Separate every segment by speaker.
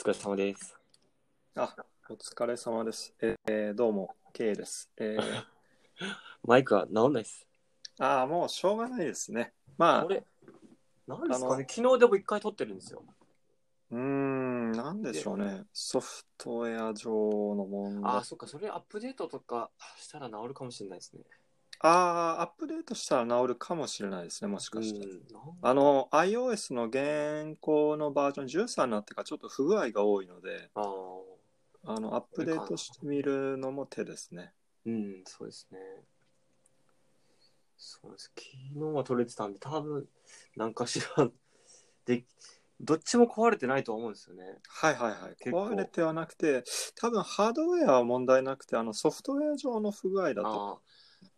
Speaker 1: 疲れ様です。
Speaker 2: あ、お疲れ様です。えーどうも、K です。え ー
Speaker 1: マイクが治んないっす。
Speaker 2: ああ、もうしょうがないですね。まあ
Speaker 1: こ、れ、なんです
Speaker 2: あ
Speaker 1: か
Speaker 2: の
Speaker 1: ね昨日でも一回撮ってるんですよ。
Speaker 2: うーん、なんでしょうね。ソフトウェア上の問題。
Speaker 1: あ
Speaker 2: あ
Speaker 1: あ、そっか、それアップデートとかしたら治るかもしれないですね。
Speaker 2: あー、アップデートしたら治るかもしれないですね、もし
Speaker 1: う
Speaker 2: か
Speaker 1: ん
Speaker 2: して。
Speaker 1: なん
Speaker 2: あの、iOS の現行のバージョン13になってからちょっと不具合が多いので、
Speaker 1: あー
Speaker 2: あの、アップデートしてみるのも手ですね。
Speaker 1: うん、そうですね。そうです。昨日は撮れてたんで、多分、なんかしら、 で、どっちも壊れてないと思うんですよね。
Speaker 2: はいはいはい。
Speaker 1: 結構
Speaker 2: 壊れてはなくて、多分ハードウェアは問題なくて、あの、ソフトウェア上の不具合だと思う
Speaker 1: ああ、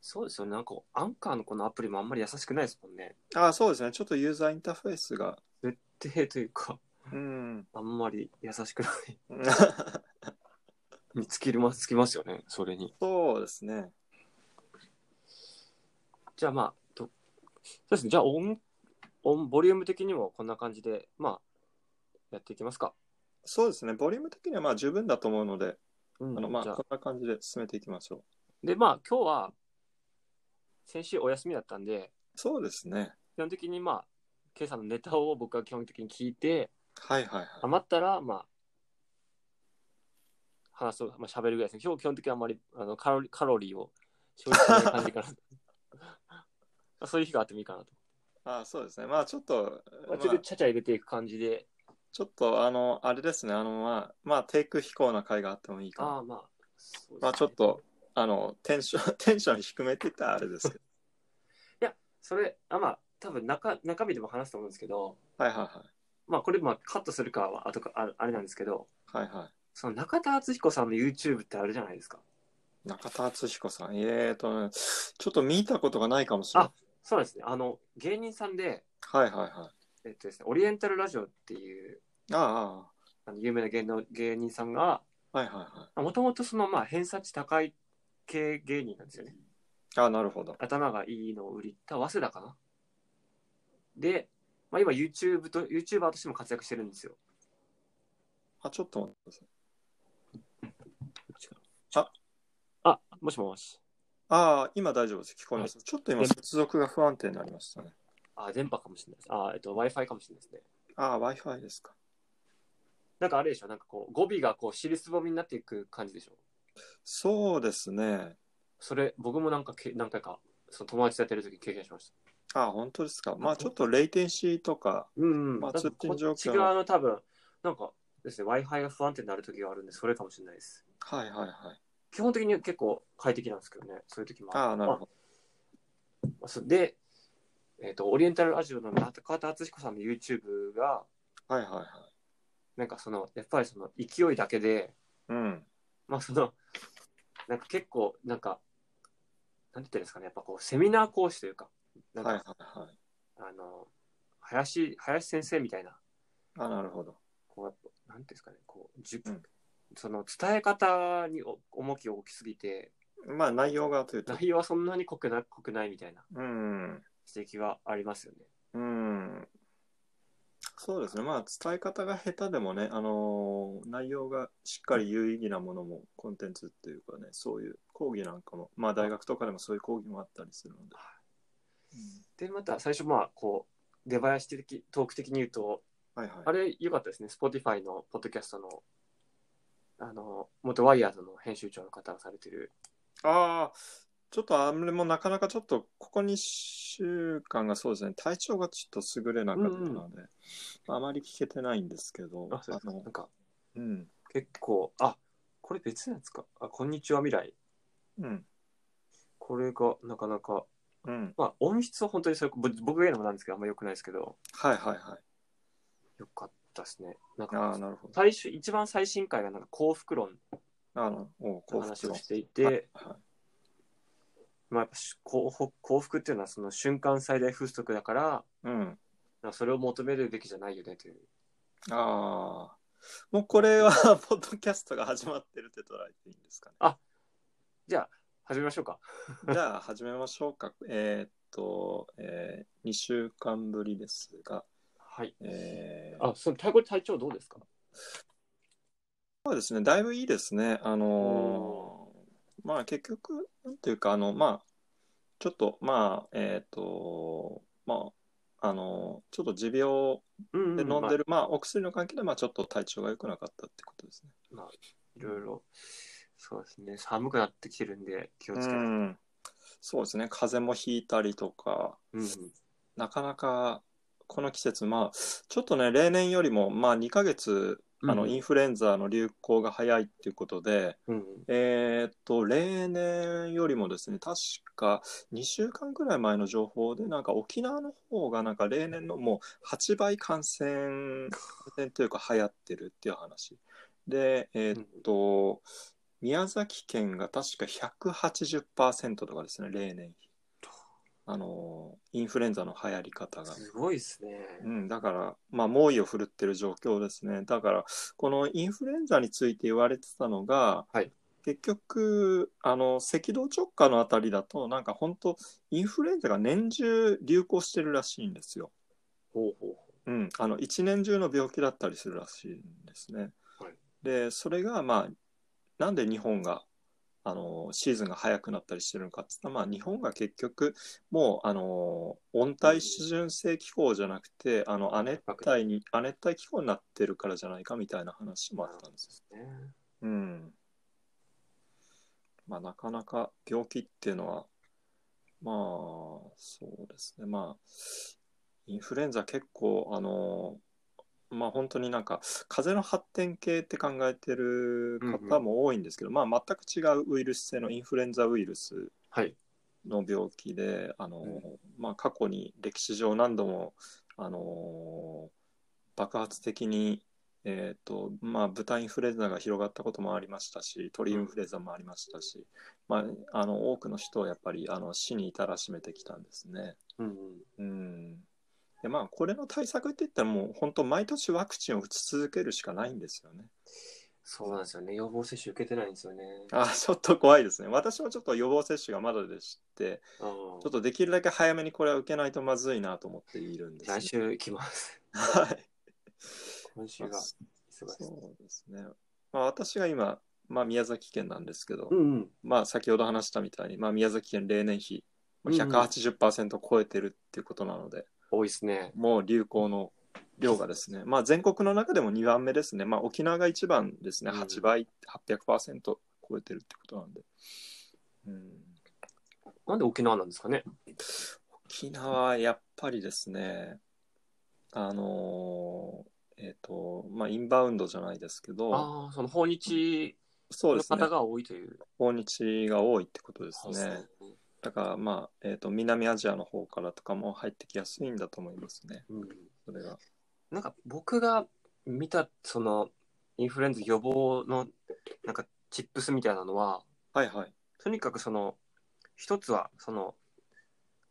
Speaker 1: そうですよね。なんか、アンカーのこのアプリもあんまり優しくないですもんね。
Speaker 2: あそうですね。ちょっとユーザーインターフェースが。
Speaker 1: 設定というか、
Speaker 2: うん。
Speaker 1: あんまり優しくない。見つけます、つきますよね、それに。
Speaker 2: そうですね。
Speaker 1: じゃあまあ、とそうですね、じゃあ音、音、ボリューム的にもこんな感じで、まあ、やっていきますか。
Speaker 2: そうですね。ボリューム的にはまあ十分だと思うので、
Speaker 1: うん、
Speaker 2: あのまあ
Speaker 1: じゃ
Speaker 2: こんな感じで進めていきましょう。
Speaker 1: で、まあ、今日は、先週お休みだったんで、
Speaker 2: そうですね。
Speaker 1: 基本的にまあ、今朝のネタを僕は基本的に聞いて、
Speaker 2: はいはいはい。
Speaker 1: 余ったら、まあ、話を、まあ、喋るぐらいですね。今日基本的にあんまりあのカロリーカロリーを消費しない感じかな。 まあそういう日があってもいいかなと。
Speaker 2: あそうですね。まあちょっと、
Speaker 1: ま
Speaker 2: ま
Speaker 1: あ、
Speaker 2: あ
Speaker 1: ちょっとちゃちゃ入れていく感じで、
Speaker 2: ちょっとあの、あれですね。あの、まあ、まあ、テイク飛行な回があってもいいか
Speaker 1: あ
Speaker 2: な。
Speaker 1: あ、まあ、そうですね
Speaker 2: まあちょっと、あの、テンション、 テンション低めって言ったらあれですけど。
Speaker 1: それあまあ多分中中身でも話すと思うんですけど
Speaker 2: はいはいはい。
Speaker 1: まあこれまあカットするかはあとかああれなんですけど
Speaker 2: はいは
Speaker 1: その中田敦彦さんの YouTube ってあるじゃないですか
Speaker 2: い。中田敦彦さん。えーとね、ちょっと見たことがないかもしれない。
Speaker 1: そうですねあの芸人さんで
Speaker 2: はいはいはい。
Speaker 1: えっとですねオリエンタルラジオっていう
Speaker 2: ああ
Speaker 1: あの有名な芸能芸人さんが
Speaker 2: ああ、はいはいはい。
Speaker 1: もともとそのまあ偏差値高い系芸人なんですよね
Speaker 2: あなるほど。
Speaker 1: 頭がいいのを売りた早稲田かなで、まあ、今 YouTube と YouTuber としても活躍してるんですよ
Speaker 2: あ、ちょっと待ってください。
Speaker 1: あもしもし
Speaker 2: ああ、今大丈夫です。聞こえます。ちょっと今、
Speaker 1: で
Speaker 2: 接続が不安定になりましたね。
Speaker 1: あ電波かもしれないですあえっと Wi-Fi かもしれないですね
Speaker 2: ああ、Wi-Fi ですか。
Speaker 1: なんかあれでしょなんかこう語尾がこう尻すぼみになっていく感じでしょ
Speaker 2: そうですね。
Speaker 1: それ僕もなんかけ何回かその友達とやってる時に経験しました
Speaker 2: ああ、本当ですか。まあ、ちょっとレイテンシーとか、
Speaker 1: うん、うん
Speaker 2: まあ
Speaker 1: 多分
Speaker 2: 通信状況
Speaker 1: こっち側の多分なんかですね w i f i が不安定になる時があるんでそれかもしれないです
Speaker 2: はいはいはい。
Speaker 1: 基本的には結構快適なんですけどねそういう時も
Speaker 2: ああ、なるほ
Speaker 1: ど
Speaker 2: ど。
Speaker 1: で、えっとオリエンタルラジオの中田敦彦さんの YouTube が
Speaker 2: はいはいはい。
Speaker 1: なんかそのやっぱりその勢いだけで
Speaker 2: うん。
Speaker 1: まあそのなんか結構なんかなんて言ったらいいんですかねやっぱこうセミナー講師というかなん
Speaker 2: はい
Speaker 1: か
Speaker 2: はいはい。
Speaker 1: あの林林先生みたいな
Speaker 2: ああ、なるほど。
Speaker 1: こうやっぱなんていうんですかねこうじゅ
Speaker 2: うん
Speaker 1: その伝え方にお重きを置きすぎて
Speaker 2: まあ、内容がというと。
Speaker 1: 内容はそんなに濃くな濃くないみたいな
Speaker 2: うん。
Speaker 1: 指摘はありますよね。
Speaker 2: うん。そうですね。まあ、伝え方が下手でもね、あのー内容がしっかり有意義なものも、コンテンツっていうかね、そういう講義なんかも、まあ、大学とかでもそういう講義もあったりするので。
Speaker 1: でまた最初まあこう出囃子的トーク的に言うと
Speaker 2: はいはい。
Speaker 1: あれ良かったですね Spotify のポッドキャストのあの元ワイヤーズの編集長の方がされてる
Speaker 2: ああ、ちょっとあれもなかなかちょっと、ここ2週間がそうですね、体調がちょっと優れなかったので、あまり聞けてないんですけど、
Speaker 1: あそうです
Speaker 2: の
Speaker 1: なんか
Speaker 2: うん、
Speaker 1: 結構あこれ別のやつかあこんにちは未来
Speaker 2: うん、
Speaker 1: これがなかなか
Speaker 2: うん、
Speaker 1: まあ音質は本当にそれぼ僕が言うのもなんですけどあんま良くないですけど
Speaker 2: はいはいはい。
Speaker 1: 良かったですねなん
Speaker 2: ああ、
Speaker 1: か
Speaker 2: なるほど。
Speaker 1: 最初一番最新回がなんか幸福論
Speaker 2: あの、おう、幸
Speaker 1: の
Speaker 2: 福
Speaker 1: 話を
Speaker 2: 論
Speaker 1: してい
Speaker 2: は
Speaker 1: て、
Speaker 2: はい
Speaker 1: まあ、やっぱし幸福幸福っていうのはその瞬間最大風速だから
Speaker 2: うん、
Speaker 1: なんかそれを求めるべきじゃないよねという
Speaker 2: ああ、もうこれは、 ポッドキャストが始まってるって捉えていいんですかね。
Speaker 1: じゃあ始めましょうか
Speaker 2: じゃあ、始めましょうか。えーっと、え2週間ぶりですが、
Speaker 1: はい
Speaker 2: えー
Speaker 1: あその体調体調どうですか
Speaker 2: そうですね、だいぶいいですね。あのーまあ結局、なんていうか、あの、まあ、ちょっと、まあ、えっ、と、まあ、あのーちょっと持病
Speaker 1: うん、
Speaker 2: で飲んで
Speaker 1: る。
Speaker 2: る、まあ、お薬の関係で、まあ、ちょっと体調が良くなかったってことですね。
Speaker 1: いろいろ。そうですね。寒くなってきてるんで、気をつけて。
Speaker 2: う
Speaker 1: うん
Speaker 2: んそうですね、風邪もひいたりとか、
Speaker 1: うん。
Speaker 2: なかなか、この季節、まあ、ちょっとね、例年よりも、まあ、2ヶ月、あの、
Speaker 1: うん
Speaker 2: インフルエンザの流行が早いっていうことで、
Speaker 1: うん。
Speaker 2: えーっと、例年よりもですね、確か2週間くらい前の情報で、なんか沖縄の方が、なんか例年のもう8倍感染、感染というか流行ってるっていう話。で、えーっと、宮崎県が確か180%とかですね、例年比。あの、インフルエンザの流行り方が。
Speaker 1: すごいですね。
Speaker 2: うん、だから、まあ、猛威を振るってる状況ですね。だから、このインフルエンザについて言われてたのが、
Speaker 1: はい
Speaker 2: 結局、あの、赤道直下のあたりだと、なんか本当、インフルエンザが年中流行してるらしいんですよ。
Speaker 1: ほうほうほ
Speaker 2: うん、あの、一年中の病気だったりするらしいんですね。
Speaker 1: はい
Speaker 2: で、それが、まあ、なんで日本が、あの、シーズンが早くなったりしてるのかって言ったら、まあ、日本が結局、もう、あの、温帯主順性気候じゃなくて、あの、亜熱帯に、亜熱帯気候になってるからじゃないかみたいな話もあったんですよ。
Speaker 1: う。ね
Speaker 2: うん。まあ、なかなか病気っていうのは、まあ、そうですね。まあ、インフルエンザ結構、あの、まあ本当になんか、風邪の発展系って考えてる方も多いんですけど、まあ全く違うウイルス性のインフルエンザウイルス
Speaker 1: はい。
Speaker 2: の病気で、あの、
Speaker 1: う
Speaker 2: まあ過去に歴史上何度も、あの、爆発的に、えっ、と、まあ豚インフルエンザが広がったこともありましたし、鳥インフルエンザもありましたし、まあ、あの、多くの人をやっぱり、あの、死に至らしめてきたんですね。
Speaker 1: うんうん。
Speaker 2: うん。で、まあ、これの対策って言ったらもう本当毎年ワクチンを打ち続けるしかないんですよね。
Speaker 1: そうなんですよね。予防接種受けてないんですよね。
Speaker 2: あ、ちょっと怖いですね。私もちょっと予防接種がまだでして、
Speaker 1: あー
Speaker 2: ちょっとできるだけ早めにこれは受けないとまずいなと思っているんです、
Speaker 1: 来週行きます。
Speaker 2: はい。
Speaker 1: 今週が忙しい。
Speaker 2: そうですね。まあ、私が今、まあ、宮崎県なんですけど、
Speaker 1: うんうん。
Speaker 2: まあ、先ほど話したみたいに、まあ、宮崎県例年比、まあ
Speaker 1: うんうん
Speaker 2: 180%超えてるっていうことなので、
Speaker 1: 多いですね。
Speaker 2: もう流行の量がですね、まあ、全国の中でも2番目ですね、まあ、沖縄が1番ですね、
Speaker 1: うん
Speaker 2: 8倍、800%超えてるってことなんで、うん、
Speaker 1: なんで沖縄なんですかね。
Speaker 2: 沖縄はやっぱりですね、あのーえっ、と、まあ、インバウンドじゃないですけど、
Speaker 1: ああ、その訪日
Speaker 2: そう
Speaker 1: の
Speaker 2: ですね
Speaker 1: 方、が多いという。
Speaker 2: 訪日が多いってことで
Speaker 1: そ
Speaker 2: す
Speaker 1: うですね
Speaker 2: ね。。だから、まあ、えっ、と、南アジアの方からとかも入ってきやすいんだと思いますね、
Speaker 1: うん
Speaker 2: それが。
Speaker 1: なんか僕が見たそのインフルエンザ予防のなんかチップスみたいなのは
Speaker 2: はいはい。
Speaker 1: とにかくその一つはその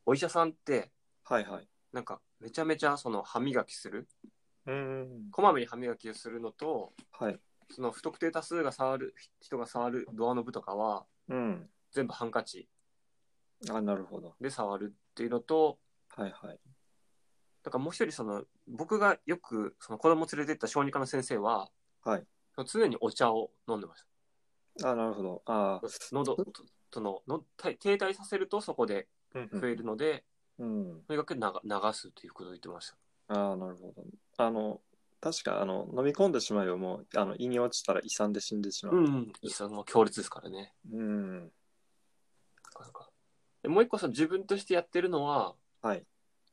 Speaker 1: お医者さんって
Speaker 2: はいはい。
Speaker 1: なんかめちゃめちゃその歯磨きする
Speaker 2: うん。
Speaker 1: こまめに歯磨きをするのと
Speaker 2: はい。
Speaker 1: その不特定多数が触る人が触るドアノブとかは
Speaker 2: うん。
Speaker 1: 全部ハンカチ
Speaker 2: あ、なるほど。
Speaker 1: で触るっていうのと
Speaker 2: はいはい。
Speaker 1: だからもう一人その僕がよくその子供連れてった小児科の先生は、
Speaker 2: はい
Speaker 1: 常にお茶を飲んでました。
Speaker 2: あ、なるほど。ああ。
Speaker 1: 喉とそのの停停滞させるとそこで増えるので、
Speaker 2: うん。
Speaker 1: とにかくなが流すということを言ってました。
Speaker 2: ああ、なるほど。あの、確か、あの、飲み込んでしまえばもう、あの、胃に落ちたら胃酸で死んでしま
Speaker 1: う
Speaker 2: う。
Speaker 1: ん、うん、一層も強烈ですからね。
Speaker 2: うん。
Speaker 1: なかなかでもう一個その自分としてやってるのは、
Speaker 2: はい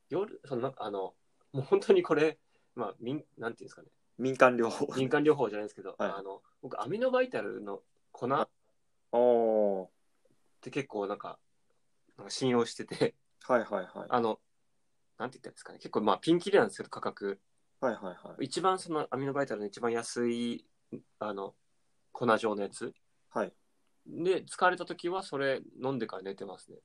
Speaker 1: 夜そのなんかあのもう本当にこれ、まあ、民なんていうんですかね
Speaker 2: 民間療法。
Speaker 1: 民間療法じゃないですけど、
Speaker 2: はい
Speaker 1: あの僕アミノバイタルの粉っ
Speaker 2: おお
Speaker 1: て結構なんかなんか信用してて
Speaker 2: ー。はいはいはい。
Speaker 1: あのなんて言ったらいいんですかね結構まあピンキリなんですけど価格。
Speaker 2: はいはいはい。
Speaker 1: 一番そのアミノバイタルの一番安いあの粉状のやつ
Speaker 2: はい。
Speaker 1: で疲れた時はそれ飲んでから寝てますね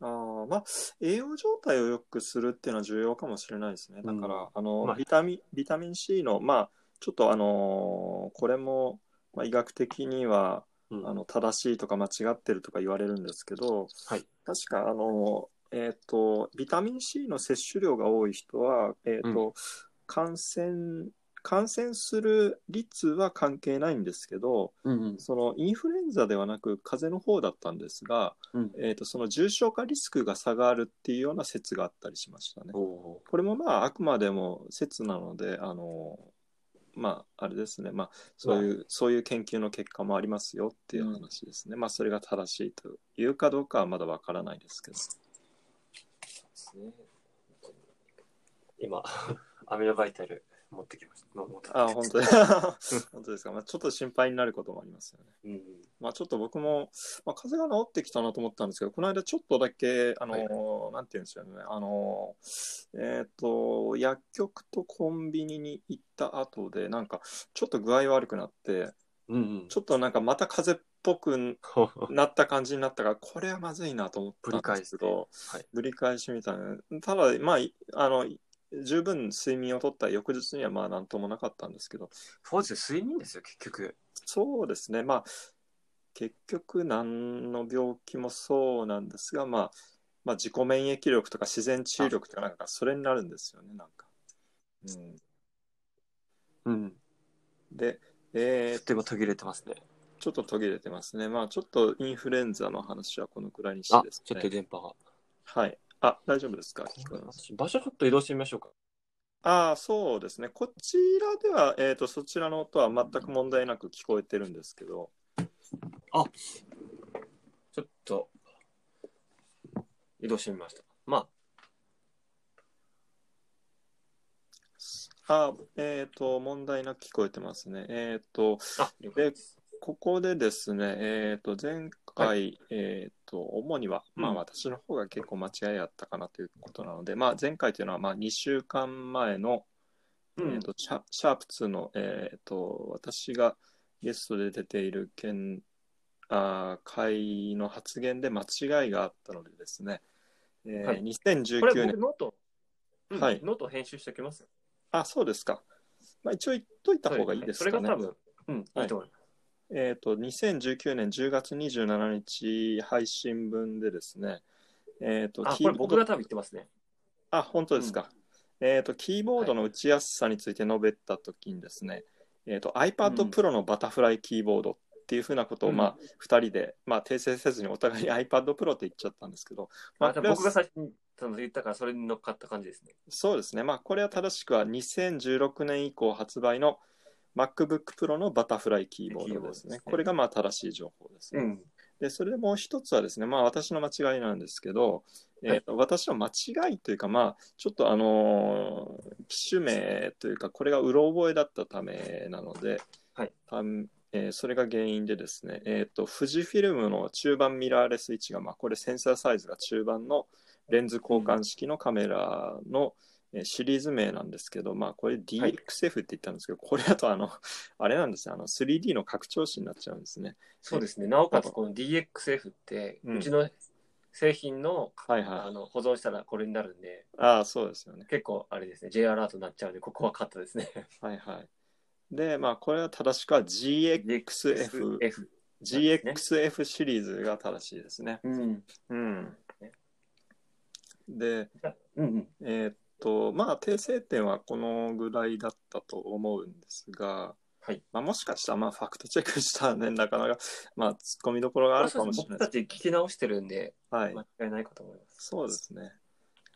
Speaker 2: ああ、まあ、栄養状態を良くするっていうのは重要かもしれないですね。だから、
Speaker 1: うん
Speaker 2: あの、
Speaker 1: まあ
Speaker 2: ビタミン、ビタミン C の、まあ、ちょっとあのーこれも、まあ、医学的には、
Speaker 1: うん
Speaker 2: あの正しいとか間違ってるとか言われるんですけど、
Speaker 1: はい
Speaker 2: 確かあの、えー、とビタミン C の摂取量が多い人は、えーと感染感染する率は関係ないんですけど、
Speaker 3: うんうん
Speaker 2: そのインフルエンザではなく風邪の方だったんですが、
Speaker 3: うん
Speaker 2: えー、とその重症化リスクが差があるっていうような説があったりしましたね。
Speaker 3: おお
Speaker 2: これもまああくまでも説なので、あのまああれですね、まあそういう、そういう研究の結果もありますよっていう話ですね。まあそれが正しいというかどうかはまだわからないですけど。
Speaker 3: ですね今 アミノバイタル持ってきました持ってきま
Speaker 2: あ
Speaker 3: した
Speaker 2: 本当に 本当ですか。まあちょっと心配になることもありますよね。
Speaker 3: うんうん
Speaker 2: まあちょっと僕も、まあ、風邪が治ってきたなと思ったんですけど、この間ちょっとだけ、あのー
Speaker 3: はい
Speaker 2: なんて言うんですよね、あのーえっ、と、薬局とコンビニに行った後で、なんか、ちょっと具合悪くなって、
Speaker 3: うんうん
Speaker 2: ちょっとなんかまた風邪っぽくなった感じになったから、これはまずいなと思ったんですけど、
Speaker 3: はい
Speaker 2: ぶり返しみたいな。ただ、まあ、いあの、十分睡眠をとった翌日にはまあなんともなかったんですけど、
Speaker 3: そうですよ睡眠ですよ結局
Speaker 2: そうですね、まあ、結局、何の病気もそうなんですが、まあ、まあ、自己免疫力とか自然治癒力とか、なんか、それになるんですよね、なんか。うん、
Speaker 3: うんち
Speaker 2: で、
Speaker 3: ょ
Speaker 2: え
Speaker 3: っ
Speaker 2: ー
Speaker 3: と今途切れてますね
Speaker 2: ちょっと途切れてますね。まあ、ちょっとインフルエンザの話はこのくらいにし
Speaker 3: あ
Speaker 2: てです
Speaker 3: ちょっと
Speaker 2: ね。
Speaker 3: 電波が
Speaker 2: はい。あ、大丈夫ですか聞こえます
Speaker 3: 場所ちょっと移動してみましょうか
Speaker 2: ああ、そうですね。こちらでは、えっ、と、そちらの音は全く問題なく聞こえてるんですけど、
Speaker 3: ちょっと移動してみましたまあ
Speaker 2: あ、えっ、と、問題なく聞こえてますね。えっ、と、
Speaker 3: あ
Speaker 2: でここでですね、えっ、と、前回、えっ、と、主には、まあ、
Speaker 3: うん
Speaker 2: 私の方が結構間違いあったかなということなので、まあ、前回というのは、まあ、2週間前の、
Speaker 3: うん
Speaker 2: えっ、と、シャシャープ2の、えっ、と、私がゲストで出ている件、あー会の発言で間違いがあったのでですね、えー
Speaker 3: はいこれ
Speaker 2: 2019
Speaker 3: 僕
Speaker 2: 年、
Speaker 3: ノート、うん
Speaker 2: はい
Speaker 3: ノート編集しておきます
Speaker 2: あ、そうですか。まあ、一応言っといた方がいいですかね。
Speaker 3: それが多分うん、
Speaker 2: は
Speaker 3: い
Speaker 2: い
Speaker 3: いと思います
Speaker 2: えっ、と、2019年10月27日配信分でですね、えっ、と、
Speaker 3: あ
Speaker 2: キ
Speaker 3: こ
Speaker 2: ー
Speaker 3: れ
Speaker 2: ボー
Speaker 3: 僕
Speaker 2: ド
Speaker 3: が、多分言ってますね
Speaker 2: あ、本当ですか。えっ、と、キーボードの打ちやすさについて述べたときにですね、えっ、と、
Speaker 3: う
Speaker 2: iPad
Speaker 3: ん
Speaker 2: Pro のバタフライキーボードっていうふうなことを、
Speaker 3: うん
Speaker 2: まあ、2人で、まあ、訂正せずにお互い iPad Pro って言っちゃったんですけど、ま
Speaker 3: あ
Speaker 2: あ、
Speaker 3: 多
Speaker 2: こ
Speaker 3: 分
Speaker 2: れは
Speaker 3: 僕が最初にその言ったからそれに乗っかった感じですね
Speaker 2: そうですね、まあ、これは正しくは2016年以降発売の MacBook Pro のバタフライキーボードです
Speaker 3: キーボードで
Speaker 2: ね
Speaker 3: すね。
Speaker 2: これがまあ正しい情報ですね。で、それでもう一つはですね、まあ私の間違いなんですけど、えーと私の間違いというか、まあちょっとあのー機種名というか、これがうろ覚えだったためなので、
Speaker 3: はい
Speaker 2: たんえーそれが原因でですね、えーと、富士フィルムの中盤ミラーレス位置が、まあこれセンサーサイズが中盤のレンズ交換式のカメラの、えーシリーズ名なんですけど、まあこれ DXF って言ったんですけど、これだとあの、あれなんですね、あの 3D の拡張子になっちゃうんですね。
Speaker 3: そうですねなおかつこの DXF って
Speaker 2: うん
Speaker 3: うちの製品の,、
Speaker 2: はいはい
Speaker 3: あの保存したらこれになるんで
Speaker 2: ああ、そうですよね。
Speaker 3: 結構あれですね J アラートになっちゃうんでここはカット ですね
Speaker 2: はいはい。で、まあ、これは正しくは GXF、
Speaker 3: F
Speaker 2: GXF シリーズが正しいですね。
Speaker 3: うん
Speaker 2: うん。で、
Speaker 3: うんうん
Speaker 2: えーっと、まあ、訂正点はこのぐらいだったと思うんですが、
Speaker 3: はい
Speaker 2: まあ、もしかしたら、まあ、ファクトチェックしたらね、なかなか、まあ、突っ込みどころがあるかもしれない
Speaker 3: 僕た
Speaker 2: です。
Speaker 3: ち聞き直してるんで
Speaker 2: はい。
Speaker 3: 間違いないかと思います
Speaker 2: そうですね。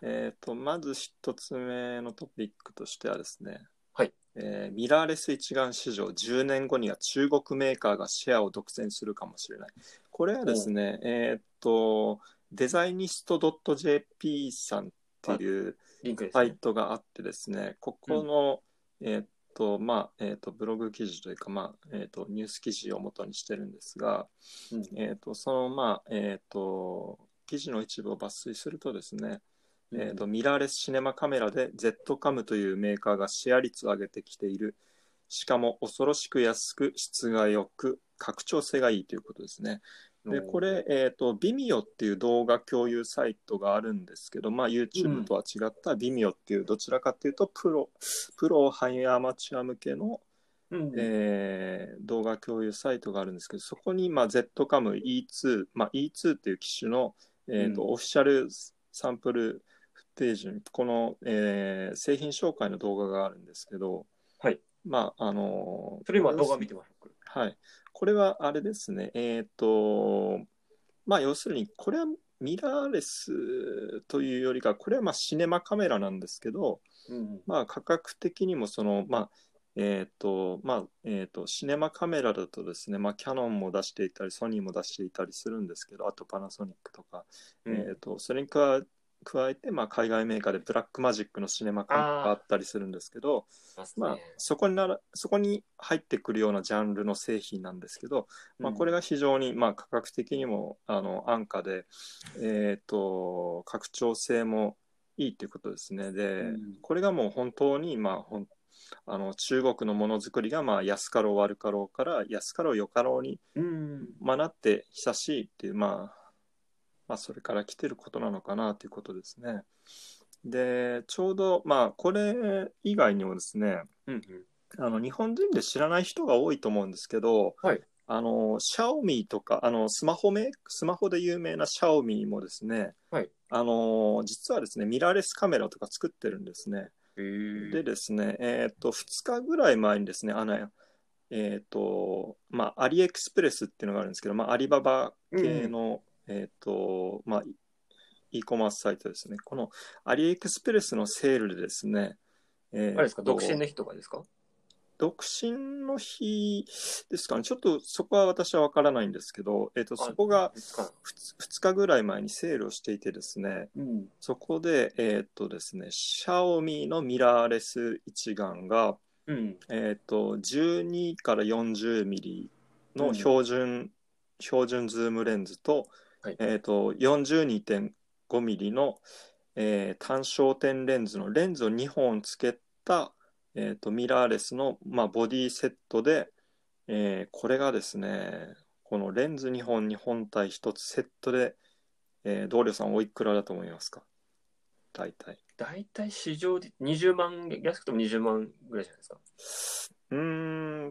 Speaker 2: えっ、と、まず一つ目のトピックとしてはですね、
Speaker 3: はい
Speaker 2: えーミラーレス一眼市場10年後には中国メーカーがシェアを独占するかもしれない。これはですね、えっ、と、デザイニスト .jp さんっていう
Speaker 3: リンクです
Speaker 2: サ
Speaker 3: ね、
Speaker 2: イトがあってですね、ここの、えっ、と、まあ、えっ、と、ブログ記事というか、まあ、えっ、と、ニュース記事を元にしてるんですが、
Speaker 3: うん
Speaker 2: えー、とそのまあえっ、と記事の一部を抜粋するとですね、
Speaker 3: うん
Speaker 2: えー、とミラーレスシネマカメラで ZCAM というメーカーがシェア率を上げてきているしかも恐ろしく安く質が良く拡張性がいいということですねでこれ、えー、と Vimeo っていう動画共有サイトがあるんですけど、まあ、YouTube とは違った Vimeo っていうどちらかというとプロプロハイアマチュア向けの
Speaker 3: うん
Speaker 2: えー動画共有サイトがあるんですけど、そこに、まあ、ZCAM E2、まあ、E2 っていう機種の、えーと
Speaker 3: う
Speaker 2: オフィシャルサンプルフッテージに、この、えー製品紹介の動画があるんですけど、
Speaker 3: はい
Speaker 2: まあ、あのー
Speaker 1: それ今動画見てます。僕
Speaker 2: はい。これはあれですね。えっ、と、まあ要するに、これはミラーレスというよりか、これはまあシネマカメラなんですけど、
Speaker 1: うん。
Speaker 2: まあ価格的にもその、まあ、えっ、と、まあ、えっ、と、シネマカメラだとですね、まあキャノンも出していたり、ソニーも出していたりするんですけど、あとパナソニックとか、
Speaker 1: うん
Speaker 2: えっ、と、それに加え加えて、まあ海外メーカーでブラックマジックのシネマカメラがあったりするんですけど、
Speaker 3: ますね
Speaker 2: まあ、そこにならそこに入ってくるようなジャンルの製品なんですけど、まあ、これが非常に、まあ、価格的にもあの安価で、えー、と拡張性もいいということですねで、
Speaker 1: うん
Speaker 2: これがもう本当に、まあ、ほんあの中国のものづくりが、まあ、安かろう悪かろうから安かろうよかろうに、
Speaker 1: うん。
Speaker 2: まあ、なって久しいっていう、まあ、まあそれから来てることなのかなということですね。でちょうど、まあ、これ以外にもですね、
Speaker 1: うん。うん。
Speaker 2: あの日本人で知らない人が多いと思うんですけど、
Speaker 1: はい
Speaker 2: あのシャオミとかあのスマホメスマホで有名なシャオミもですね、
Speaker 1: はい
Speaker 2: あの実はですねミラーレスカメラとか作ってるんですね。
Speaker 1: へー
Speaker 2: でですね、えーっと2日ぐらい前にですねあの、えーっとまあ、アリエクスプレスっていうのがあるんですけど、まあ、アリババ系の、えーっとまあ、e コマースサイトですねこのアリエクスプレスのセールでですね、えーっ
Speaker 1: あ
Speaker 2: と
Speaker 1: れですか、独身の日とかですか
Speaker 2: 独身の日ですかね、ちょっとそこは私は分からないんですけど、えっとそこが
Speaker 1: ですか。
Speaker 2: 2日ぐらい前にセールをしていてですね、
Speaker 1: うん。
Speaker 2: そこで、えっとですね、シャオミのミラーレス一眼が、
Speaker 1: うん。
Speaker 2: えっと12から40ミリの標準、標準ズームレンズと、
Speaker 1: はい
Speaker 2: えっと42.5ミリの、えー単焦点レンズのレンズを2本つけた、えっとミラーレスの、まあ、ボディセットで、えーこれがですねこのレンズ2本に本体1つセットで、えー、同僚さんおいくらだと思いますか大体。
Speaker 1: 大体市場で20万、安くても20万ぐらいじゃないですか。
Speaker 2: うー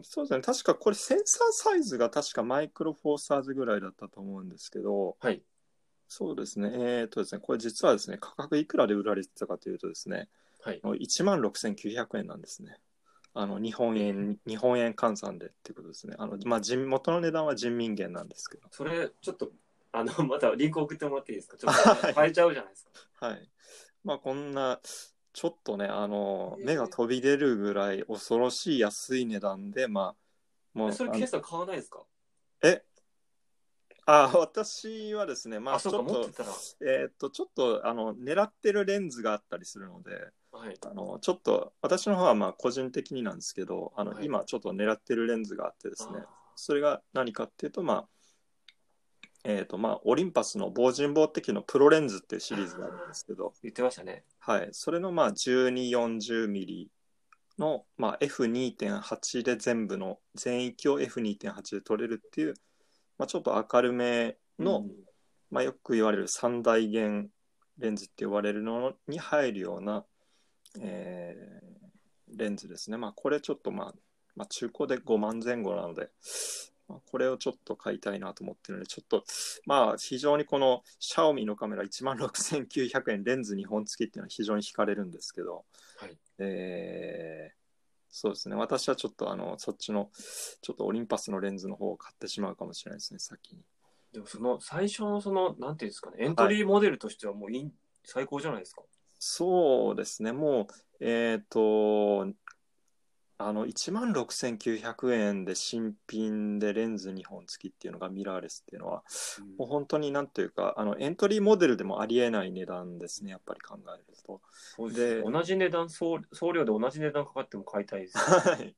Speaker 2: ん、そうですね。確かこれセンサーサイズが確かマイクロフォーサーズぐらいだったと思うんですけど、
Speaker 1: はい。
Speaker 2: そうですね。えーっとですね、これ実はですね、価格いくらで売られてたかというとですね、
Speaker 1: はい。
Speaker 2: 1万6900円なんですね。あの、日本円、日本円換算でっていうことですね。あの、まあ、人元の値段は人民元なんですけど。
Speaker 1: それ、ちょっと、あの、 またリンク送ってもらっていいですかちょっ
Speaker 2: は
Speaker 1: と
Speaker 2: い
Speaker 1: 変えちゃうじゃないですか。
Speaker 2: はい。まあ、こんな、ちょっとね、あの、
Speaker 1: えー
Speaker 2: 目が飛び出るぐらい恐ろしい安い値段で、まあ、もう、
Speaker 1: えそれ、
Speaker 2: あの
Speaker 1: ケースは買わないですか
Speaker 2: あ、私はですね、まあ、
Speaker 1: あ、
Speaker 2: ちょ
Speaker 1: そ
Speaker 2: っ
Speaker 1: うか、持っ
Speaker 2: と
Speaker 1: て、たら。
Speaker 2: えーっと、ちょっと、あの、狙ってるレンズがあったりするので、
Speaker 1: はい。
Speaker 2: あの、ちょっと、私の方は、まあ、個人的になんですけど、あの、
Speaker 1: はい
Speaker 2: 今、ちょっと狙ってるレンズがあってですね、
Speaker 1: あ
Speaker 2: それが何かっていうと、まあ、えーっと、まあ、オリンパスの防塵防滴のプロレンズっていうシリーズがあるんですけど、
Speaker 1: 言ってましたね。
Speaker 2: はい、それの、まあ、12、40ミリの、まあ、F2.8 で全部の、全域を F2.8 で撮れるっていう、まあ、ちょっと明るめの、
Speaker 1: うん、
Speaker 2: まあ、よく言われる三大元レンズって呼ばれるのに入るような、えーレンズですね。まあ、これちょっと、まあ、まあ、中古で5万前後なので、まあ、これをちょっと買いたいなと思ってるので、ちょっと、まあ、非常にこのシャオミのカメラ1万6900円レンズ2本付きっていうのは非常に惹かれるんですけど、
Speaker 1: はい
Speaker 2: えーそうですね。私はちょっと、あの、そっちの、ちょっとオリンパスのレンズの方を買ってしまうかもしれないですね、先に。
Speaker 1: でも、その、最初の、その、なんていうんですかね、エントリーモデルとしては、もういい、最高じゃないですか。
Speaker 2: そうですね、もう、えっ、と、あの、1万6900円で新品でレンズ2本付きっていうのがミラーレスっていうのは、もう本当になんというか、あの、エントリーモデルでもありえない値段ですね、やっぱり考えると。
Speaker 1: そうです
Speaker 2: で
Speaker 1: 同じ値段送、送料で同じ値段かかっても買いたいです。
Speaker 2: はい。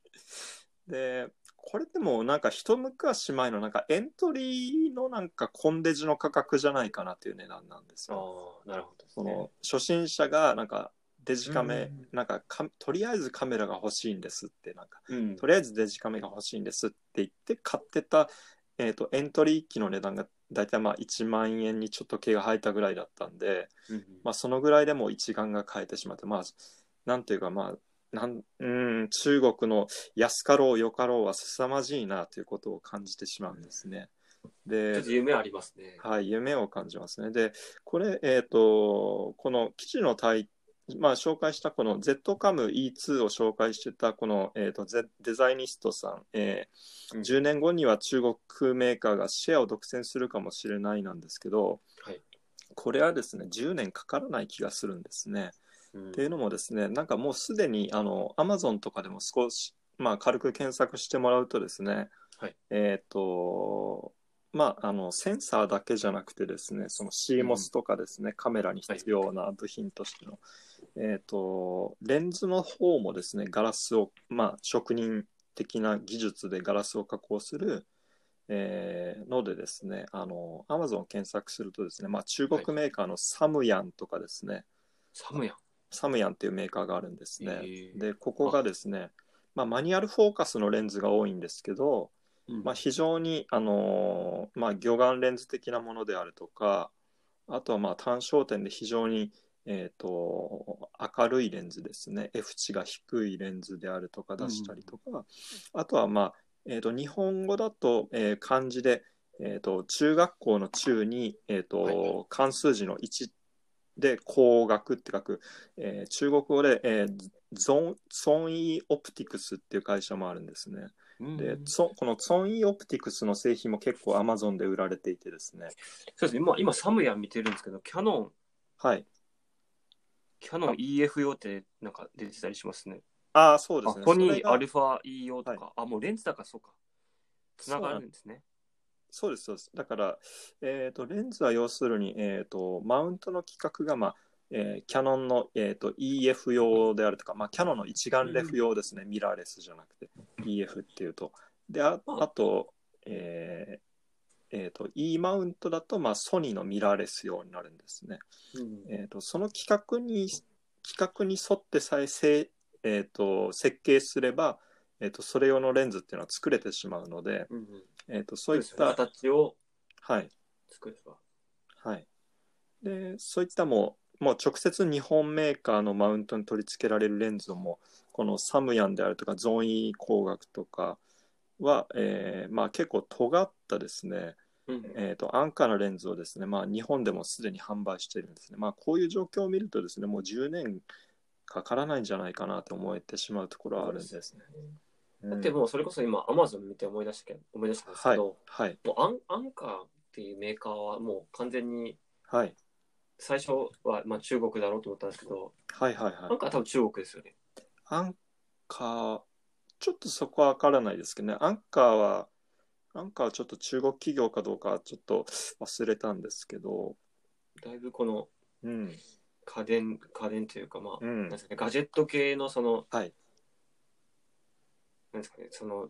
Speaker 2: で、これでもなんか一昔前のなんかエントリーのなんかコンデジの価格じゃないかなっていう値段なんです
Speaker 1: あ
Speaker 2: よ。
Speaker 1: あ、なるほどです
Speaker 2: そ
Speaker 1: ね。
Speaker 2: の初心者がなんかデジカメ、
Speaker 1: うん
Speaker 2: なんかかとりあえずカメラが欲しいんですってなんか
Speaker 1: うん
Speaker 2: とりあえずデジカメが欲しいんですって言って買ってた、えー、とエントリー機の値段が大体まあ1万円にちょっと毛が生えたぐらいだったんで、
Speaker 1: うん
Speaker 2: まあ、そのぐらいでもう一眼が変えてしまってまあなんていうかまあなんうん中国の安かろうよかろうは凄まじいなということを感じてしまうんですね。で
Speaker 1: ちょっと夢ありますね。
Speaker 2: はい、夢を感じますね。で、これ、えっ、と、この基地の対まあ、紹介したこの ZCAME2 を紹介してたこの、えー、とゼデザイニストさん、えー
Speaker 1: うん
Speaker 2: 10年後には中国メーカーがシェアを独占するかもしれないなんですけど、
Speaker 1: はい
Speaker 2: これはですね10年かからない気がするんですね。
Speaker 1: うん
Speaker 2: っていうのもですね、なんかもうすでにあの Amazon とかでも少し、まあ、軽く検索してもらうとですね、
Speaker 1: はい
Speaker 2: えっ、と、まあ、あのセンサーだけじゃなくてですね、その
Speaker 1: う
Speaker 2: CMOS とかですね、カメラに必要な部品としての、えっ、と、レンズの方もですね、ガラスを、まあ、職人的な技術でガラスを加工する、えーのでですね、あの、Amazon を検索するとですね、まあ、中国メーカーのサムヤンとかですね、
Speaker 1: サムヤン。
Speaker 2: サムヤンっていうメーカーがあるんですね。
Speaker 1: えー
Speaker 2: で、ここがですね、まあ、マニュアルフォーカスのレンズが多いんですけど、
Speaker 1: うん
Speaker 2: まあ、非常に、あのーまあ、魚眼レンズ的なものであるとか、あとはまあ単焦点で非常に、えー、と明るいレンズですね、F 値が低いレンズであるとか出したりとか、あとは、まあえー、と日本語だと、えー漢字で、えー、と中学校の中に、えーと
Speaker 1: はい
Speaker 2: 漢数字の1で光学って書く、えー中国語で、えーゾンソンイーオプティクスっていう会社もあるんですね。
Speaker 1: うん
Speaker 2: で、そこのソンイーオプティクスの製品も結構 Amazon で売られていてですね。
Speaker 1: そうですね、今、今サムヤン見てるんですけど、キャノン、
Speaker 2: はい。
Speaker 1: キャノン EF 用ってなんか出てたりしますね。
Speaker 2: ああ、そうで
Speaker 1: あ
Speaker 2: すね。
Speaker 1: ポニ
Speaker 2: それ
Speaker 1: ー、
Speaker 2: が
Speaker 1: アルファ E 用とか、
Speaker 2: は
Speaker 1: あ、もうレンズだからそうか。つながるんですね。
Speaker 2: そうです、そうです。だから、えーと、レンズは要するに、えーと、マウントの規格が、まあ、えーキャノンの、えー、と EF 用であるとか、まあ、キャノンの一眼レフ用ですね、ミラーレスじゃなくて、EF っていうと。で、あ
Speaker 1: あ
Speaker 2: あと、えーえーと E マウントだと、まあ、ソニーのミラーレス用になるんですね。
Speaker 1: うん
Speaker 2: えー、とその規格に規格に沿って再生、えー、と設計すれば、えー、とそれ用のレンズっていうのは作れてしまうので、
Speaker 1: うん
Speaker 2: えー、とそ
Speaker 1: そうう
Speaker 2: いっ
Speaker 1: ですよね
Speaker 2: た、
Speaker 1: 形を
Speaker 2: はい
Speaker 1: 作れば。
Speaker 2: はい、でそういったもうもう直接日本メーカーのマウントに取り付けられるレンズをもうこのサムヤンであるとかゾンイ工学とかは、えーまあ、結構尖ったですね、
Speaker 1: うん
Speaker 2: えー、と安価なレンズをですね、まあ、日本でもすでに販売しているんですね、まあ、こういう状況を見るとですねもう10年かからないんじゃないかなと思えてしまうところはあるんです。
Speaker 1: ね。だってもうそれこそ今、アマゾン見て思い出したけど思い出したんですけ
Speaker 2: はい
Speaker 1: ど、、
Speaker 2: はい、
Speaker 1: もうアンアンカーっていうメーカーはもう完全に
Speaker 2: はい、
Speaker 1: 最初はまあ中国だろうと思ったんですけど、
Speaker 2: はい、はい、
Speaker 1: ア
Speaker 2: は
Speaker 1: ン
Speaker 2: い。
Speaker 1: カーは多分中国ですよね。
Speaker 2: アンカー、ちょっとそこはわからないですけどね、アンカーは、アンカーはちょっと中国企業かどうかはちょっと忘れたんですけど、
Speaker 1: だいぶこの
Speaker 2: うん、
Speaker 1: 家電、家電というか、まあ、
Speaker 2: う
Speaker 1: なん
Speaker 2: ん
Speaker 1: で、すかね、ガジェット系のその、
Speaker 2: はい
Speaker 1: なんですかね、その、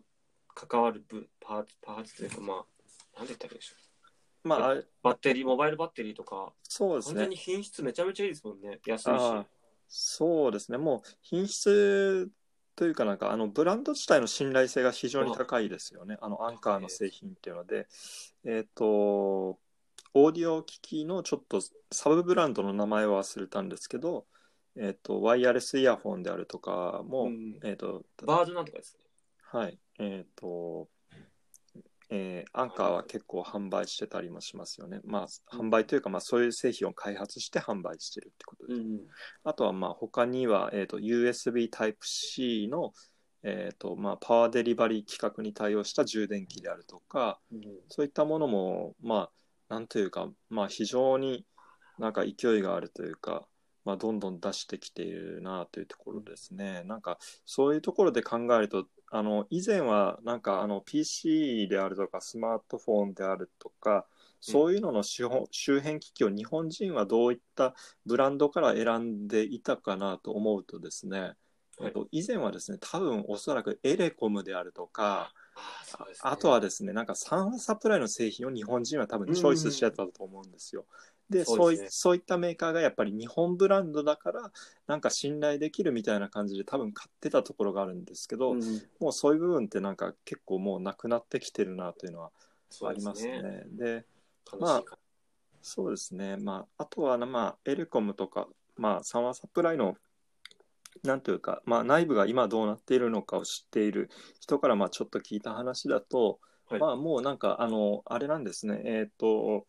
Speaker 1: 関わる部パーツ、パーツというか、まあ、なんて言ったらいいでしょう。
Speaker 2: まああれ、
Speaker 1: バッテリー、モバイルバッテリーとか、
Speaker 2: そうです
Speaker 1: 本
Speaker 2: ね
Speaker 1: 当に。品質めちゃめちゃいいですもんね。安いし。
Speaker 2: ああそうですね、もう品質というか、なんかあのブランド自体の信頼性が非常に高いですよね、あのアンカーの製品っていうので、えっ、と、オーディオ機器のちょっとサブブランドの名前を忘れたんですけど、えっ、と、ワイヤレスイヤホンであるとかも、
Speaker 1: うん
Speaker 2: えっ、と、
Speaker 1: バードなんとかですね。
Speaker 2: はい、えっ、と、えーアンカーは結構販売してたりもしますよね。まあ、販売というか、まあ、そういう製品を開発して販売してるってことですね
Speaker 1: ん。
Speaker 2: あとはまあ他には、えー、と USB Type-C の、えーとまあ、パワーデリバリー規格に対応した充電器であるとかそういったものも、まあ、なんというか、まあ、非常になんか勢いがあるというか、まあ、どんどん出してきているなというところですね。なんかそういうところで考えるとあの以前はなんかあの PC であるとかスマートフォンであるとかそういうのの資本周辺機器を日本人はどういったブランドから選んでいたかなと思うとですね、えっと以前はですね多分おそらくエレコムであるとか
Speaker 1: ああ、そうですね。
Speaker 2: あとはですね、なんかサンファサプライの製品を日本人は多分チョイスしてたと思うんですよ。で
Speaker 1: そ
Speaker 2: そうう
Speaker 1: で
Speaker 2: い
Speaker 1: すね
Speaker 2: そういったメーカーがやっぱり日本ブランドだから、なんか信頼できるみたいな感じで多分買ってたところがあるんですけど、
Speaker 1: うん、
Speaker 2: もうそういう部分ってなんか結構もうなくなってきてるなというのは
Speaker 1: そ
Speaker 2: あ
Speaker 1: うで
Speaker 2: り
Speaker 1: す
Speaker 2: ますね。
Speaker 1: ね。
Speaker 2: で、
Speaker 1: 悲しい
Speaker 2: まあ
Speaker 1: か
Speaker 2: そうですね、まあ、あとはな、まあ、エレコムとか、まあ、サンワサプライの、なんというか、まあ、内部が今どうなっているのかを知っている人から、まあ、ちょっと聞いた話だと、
Speaker 1: はい
Speaker 2: まあ、もうなんか、あの、あれなんですね、えっ、と、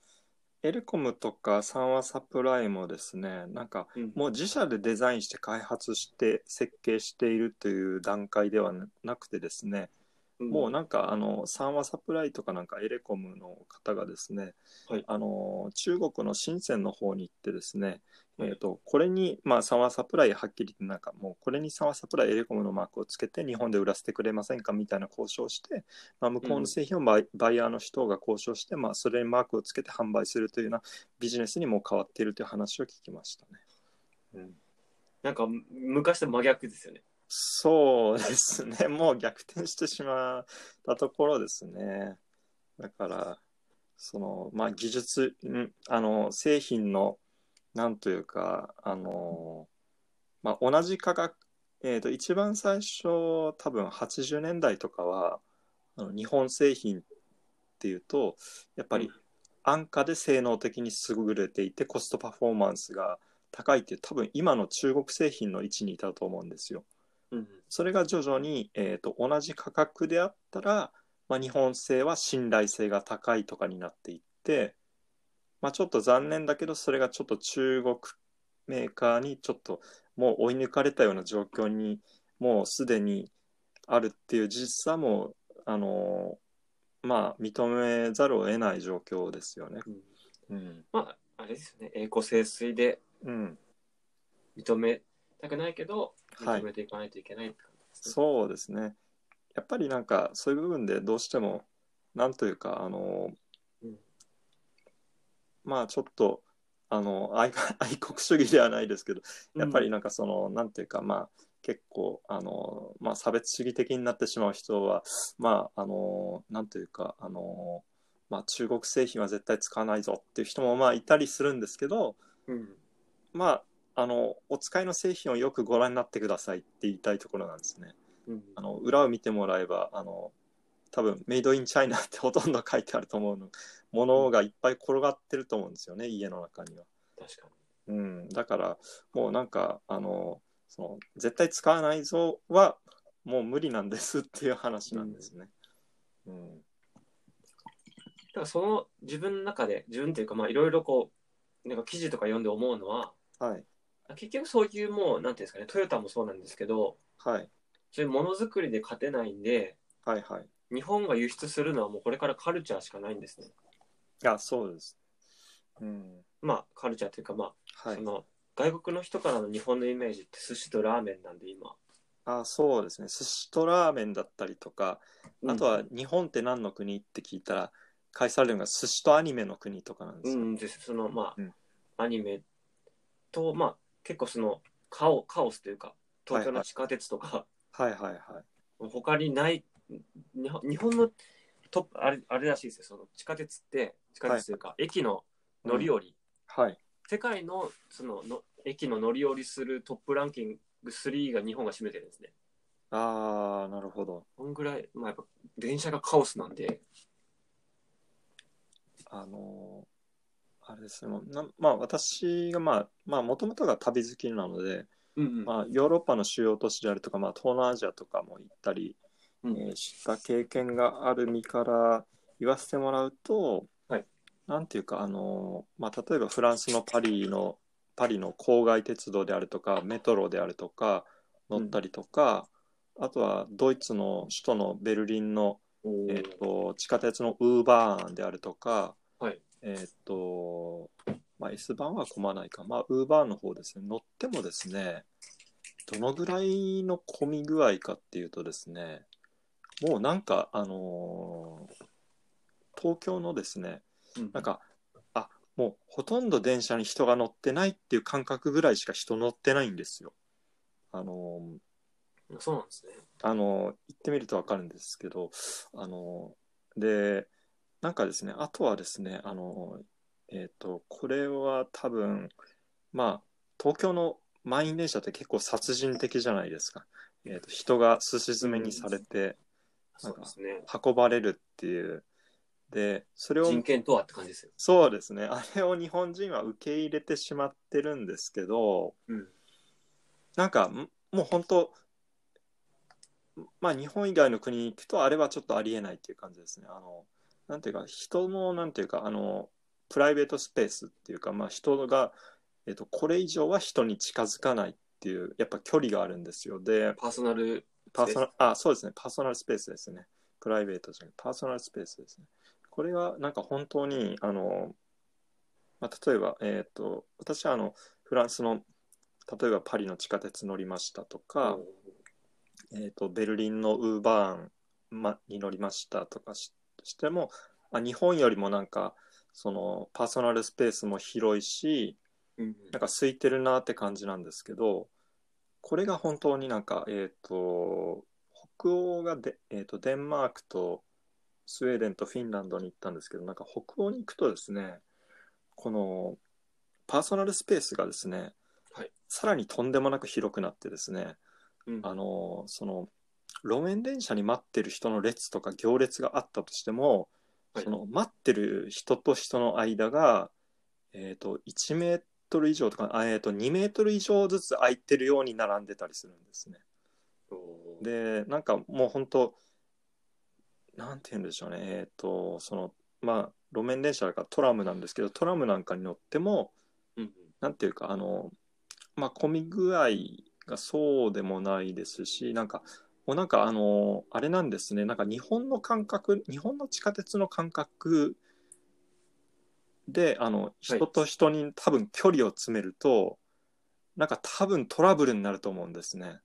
Speaker 2: エレコムとか三和サプライもですね、なんか
Speaker 1: うん
Speaker 2: もう自社でデザインして開発して設計しているという段階ではなくてですね、もうなんかあの三和サプライとかなんかエレコムの方がですね、
Speaker 1: はい
Speaker 2: あの中国の深センの方に行ってですね、
Speaker 1: はい
Speaker 2: えー、とこれに、まあ、三和サプライはっきり言ってなんかもうこれに三和サプライエレコムのマークをつけて日本で売らせてくれませんかみたいな交渉をして、まあ、向こうの製品をバイ,、バイヤーの人が交渉して、まあ、それにマークをつけて販売するというようなビジネスにもう変わっているという話を聞きましたね。
Speaker 1: なんか昔と真逆ですよね。
Speaker 2: そうですね、もう逆転してしまったところですね。だから、そのまあ、技術んあの、製品の、なんというか、あのまあ、同じ価格、えーと、一番最初、多分80年代とかは、あの日本製品っていうと、やっぱり
Speaker 1: うん
Speaker 2: 安価で性能的に優れていて、コストパフォーマンスが高いっていう、多分今の中国製品の位置にいたと思うんですよ。
Speaker 1: うん、
Speaker 2: それが徐々に、えー、と同じ価格であったら、まあ、日本製は信頼性が高いとかになっていって、まあ、ちょっと残念だけどそれがちょっと中国メーカーにちょっともう追い抜かれたような状況にもうすでにあるっていう事実はもうあのーまあ認めざるを得ない状況ですよね。うん、
Speaker 1: まああれですよね栄光盛衰で
Speaker 2: うん、
Speaker 1: 認めたくないけど
Speaker 2: はい
Speaker 1: 認めていかないといけないって感じですね。
Speaker 2: そうですね。やっぱりなんかそういう部分でどうしても、なんというか、あの、
Speaker 1: うん
Speaker 2: まあちょっと、あの愛 愛国主義ではないですけど、やっぱりなんかその、なんていうか、まあ結構、あの、まあ差別主義的になってしまう人は、まあ、あの、なんというか、あの、まあ中国製品は絶対使わないぞっていう人もまあいたりするんですけど、
Speaker 1: うん、うん
Speaker 2: まあ、あの、お使いの製品をよくご覧になってくださいって言いたいところなんですね。
Speaker 1: うん
Speaker 2: あの、裏を見てもらえば、あの、多分、メイドインチャイナってほとんど書いてある と思うの、ものがいっぱい転がってると思うんですよね、家の中には。
Speaker 1: 確か
Speaker 2: うん、だから、もうなんか、あの、その、絶対使わないぞは、もう無理なんですっていう話なんですね。うん。
Speaker 1: に。だからその自分の中で自分っていうかまあいろいろこうなんか記事とか読んで思うのは
Speaker 2: はい。
Speaker 1: 結局そういうもうなんていうんですかねトヨタもそうなんですけど
Speaker 2: はい。
Speaker 1: そういうものづくりで勝てないんで
Speaker 2: はいはい。
Speaker 1: 日本が輸出するのはもうこれからカルチャーしかないんですね。
Speaker 2: いや、そうです。うん。
Speaker 1: まあカルチャーというかまあ
Speaker 2: はい
Speaker 1: そ。の外国の人からの日本のイメージって寿司とラーメンなんで今、
Speaker 2: あ、そうですね。寿司とラーメンだったりとか、あと
Speaker 1: は
Speaker 2: は日本って何の国って聞いたら返されるのが寿司とアニメの国とかなんで
Speaker 1: う
Speaker 2: すよ。
Speaker 1: んですそのまあ、
Speaker 2: うん
Speaker 1: アニメとまあ結構そのカオカオスというか東京の地下鉄とか、
Speaker 2: はいはいはい。
Speaker 1: 他にないに日本のトップあれあれらしいですよその地下鉄って地下鉄というか、駅の乗り降り、
Speaker 2: はい。
Speaker 1: 世界のそのの駅の乗り降りするトップランキング3が日本が占めてるんですね。
Speaker 2: ああ、なるほど。
Speaker 1: こんぐらい、まあ、やっぱ電車がカオスなんで、
Speaker 2: あのーあれですね。なまあ私がまあ、まあもともとが旅好きなので、
Speaker 1: うんうん
Speaker 2: まあヨーロッパの主要都市であるとか、まあ東南アジアとかも行ったり、
Speaker 1: うん
Speaker 2: えーした経験がある身から言わせてもらうと、
Speaker 1: はい
Speaker 2: なんていうかあの、まあ、例えばフランスのパリのパリの郊外鉄道であるとかメトロであるとか乗ったりとか、あとはドイツの首都のベルリンの、えっと地下鉄のウーバーンであるとか、
Speaker 1: はい
Speaker 2: えっとまあ、S バーンは混まないか、まあ、ウーバーンの方ですね乗ってもですねどのぐらいの混み具合かっていうとですねもうなんかあのー東京のですね
Speaker 1: うん
Speaker 2: なんかあもうほとんど電車に人が乗ってないっていう感覚ぐらいしか人乗ってないんですよ。あのー
Speaker 1: そうなんですね。
Speaker 2: あの、行ってみるとわかるんですけど、あの、で、なんかですね、あとはですね、あの、えっと、これは多分、まあ、東京の満員電車って結構殺人的じゃないですか。えっと、人がすし詰めにされて
Speaker 1: そうですね。
Speaker 2: 運ばれるっていう。で、それを、
Speaker 1: 人権とはって感じですよ。
Speaker 2: そうですね、あれを日本人は受け入れてしまってるんですけど、
Speaker 1: うん。
Speaker 2: なんかんもう本当まあ日本以外の国に行くとあれはちょっとありえないっていう感じですね。あのなんていうか人のなんていうかあのプライベートスペースっていうか、まあ、人が、えっと、これ以上は人に近づかないっていうやっぱ距離があるんですよで
Speaker 1: パーソナル
Speaker 2: パーソナルあそうですねパーソナルスペースですねプライベートじゃなくてパーソナルスペースですねこれはなんか本当にあの、まあ、例えば、えっと私はあのフランスの例えばパリの地下鉄乗りましたとか、えー、とベルリンのウーバーン、ま、に乗りましたとかししてもあ日本よりもなんかそのパーソナルスペースも広いし
Speaker 1: うん
Speaker 2: なんか空いてるなって感じなんですけどこれが本当になんかえっ、と北欧がで、えー、とデンマークとスウェーデンとフィンランドに行ったんですけどなんか北欧に行くとですねこのパーソナルスペースがですね、
Speaker 1: はい
Speaker 2: さらにとんでもなく広くなってですね、
Speaker 1: うん
Speaker 2: あのその路面電車に待ってる人の列とか行列があったとしても、
Speaker 1: はい
Speaker 2: その待ってる人と人の間が、えー、と1メートル以上とか、あえー、と2メートル以上ずつ空いてるように並んでたりするんですね。
Speaker 1: おー
Speaker 2: でなんかもう本当なんて言うんでしょうねえっ、とそのまあ路面電車だからトラムなんですけどトラムなんかに乗っても
Speaker 1: うんうん
Speaker 2: なんていうかあのまあ混み具合がそうでもないですしなんかもうなんかあのあれなんですねなんか日本の感覚日本の地下鉄の感覚であの人と人に多分距離を詰めると、なんか多分トラブルになると思うんですね。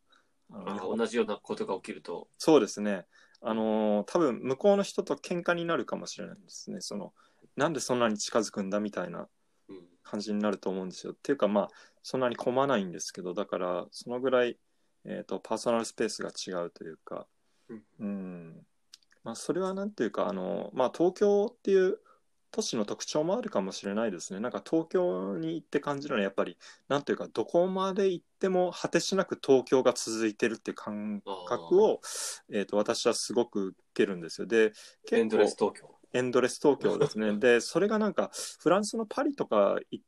Speaker 2: あの
Speaker 1: あ
Speaker 2: 日本
Speaker 1: 同じようなことが起きると、
Speaker 2: そうですね。あのー多分向こうの人と喧嘩になるかもしれないですね。そのなんでそんなに近づくんだみたいな
Speaker 1: うん
Speaker 2: 感じになると思うんですよ。っていうかまあそんなに混まないんですけどだからそのぐらい、えー、とパーソナルスペースが違うというか、
Speaker 1: うん
Speaker 2: うんまあ、それはなんていうかあの、まあ、東京っていう都市の特徴もあるかもしれないですね。なんか東京に行って感じるのはやっぱりなんていうかどこまで行っても果てしなく東京が続いてるって感覚を、えー、と私はすごく受けるんですよ。で
Speaker 1: エンドレス東京。
Speaker 2: エンドレス東京で すね。で、それがなんか、フランスのパリとか行っ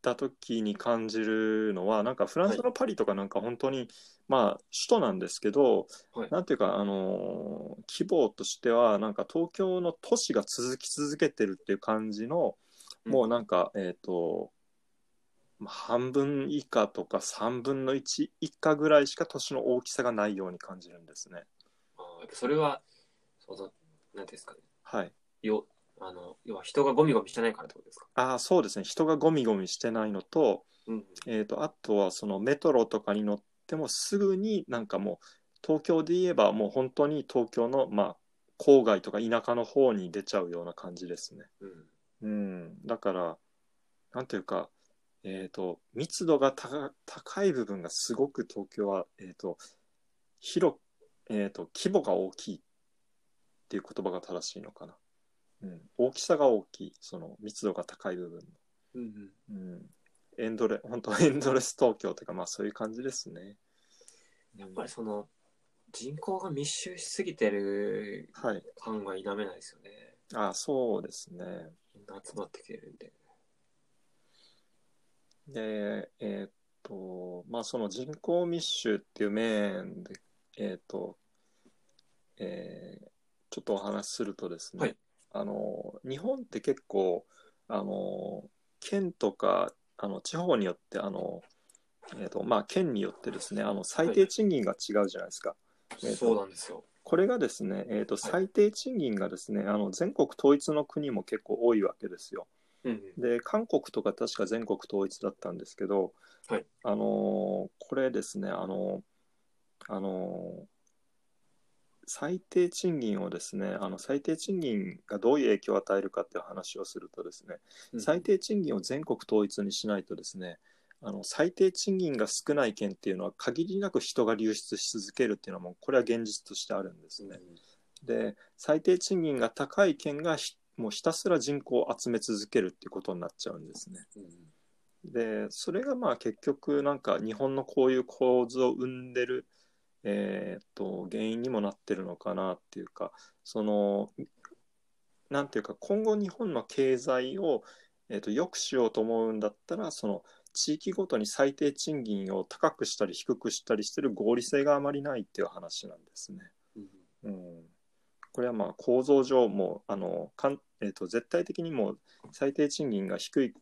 Speaker 2: た時に感じるのは、なんかフランスのパリとかなんか本当に、まあ、首都なんですけど、
Speaker 1: はい
Speaker 2: なんていうか、あのー規模としては、なんか東京の都市が続き続けてるっていう感じの、
Speaker 1: うん
Speaker 2: もうなんか、えっ、と、まあ半分以下とか3分の1以下ぐらいしか都市の大きさがないように感じるんですね。
Speaker 1: あーやっぱそれは、その、なんていうんですかね。
Speaker 2: はい。
Speaker 1: よあの要は人がゴミゴミしてないからってことですか。
Speaker 2: ああ、そうですね。人がゴミゴミしてないのと、
Speaker 1: うん、
Speaker 2: えー、とあとはそのメトロとかに乗ってもすぐになんかもう東京で言えばもう本当に東京のまあ郊外とか田舎の方に出ちゃうような感じですね。
Speaker 1: うん
Speaker 2: うん、だからなんていうか、えー、と密度が高高い部分がすごく東京は、えー、と広く、えー、と規模が大きいっていう言葉が正しいのかな。うん、大きさが大きいその密度が高い部分の。
Speaker 1: うんうん、
Speaker 2: うんエンドレ、 本当エンドレス東京というか、まあそういう感じですね。
Speaker 1: やっぱりその人口が密集しすぎてる
Speaker 2: はい。
Speaker 1: 感が否めないですよね。
Speaker 2: あそうですね。
Speaker 1: みんな集まってきてるんで。
Speaker 2: で、えーっと、まあその人口密集っていう面で、えーっと、えーちょっとお話しするとですね、
Speaker 1: はい
Speaker 2: あの、日本って結構、あの、県とか、あの、地方によって、あの、えーっと、まあ県によってですね、あの、最低賃金が違うじゃないですか。えーと
Speaker 1: そうなんですよ。
Speaker 2: これがですね、えー、と
Speaker 1: は
Speaker 2: 最低賃金がですね、あの全国統一の国も結構多いわけですよ。
Speaker 1: うんうん、
Speaker 2: で、韓国とか確か全国統一だったんですけど、
Speaker 1: はい
Speaker 2: あのーこれですね、あのーあのー最低賃金をですね、あの最低賃金がどういう影響を与えるかっていう話をするとですね、
Speaker 1: うん
Speaker 2: 最低賃金を全国統一にしないとですね、あの最低賃金が少ない県っていうのは限りなく人が流出し続けるっていうのはもうこれは現実としてあるんですね。で最低賃金が高い県がひもうひたすら人口を集め続けるっていうことになっちゃうんですね。
Speaker 1: うんうん
Speaker 2: でそれがまあ結局なんか日本のこういう構図を生んでる、えーっと原因にもなってるのかなっていうかそのなんていうか今後日本の経済を、えーっと良くしようと思うんだったらその地域ごとに最低賃金を高くしたり低くしたりしてる合理性があまりないっていう話なんですね。
Speaker 1: うんうん
Speaker 2: うん、これはまあ構造上もうあのかん、えー、と絶対的にもう最低賃金が低い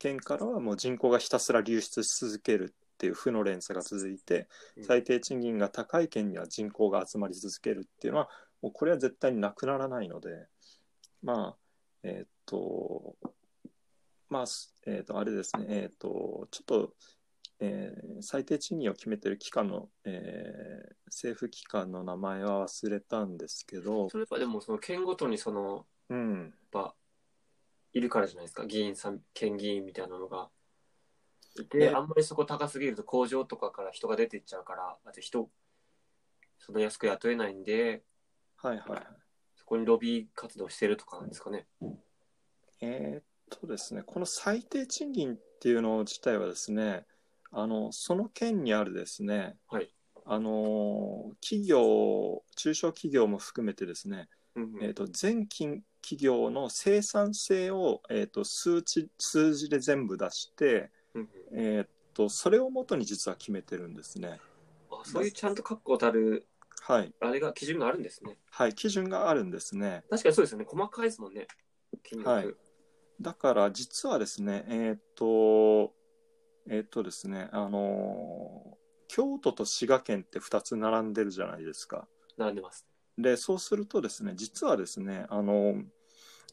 Speaker 2: 県からはもう人口がひたすら流出し続けるっていう負の連鎖が続いて
Speaker 1: うん
Speaker 2: 最低賃金が高い県には人口が集まり続けるっていうのはもうこれは絶対になくならないのでまあえーっとまあすえーっとあれですねえーっとちょっと、えー最低賃金を決めてる機関の、えー政府機関の名前は忘れたんですけど
Speaker 1: それはでもその県ごとにその
Speaker 2: うん
Speaker 1: やっぱいるからじゃないですか議員さん県議員みたいなのがいて、
Speaker 2: ね
Speaker 1: あんまりそこ高すぎると工場とかから人が出ていっちゃうからあと人その安く雇えないんで
Speaker 2: はいはいはい
Speaker 1: そこにロビー活動してるとかなんですかね
Speaker 2: えーっとですね、この最低賃金っていうの自体はですね、あのその県にあるですね、
Speaker 1: はい
Speaker 2: あの企業、中小企業も含めてですね、
Speaker 1: うんうん
Speaker 2: えーっと全金企業の生産性を、えーっと数値数字で全部出して、
Speaker 1: うんうん
Speaker 2: えーっとそれをもとに実は決めてるんですね。
Speaker 1: あそういうちゃんと確固たる
Speaker 2: はい、
Speaker 1: あれが基準があるんですね
Speaker 2: はい、基準があるんですね。
Speaker 1: 確かにそうですよね細かいですもんね金額、
Speaker 2: はいだから実はですね、えーっと、えーっとですね、あのー京都と滋賀県って2つ並んでるじゃないですか。
Speaker 1: 並んでます
Speaker 2: で、そうするとですね、実はですね、あのー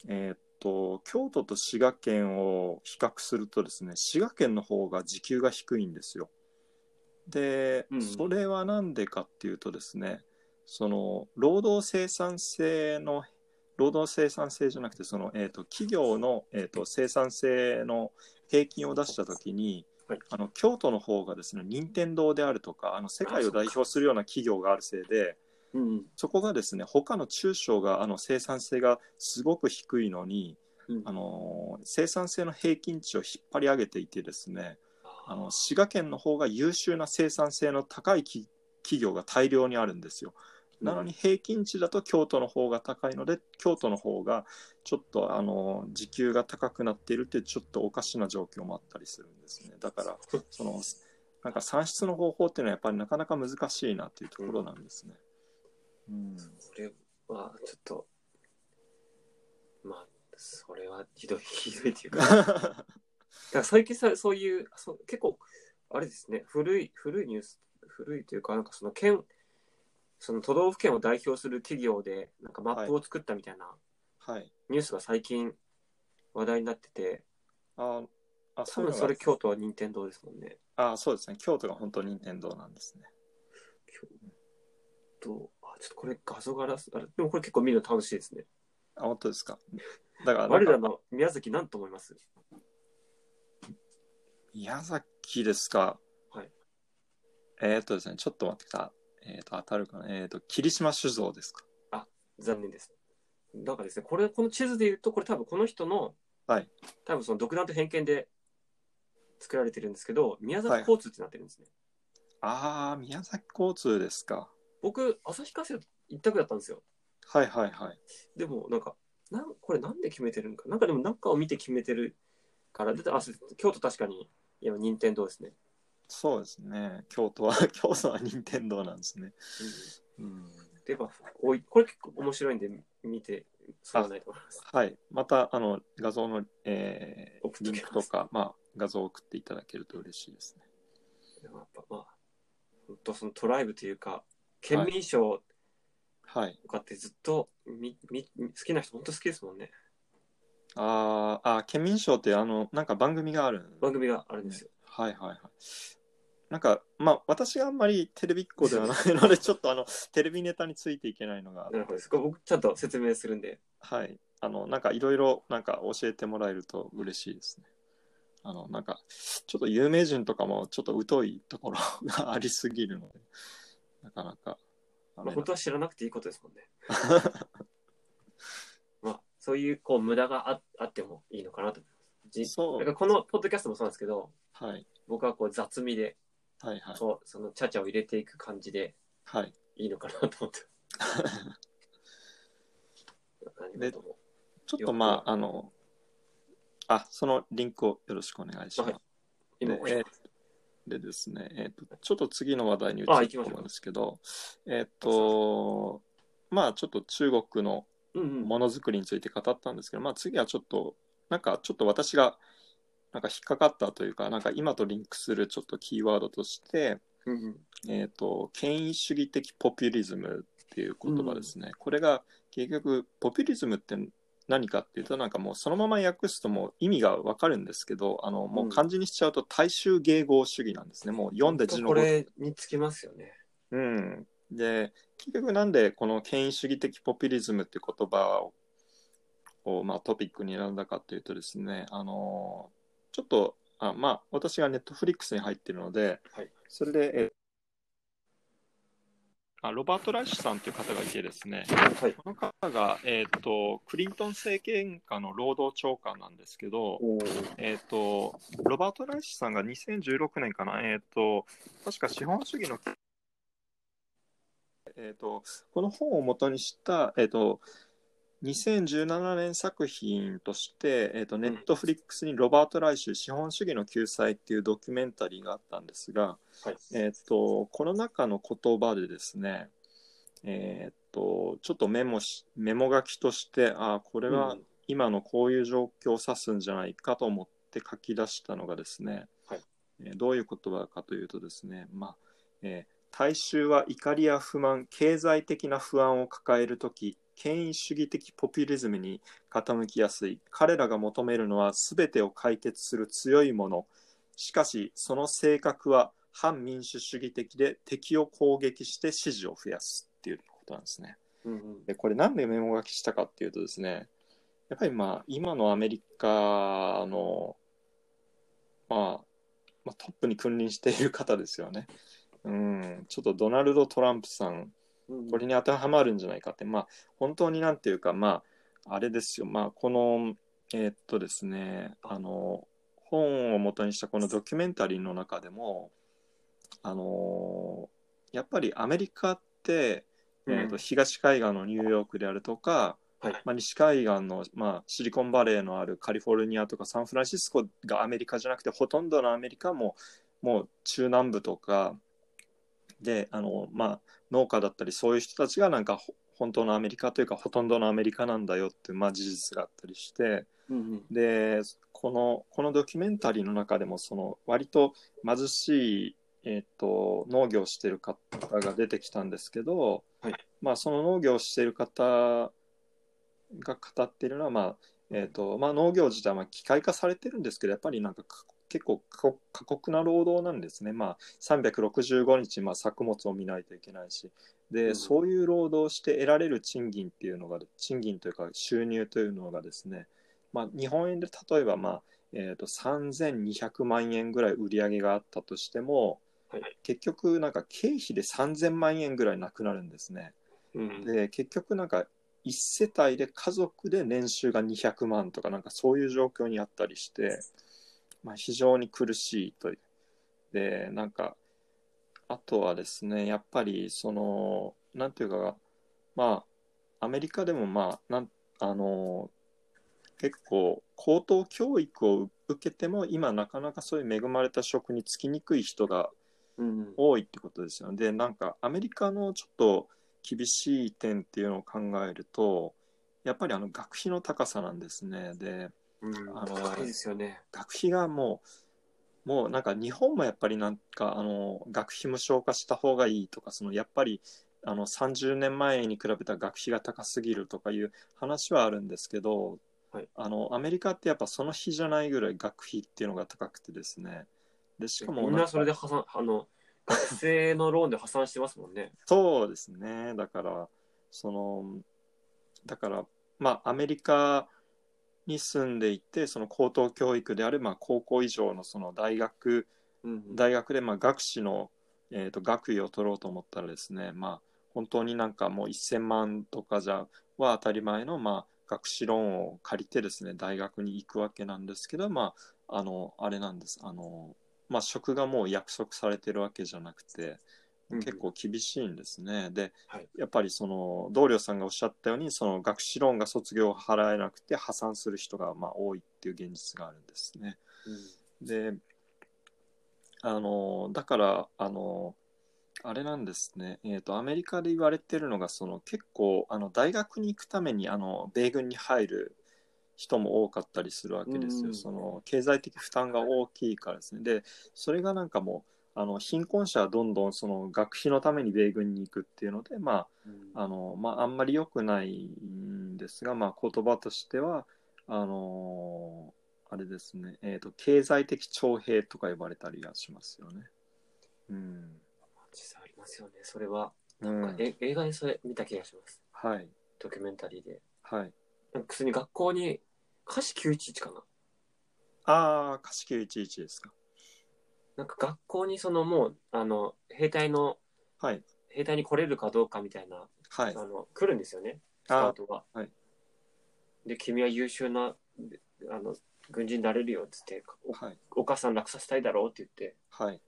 Speaker 2: えーっと、京都と滋賀県を比較するとですね、滋賀県の方が時給が低いんですよ。で
Speaker 1: うん、
Speaker 2: それはなんでかっていうとですね、その労働生産性の労働生産性じゃなくてその、えー、と企業の、えー、と生産性の平均を出したときに、
Speaker 1: はい
Speaker 2: あの京都の方がですね任天堂であるとかあの世界を代表するような企業があるせいで
Speaker 1: うんうん
Speaker 2: そこがですね他の中小があの生産性がすごく低いのに、
Speaker 1: うん
Speaker 2: あの生産性の平均値を引っ張り上げていてですね、あの滋賀県の方が優秀な生産性の高いき企業が大量にあるんですよ。なのに平均値だと京都の方が高いので京都の方がちょっとあの時給が高くなっているっていうちょっとおかしな状況もあったりするんですね。だからそのなんか算出の方法っていうのはやっぱりなかなか難しいなっていうところなんですね。うん、
Speaker 1: それはちょっとまあそれはひどい ひどい っていうかだから最近さそういうそう結構あれですね古い古いニュース古いというかなんかその県その都道府県を代表する企業でなんかマップを作ったみたいな
Speaker 2: はい。
Speaker 1: ニュースが最近話題になってて、
Speaker 2: ああ
Speaker 1: 多
Speaker 2: そういう
Speaker 1: 分
Speaker 2: の
Speaker 1: そ
Speaker 2: が
Speaker 1: れ京都は任天堂ですもんね
Speaker 2: あそうですね京都が本当に任天堂なんですね。
Speaker 1: 京都あちょっとこれ画像がらすあれでもこれ結構見るの楽しいですね
Speaker 2: あ本当ですか。だからな
Speaker 1: 我
Speaker 2: んから
Speaker 1: の宮崎なんと思います
Speaker 2: 宮崎ですか。
Speaker 1: はい。
Speaker 2: えーっとですね、ちょっと待ってください。えーっと、当たるかな。えーっと、霧島酒造ですか。
Speaker 1: 残念です。だからですね、これ、この地図で言うと、これ多分この人の、
Speaker 2: はい
Speaker 1: 多分その独断と偏見で作られてるんですけど、宮崎
Speaker 2: はい
Speaker 1: 交通ってなってるんですね。
Speaker 2: あー、宮崎交通ですか。
Speaker 1: 僕、旭化成一択だったんですよ。
Speaker 2: はいはいはい。
Speaker 1: でも、なんか、なんこれなんで決めてるのか。なんかでも、なんかを見て決めてるから、であ、そう京都確かに、いや、任天堂ですね。
Speaker 2: そうですね。京都は、 京都は任天堂なんですね。うん。
Speaker 1: で、やっぱ、おいこれ結構面白いんで、見て、そうはないと思います。
Speaker 2: はい。また、あの、画像の、え
Speaker 1: 送
Speaker 2: ー、
Speaker 1: っと
Speaker 2: リン
Speaker 1: きま
Speaker 2: ク
Speaker 1: す
Speaker 2: とか、まあ、画像を送っていただけると嬉しいですね。
Speaker 1: でもやっぱ、まあ、本当そのトライブというか、県民賞
Speaker 2: はい。
Speaker 1: とかってずっとみみ好きな人本当好きですもんね
Speaker 2: あー、あー県民賞って、あの、なんか番組があるんですね
Speaker 1: 番組があるんですよ、
Speaker 2: はいはいはい。なんか、まあ、私があんまりテレビっ子ではな いので、ちょっとあの、テレビネタについていけないのが、
Speaker 1: なるほどですこれ僕ちゃんと説明するんで
Speaker 2: はい。あの、なんかいろいろ、なんか教えてもらえると嬉しいですね。あの、なんか、ちょっと有名人とかも、ちょっと疎いところがありすぎるので、なかなか、
Speaker 1: ま
Speaker 2: あ
Speaker 1: あ、
Speaker 2: れ
Speaker 1: 本
Speaker 2: な
Speaker 1: 当は知らなくていいことです もんねまあそういうこう無駄がああってもいいのかなと思いますじだ
Speaker 2: そ
Speaker 1: から
Speaker 2: う、
Speaker 1: このポッドキャストもそうなんですけど
Speaker 2: はい、
Speaker 1: 僕はこう雑味で
Speaker 2: はい、はい、
Speaker 1: こうそのチャチャを入れていく感じで
Speaker 2: はい。
Speaker 1: いいのかなと思って 何事も
Speaker 2: ちょっとまあ、あの、あ、そのリンクをよろしくお願いします。
Speaker 1: はい今
Speaker 2: で
Speaker 1: 押します
Speaker 2: でですね、えっとちょっと次の話題に移
Speaker 1: あ行
Speaker 2: る
Speaker 1: き
Speaker 2: と
Speaker 1: ましょう
Speaker 2: 思うんですけど、えっと、まあちょっと中国の
Speaker 1: うんうん。
Speaker 2: ものづくりについて語ったんですけど、まあ次はちょっと、なんかちょっと私が、なんか引っかかったというか、なんか今とリンクするちょっとキーワードとして、
Speaker 1: うんうん
Speaker 2: えっ、と、権威主義的ポピュリズムっていう言葉ですね。これが結局、ポピュリズムって何かっていうと、なんかもうそのまま訳すともう意味がわかるんですけど、あの、もう漢字にしちゃうと大衆迎合主義なんですね。もう読んで字の
Speaker 1: こ
Speaker 2: ごとく
Speaker 1: れにつきますよね。
Speaker 2: うん、で結局なんでこの権威主義的ポピュリズムって言葉をを、まあ、トピックに選んだかというとですね、あのーちょっとあまあ私がネットフリックスに入ってるので、
Speaker 1: はい
Speaker 2: それでえあロバート・ライシュさんという方がいてですね
Speaker 1: はい。
Speaker 2: この方が、えー、とクリントン政権下の労働長官なんですけど、
Speaker 1: お
Speaker 2: えー、とロバート・ライシュさんが2016年かな、えー、と確か資本主義の、えー、とこの本を元にした、えー、と2017年作品として、えー、とネットフリックスにロバート・ライシュ資本主義の救済っていうドキュメンタリーがあったんですが、
Speaker 1: はい。
Speaker 2: えー、とこの中の言葉でですね、えー、とちょっとメモしメモ書きとしてあーこれは、今のこういう状況を指すんじゃないかと思って書き出したのがですね、
Speaker 1: はい
Speaker 2: えーどういう言葉かというとですね、まあえー大衆は怒りや不満経済的な不安を抱える時権威主義的ポピュリズムに傾きやすい彼らが求めるのは全てを解決する強いものしかしその性格は反民主主義的で敵を攻撃して支持を増やすっていうことなんですね。
Speaker 1: うんうん
Speaker 2: でこれなんでメモ書きしたかっていうとですねやっぱりまあ今のアメリカの、まあ、まあトップに君臨している方ですよね。うん、ちょっとドナルド・トランプさん
Speaker 1: うん
Speaker 2: これに当てはまるんじゃないかってまあ本当になんていうかまああれですよまあこのえーっとですねあの本を元にしたこのドキュメンタリーの中でもあのやっぱりアメリカってえー、と東海岸のニューヨークであるとか、
Speaker 1: はい
Speaker 2: まあ、西海岸の、まあ、シリコンバレーのあるカリフォルニアとかサンフランシスコがアメリカじゃなくてほとんどのアメリカももう中南部とかであの、まあ、農家だったりそういう人たちがなんかほ本当のアメリカというかほとんどのアメリカなんだよっていう、まあ、事実があったりして。
Speaker 1: うんうん
Speaker 2: でこのこのドキュメンタリーの中でもその割と貧しい、えっと農業をしてる方が出てきたんですけど、
Speaker 1: はい
Speaker 2: まあ、その農業をしてる方が語ってるのは、まあえっとまあ、農業自体は機械化されてるんですけどやっぱりなんかか結構過酷過酷な労働なんですね、まあ、365日、まあ、作物を見ないといけないしで、
Speaker 1: うん
Speaker 2: そういう労働をして得られる賃金っていうのが賃金というか収入というのがですねまあ、日本円で例えば、まあえー、と3200万円ぐらい売り上げがあったとしても、
Speaker 1: はい
Speaker 2: 結局なんか経費で3000万円ぐらいなくなるんですね。
Speaker 1: うん
Speaker 2: で結局なんか1世帯で家族で年収が200万とかなんかそういう状況にあったりして、まあ、非常に苦しいという。でなんかあとはですねやっぱりそのなんていうかまあアメリカでもまあなんあの結構高等教育を受けても今なかなかそういう恵まれた職に就きにくい人が
Speaker 1: うんうん
Speaker 2: 多いってことですよね。でなんかアメリカのちょっと厳しい点っていうのを考えるとやっぱりあの学費の高さなんですね。で
Speaker 1: うん
Speaker 2: あの
Speaker 1: 高いですよね。
Speaker 2: 学費がもうもうなんか日本もやっぱりなんかあの学費無償化した方がいいとかそのやっぱりあの30年前に比べたら学費が高すぎるとかいう話はあるんですけど、
Speaker 1: はい
Speaker 2: あのアメリカってやっぱその日じゃないぐらい学費っていうのが高くてですねでしかも
Speaker 1: みんなそれで破産、あの、学生のローンで破産してますもんね。
Speaker 2: そうですね。だから、その、だから、まあ、アメリカに住んでいて、その高等教育である、まあ、高校以上のその大学、
Speaker 1: うん
Speaker 2: 大学で、まあ、学士の、えーと、学位を取ろうと思ったらですね、まあ、本当になんかもう1000万とかじゃ、は当たり前の、まあ、学士ローンを借りてですね、大学に行くわけなんですけど、まあ、あの、あれなんです。あの、まあ、職がもう約束されてるわけじゃなくて、
Speaker 1: うん
Speaker 2: 結構厳しいんですね。で、
Speaker 1: はい
Speaker 2: やっぱりその同僚さんがおっしゃったようにその学士ローンが卒業を払えなくて破産する人がまあ多いっていう現実があるんですね。
Speaker 1: うん
Speaker 2: であのだからあのあれなんですね、えーと、アメリカで言われてるのが、その結構あの、大学に行くためにあの米軍に入る人も多かったりするわけですよ、
Speaker 1: うん
Speaker 2: その経済的負担が大きいからですね、でそれがなんかもう、あの貧困者はどんどんその学費のために米軍に行くっていうので、まああのまあ、あんまり良くないんですが、まあ、言葉としては、あのあれですね、えーと、経済的徴兵とか呼ばれたりはしますよね。うん
Speaker 1: 実際ありますよね。それは、
Speaker 2: うん、
Speaker 1: え映画にそれ見た気がします。
Speaker 2: はい、
Speaker 1: ドキュメンタリーで。
Speaker 2: はい。
Speaker 1: なんか普通に学校に、歌詞911かな
Speaker 2: ああ、貸し切り11ですか。
Speaker 1: なんか学校にそのもう、あの、兵隊の、
Speaker 2: はい、
Speaker 1: 兵隊に来れるかどうかみたいな、
Speaker 2: は
Speaker 1: あ
Speaker 2: い。
Speaker 1: の、来るんですよね、スカ
Speaker 2: あ
Speaker 1: ウトが。
Speaker 2: はい
Speaker 1: で、君は優秀な、であの、軍人になれるよって言って、
Speaker 2: はい、
Speaker 1: おお母さん楽させたいだろうって言っ
Speaker 2: はい、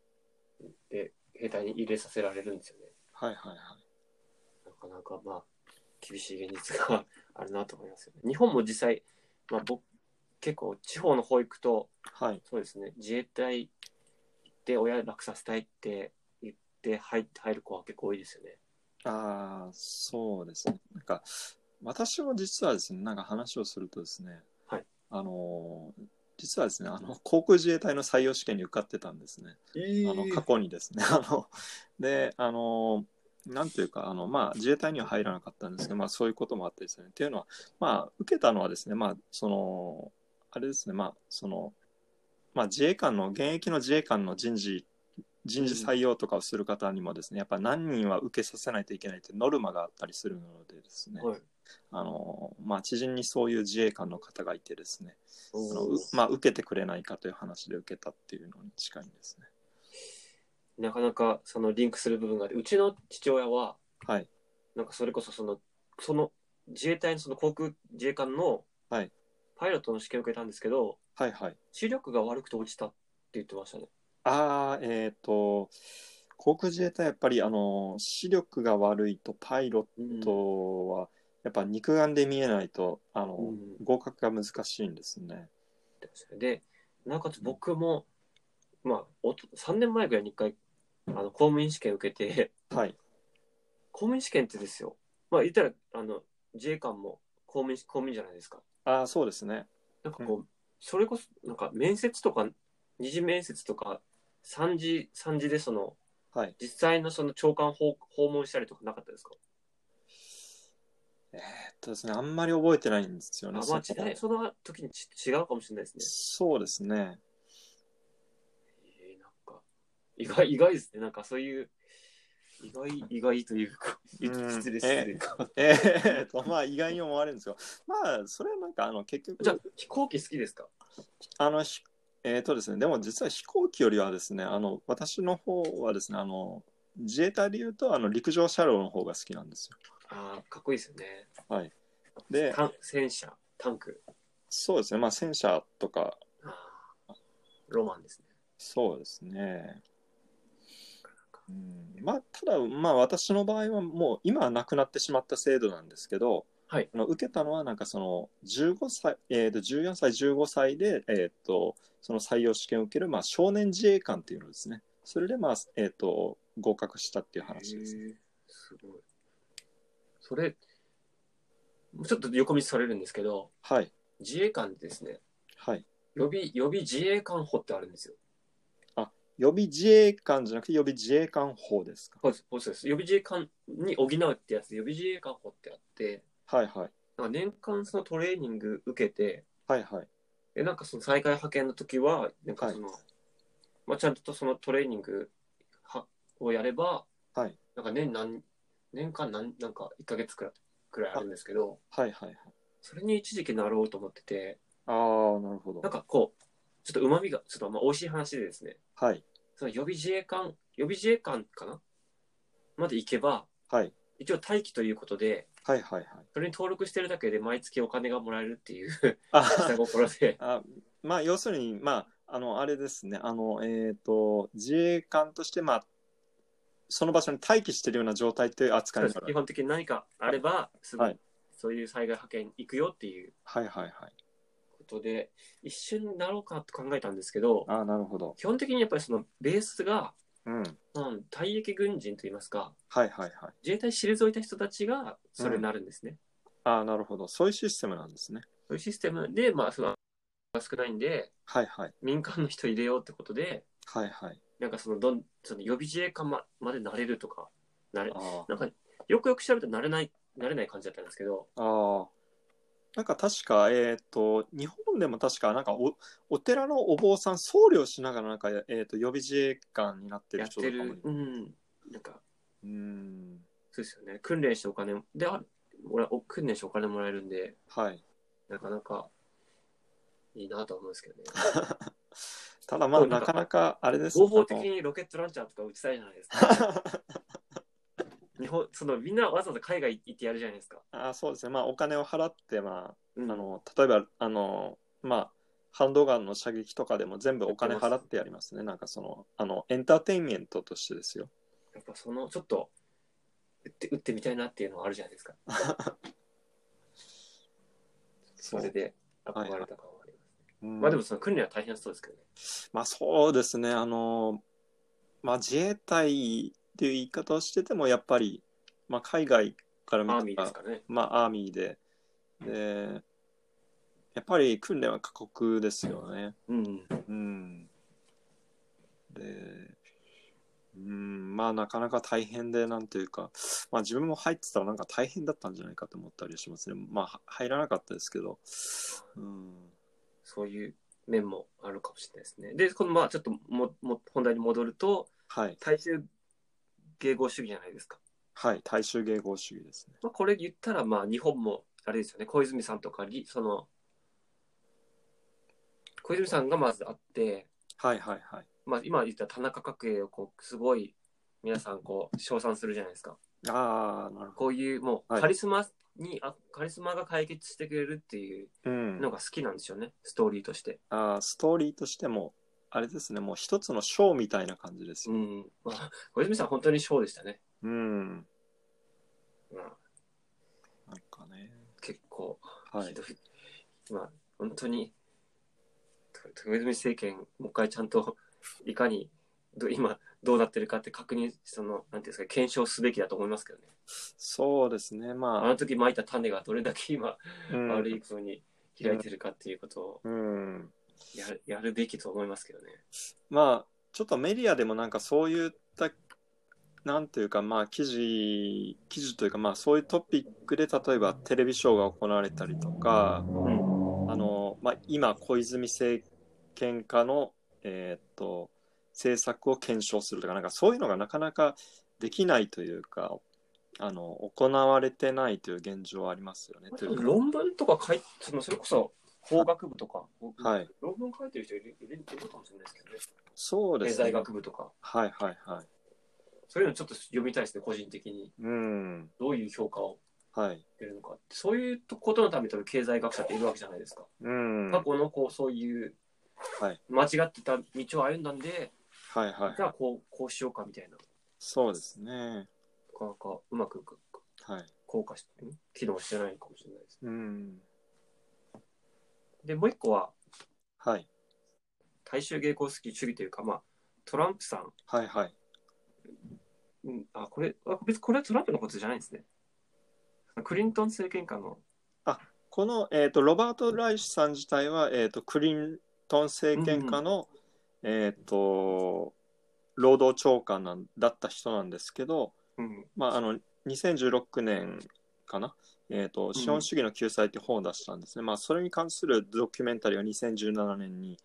Speaker 1: て、で、兵隊に入れさせられるんですよね。
Speaker 2: はい、はい、はい。
Speaker 1: なかなかまあ、厳しい現実があるなと思いますよね。日本も実際、まあ僕、結構地方の保育と、
Speaker 2: はい、
Speaker 1: そうですね、自衛隊で親楽させたいって言って入って入る子は結構多いですよね。
Speaker 2: ああ、そうですね。なんか、私も実はですね、なんか話をするとですね、
Speaker 1: はい、
Speaker 2: あのー、実はですね、あの、航空自衛隊の採用試験に受かってたんですね。あの過去にですね、 あので、あの、なんていうか、あのまあ、自衛隊には入らなかったんですけど、まあ、そういうこともあってですね、っていうのは、まあ、受けたのはですね、まあ、その、あれですね、まあ、その、まあ、自衛官の、現役の自衛官の人事、人事採用とかをする方にもですね、やっぱ何人は受けさせないといけないってノルマがあったりするのでですね、
Speaker 1: はい
Speaker 2: あの、まあ、知人にそういう自衛官の方がいてですね、あの
Speaker 1: お
Speaker 2: う
Speaker 1: ー
Speaker 2: まあ、受けてくれないかという話で受けたっていうのに近いんですね。
Speaker 1: なかなかそのリンクする部分があって、うちの父親は、
Speaker 2: はい。
Speaker 1: なんかそれこそその、その自衛隊のその航空自衛官の
Speaker 2: はい
Speaker 1: パイロットの試験を受けたんですけど、
Speaker 2: はいはい。
Speaker 1: 視力が悪くて落ちたって言ってましたね。
Speaker 2: ああ、えっ、と、航空自衛隊はやっぱりあの視力が悪いとパイロットはやっぱ肉眼で見えないとあの、
Speaker 1: うん
Speaker 2: 合格が難しいんですね。
Speaker 1: ってましたねで、なおかつ僕も、まあ、おと3年前ぐらいに一回、あの、公務員試験受けて、
Speaker 2: はい
Speaker 1: 公務員試験ってですよ、まあ言ったら、あの、自衛官も公務員、公務員じゃないですか。
Speaker 2: ああそうですね。
Speaker 1: なんかこう、それこそ、なんか面接とか、二次面接とか、三次、三次でその、
Speaker 2: はい。
Speaker 1: 実際のその長官訪訪問したりとかなかったですか
Speaker 2: えっとですねあんまり覚えてないんですよ
Speaker 1: あ、
Speaker 2: ね。
Speaker 1: ま
Speaker 2: そ
Speaker 1: あ、時
Speaker 2: こま
Speaker 1: 代、
Speaker 2: で
Speaker 1: その時にち違うかもしれないですね。
Speaker 2: そうですね。
Speaker 1: えー、なんか、意外、 意外ですね。なんかそういう、意外、意外というか、
Speaker 2: うん
Speaker 1: 失礼、失礼か。
Speaker 2: えーっとまあ意外に思われるんですよ。まあそれはなんかあの結局
Speaker 1: じゃあ、飛行機好きですか
Speaker 2: あの、ひえーとですね、でも実は飛行機よりはですね、あの、私の方はですね、あの、自衛隊で言うと、あの、陸上車両の方が好きなんですよ。
Speaker 1: ああ、かっこいいですよね。
Speaker 2: はい。で、
Speaker 1: タン戦車、タンク。
Speaker 2: そうですね、まあ、戦車とか、
Speaker 1: あーロマンですね。
Speaker 2: そうですね。うん、まあ、ただ、まあ、私の場合は、もう、今はなくなってしまった制度なんですけど、
Speaker 1: はい
Speaker 2: あの受けたのは、なんかその、15歳、えー、と、14歳、15歳で、えっ、と、その採用試験を受ける、まあ、少年自衛官っていうのですね。それで、まあ、えっ、と、合格したっていう話ですね。
Speaker 1: へーすごい。それ、ちょっと横道されるんですけど、
Speaker 2: はい、
Speaker 1: 自衛官ですね。
Speaker 2: はい。
Speaker 1: 予備、予備自衛官補ってあるんですよ。
Speaker 2: 予備自衛官じゃなくて予備自衛官法ですか。
Speaker 1: そうですそうです。予備自衛官に補うってやつで、予備自衛官補ってあって、
Speaker 2: はいはい。
Speaker 1: なんか年間そのトレーニング受けて、
Speaker 2: はいはい。
Speaker 1: で、なんかその災害派遣の時は、なんかその、まあちゃんとそのトレーニングはをやれば、
Speaker 2: はい
Speaker 1: なんか年何、年間何、なんか1ヶ月くらいくらいあるんですけど、
Speaker 2: はいはいはい。
Speaker 1: それに一時期なろうと思ってて、
Speaker 2: ああ、なるほど
Speaker 1: なん。かこう、ちょっと旨味が、ちょっとまあ美味しい話でですね、
Speaker 2: はい
Speaker 1: その予備自衛官、予備自衛官かなまで行けば、
Speaker 2: はい
Speaker 1: 一応待機ということで、
Speaker 2: はいはいはい。
Speaker 1: それに登録してるだけで毎月お金がもらえるっていう下
Speaker 2: あ
Speaker 1: 心で、
Speaker 2: あ、まあ要するに、まあ、あの、あれですね、あの、えっ、と、自衛官として、まあ、その場所に待機してるような状態という扱いにな
Speaker 1: 基
Speaker 2: る。
Speaker 1: 本的に何かあれば、すぐ、
Speaker 2: はい
Speaker 1: そういう災害派遣行くよっていう
Speaker 2: はいはいはい。
Speaker 1: ことで、一瞬なろうかと考えたんですけど、
Speaker 2: ああ、なるほど。
Speaker 1: 基本的にやっぱりそのベースが、
Speaker 2: うん。
Speaker 1: うん、退役軍人といいますか、
Speaker 2: はいはいはい。
Speaker 1: 自衛隊退いた人たちがそれになるんですね。
Speaker 2: ああ、なるほど。そういうシステムなんですね。
Speaker 1: そういうシステムで、まあ、そのが少ないんで、
Speaker 2: はいはい。
Speaker 1: 民間の人入れようってことで、
Speaker 2: はいはい。
Speaker 1: なんかそのどんその予備自衛官ままでなれるとか、なれ
Speaker 2: あ
Speaker 1: なんかよくよく調べたらなれない、なれない感じだったんですけど、
Speaker 2: あ。ああ。なんか確か、えっ、と、日本でも確か、なんかお、お寺のお坊さん、僧侶をしながら、なんか、えっ、と、予備自衛官になって
Speaker 1: や
Speaker 2: る
Speaker 1: っ
Speaker 2: 人
Speaker 1: て
Speaker 2: とかもい
Speaker 1: る、うん、なんか、
Speaker 2: うん。
Speaker 1: そうですよね、訓練してお金も、で、あもらお訓練してお金もらえるんで、
Speaker 2: はい。
Speaker 1: なかなかいいなとは思うんです けどね。
Speaker 2: ただま
Speaker 1: そ
Speaker 2: あ、
Speaker 1: うな
Speaker 2: なん
Speaker 1: か
Speaker 2: かなか、あれです
Speaker 1: 合法的にロケットランチャーとか打ちたいじゃないですか。 日本、そのみんなわざわざ海外行ってやるじゃないですか。
Speaker 2: あのあそうですね。まあ、お金を払って、ま
Speaker 1: う
Speaker 2: あ、
Speaker 1: ん
Speaker 2: あの、例えば、あの、まあ、ハンドガンの射撃とかでも全部お金払ってやりますね。なんかその、あの、エンターテインメントとしてですよ。
Speaker 1: やっぱそのちょっと打って打ってみたいなっていうのはあるじゃない ですか。それで憧れた感はあります。
Speaker 2: うん
Speaker 1: まあでもその訓練は大変そうですけどね。
Speaker 2: まあそうですね、あの、まあ自衛隊っていう言い方をしてても、やっぱり、まあ海外から見
Speaker 1: アー
Speaker 2: た
Speaker 1: ミーですからね。
Speaker 2: まあアーミーで、で、やっぱり訓練は過酷ですよね。
Speaker 1: うん。
Speaker 2: うん。で、うん、まあなかなか大変で、なんていうか、まあ自分も入ってたらなんか大変だったんじゃないかと思ったりしますね。まあは入らなかったですけど、うん。
Speaker 1: そういう面もあるかもしれないですね。で、このまあちょっともも本題に戻ると、
Speaker 2: はい、
Speaker 1: 大衆迎合主義じゃないですか。
Speaker 2: はい、大衆迎合主義ですね。
Speaker 1: まあこれ言ったらまあ日本もあれですよね。小泉さんとかり、その、小泉さんがまずあって、
Speaker 2: はいはいはい。
Speaker 1: まあ今言った田中角栄をこうすごい皆さんこう称賛するじゃないですか。
Speaker 2: ああ、なるほ
Speaker 1: こういうも
Speaker 2: は
Speaker 1: う
Speaker 2: い
Speaker 1: カリスマに、あカリスマが解決してくれるっていう
Speaker 2: ど。うん
Speaker 1: のが好きなんですよね、ストーリーとして。
Speaker 2: あーストーリーとしても、あれですね、もう一つのショーみたいな感じです
Speaker 1: う
Speaker 2: よ。
Speaker 1: ん。まあ、小泉さん本当にショーでしたね。
Speaker 2: うん。
Speaker 1: まあ、
Speaker 2: なんかね。
Speaker 1: 結構、
Speaker 2: は
Speaker 1: ひ
Speaker 2: い
Speaker 1: ど。い。まあ、本当に、と小泉政権、もう一回ちゃんと、いかに、ど今、どうなってるかって確認、その、なんていうんですか、検証すべきだと思いますけどね。
Speaker 2: そうですね、
Speaker 1: あ
Speaker 2: まあ
Speaker 1: の。時まいた種がどれだけ今、
Speaker 2: うん
Speaker 1: 悪い風に開いてるかっていうことを
Speaker 2: うん。
Speaker 1: やるやるべきと思いますけどね。
Speaker 2: まあ、ちょっとメディアでもなんかそういった、なんていうか、まあ、記事、記事というか、まあ、そういうトピックで、例えばテレビショーが行われたりとか、
Speaker 1: うん。
Speaker 2: あの、まあ、今、小泉政権下の、えーっと、政策を検証するとか、なんかそういうのがなかなかできないというか、あの、行われてないという現状はありますよね。というか
Speaker 1: 論文とか書いそのそれこそ法学部とか、
Speaker 2: はい。
Speaker 1: 論文書いてる人いるいるいるかもしれないですけどね
Speaker 2: そうで
Speaker 1: 経
Speaker 2: すね。
Speaker 1: 済学部とか
Speaker 2: はいはいはい。
Speaker 1: そういうのちょっと読みたいですね個人的に
Speaker 2: うん。
Speaker 1: どういう評価を
Speaker 2: はい。
Speaker 1: 得るのかそういうことのために多分経済学者っているわけじゃないですか、
Speaker 2: うん。は
Speaker 1: 過
Speaker 2: い
Speaker 1: 去のこうそういう
Speaker 2: はい
Speaker 1: 間違ってた道を歩んだんで、
Speaker 2: はい
Speaker 1: じ。ゃあこうこうしようかみたいな
Speaker 2: そうですね。
Speaker 1: なかなかうまくこう
Speaker 2: はい。
Speaker 1: 効果してん機能してないかもしれないです
Speaker 2: うん。
Speaker 1: でもう一個は
Speaker 2: はい。
Speaker 1: 大衆迎合主義というかまあトランプさん、
Speaker 2: はいはい。
Speaker 1: うん、あこれあ別にこれはトランプのことじゃないんですねクリントン政権下の
Speaker 2: この、えー、とロバート・ライシュさん自体は、えー、とクリントン政権下の、えー、と労働長官なんだった人なんですけど、
Speaker 1: うん、
Speaker 2: まあ、あの2016年かな、えーと「資本主義の救済」って本を出したんですね、まあ、それに関するドキュメンタリーが2017年に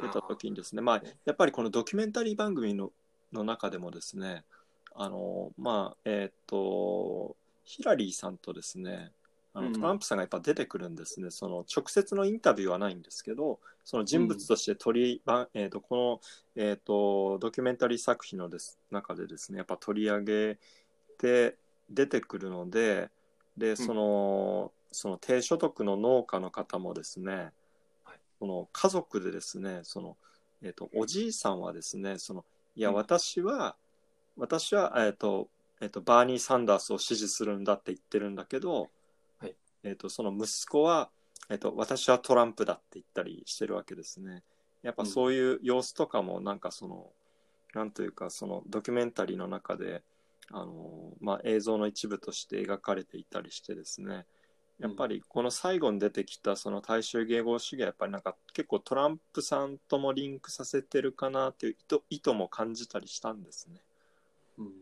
Speaker 2: 出た時にですねまあ、やっぱりこのドキュメンタリー番組のの中でもですねあのまあえっ、とヒラリーさんとですねあ
Speaker 1: う
Speaker 2: の
Speaker 1: ん
Speaker 2: トランプさんがやっぱ出てくるんですね、その直接のインタビューはないんですけどその人物として取り、ばえー、とこの、えー、とドキュメンタリー作品のです中でですねやっぱ取り上げて出てくるのででその,、その低所得の農家の方もですね、
Speaker 1: はい
Speaker 2: その家族でですねそのえっとおじいさんはですねそのいや
Speaker 1: うん
Speaker 2: 私は、私は、えっとえっとバーニー・サンダースを支持するんだって言ってるんだけど、
Speaker 1: はい
Speaker 2: えっとその息子は、えっと私はトランプだって言ったりしてるわけですねやっぱそういう様子とかもなんかその、なんというかそのドキュメンタリーの中であの、まあ、映像の一部として描かれていたりしてですねやっぱりこの最後に出てきたその大衆迎合主義はやっぱりなんか結構トランプさんともリンクさせてるかなっていう意図意図も感じたりしたんですね。
Speaker 1: うん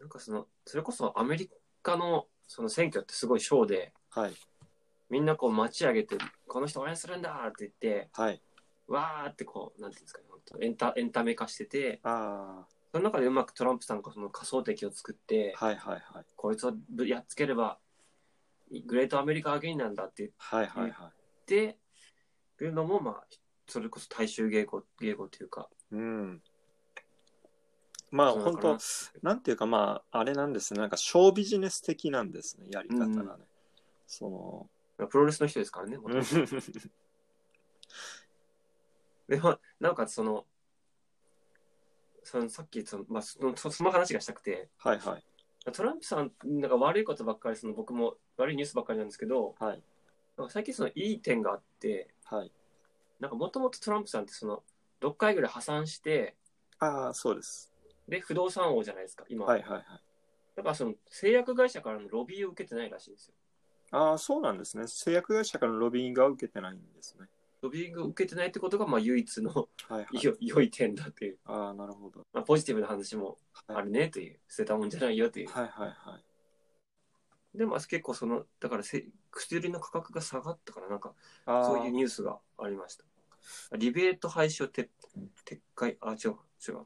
Speaker 1: なんかその、それこそアメリカのその選挙ってすごいショーで、
Speaker 2: はい、
Speaker 1: みんなこう待ち上げて、この人応援するんだって言って、
Speaker 2: はい、
Speaker 1: わーってこう、なんていうんですかね、本当エンタエンタメ化してて、
Speaker 2: あ
Speaker 1: その中でうまくトランプさんがその仮想敵を作って、
Speaker 2: あはいはいはい
Speaker 1: こいつをぶやっつければ、グレートアメリカアゲインなんだって言っ
Speaker 2: はいはいはい。
Speaker 1: て、っていうのも、まあ、それこそ大衆迎合、迎合というか、
Speaker 2: うん。まあ
Speaker 1: そうな
Speaker 2: 本
Speaker 1: のかな
Speaker 2: 当なんていうかまああれなんですねなんか小ビジネス的なんですねやり方がね。
Speaker 1: うん
Speaker 2: その
Speaker 1: プロレスの人ですからね、 元々でまあなおかつその、そのさっきその、まあ、そのそその話がしたくて、
Speaker 2: はいはい
Speaker 1: トランプさん、なんか悪いことばっかり、その僕も悪いニュースばっかりなんですけど、
Speaker 2: はい
Speaker 1: なんか最近そのいい点があって、
Speaker 2: はい。
Speaker 1: なんかもともとトランプさんってその、6回ぐらい破産して、
Speaker 2: ああそうです。
Speaker 1: で、不動産王じゃないですか、今。
Speaker 2: はいはいはい。
Speaker 1: だからその、製薬会社からのロビーを受けてないらしいんですよ。
Speaker 2: ああそうなんですね製薬会社からのロビーイングは受けてないんですね。
Speaker 1: ロビーを受けてないってことが、まあ、唯一の
Speaker 2: はいはい。
Speaker 1: 良良い点だっていう、
Speaker 2: ああなるほど。
Speaker 1: まあ、ポジティブな話も
Speaker 2: は
Speaker 1: あ
Speaker 2: い
Speaker 1: るねという、捨てたもんじゃないよという。
Speaker 2: はいはいはい。
Speaker 1: で、まあ、結構その、だからせ、薬の価格が下がったから、なんか、
Speaker 2: ああ
Speaker 1: そういうニュースがありました。リベート廃止を撤撤回、あ、違う、違うな。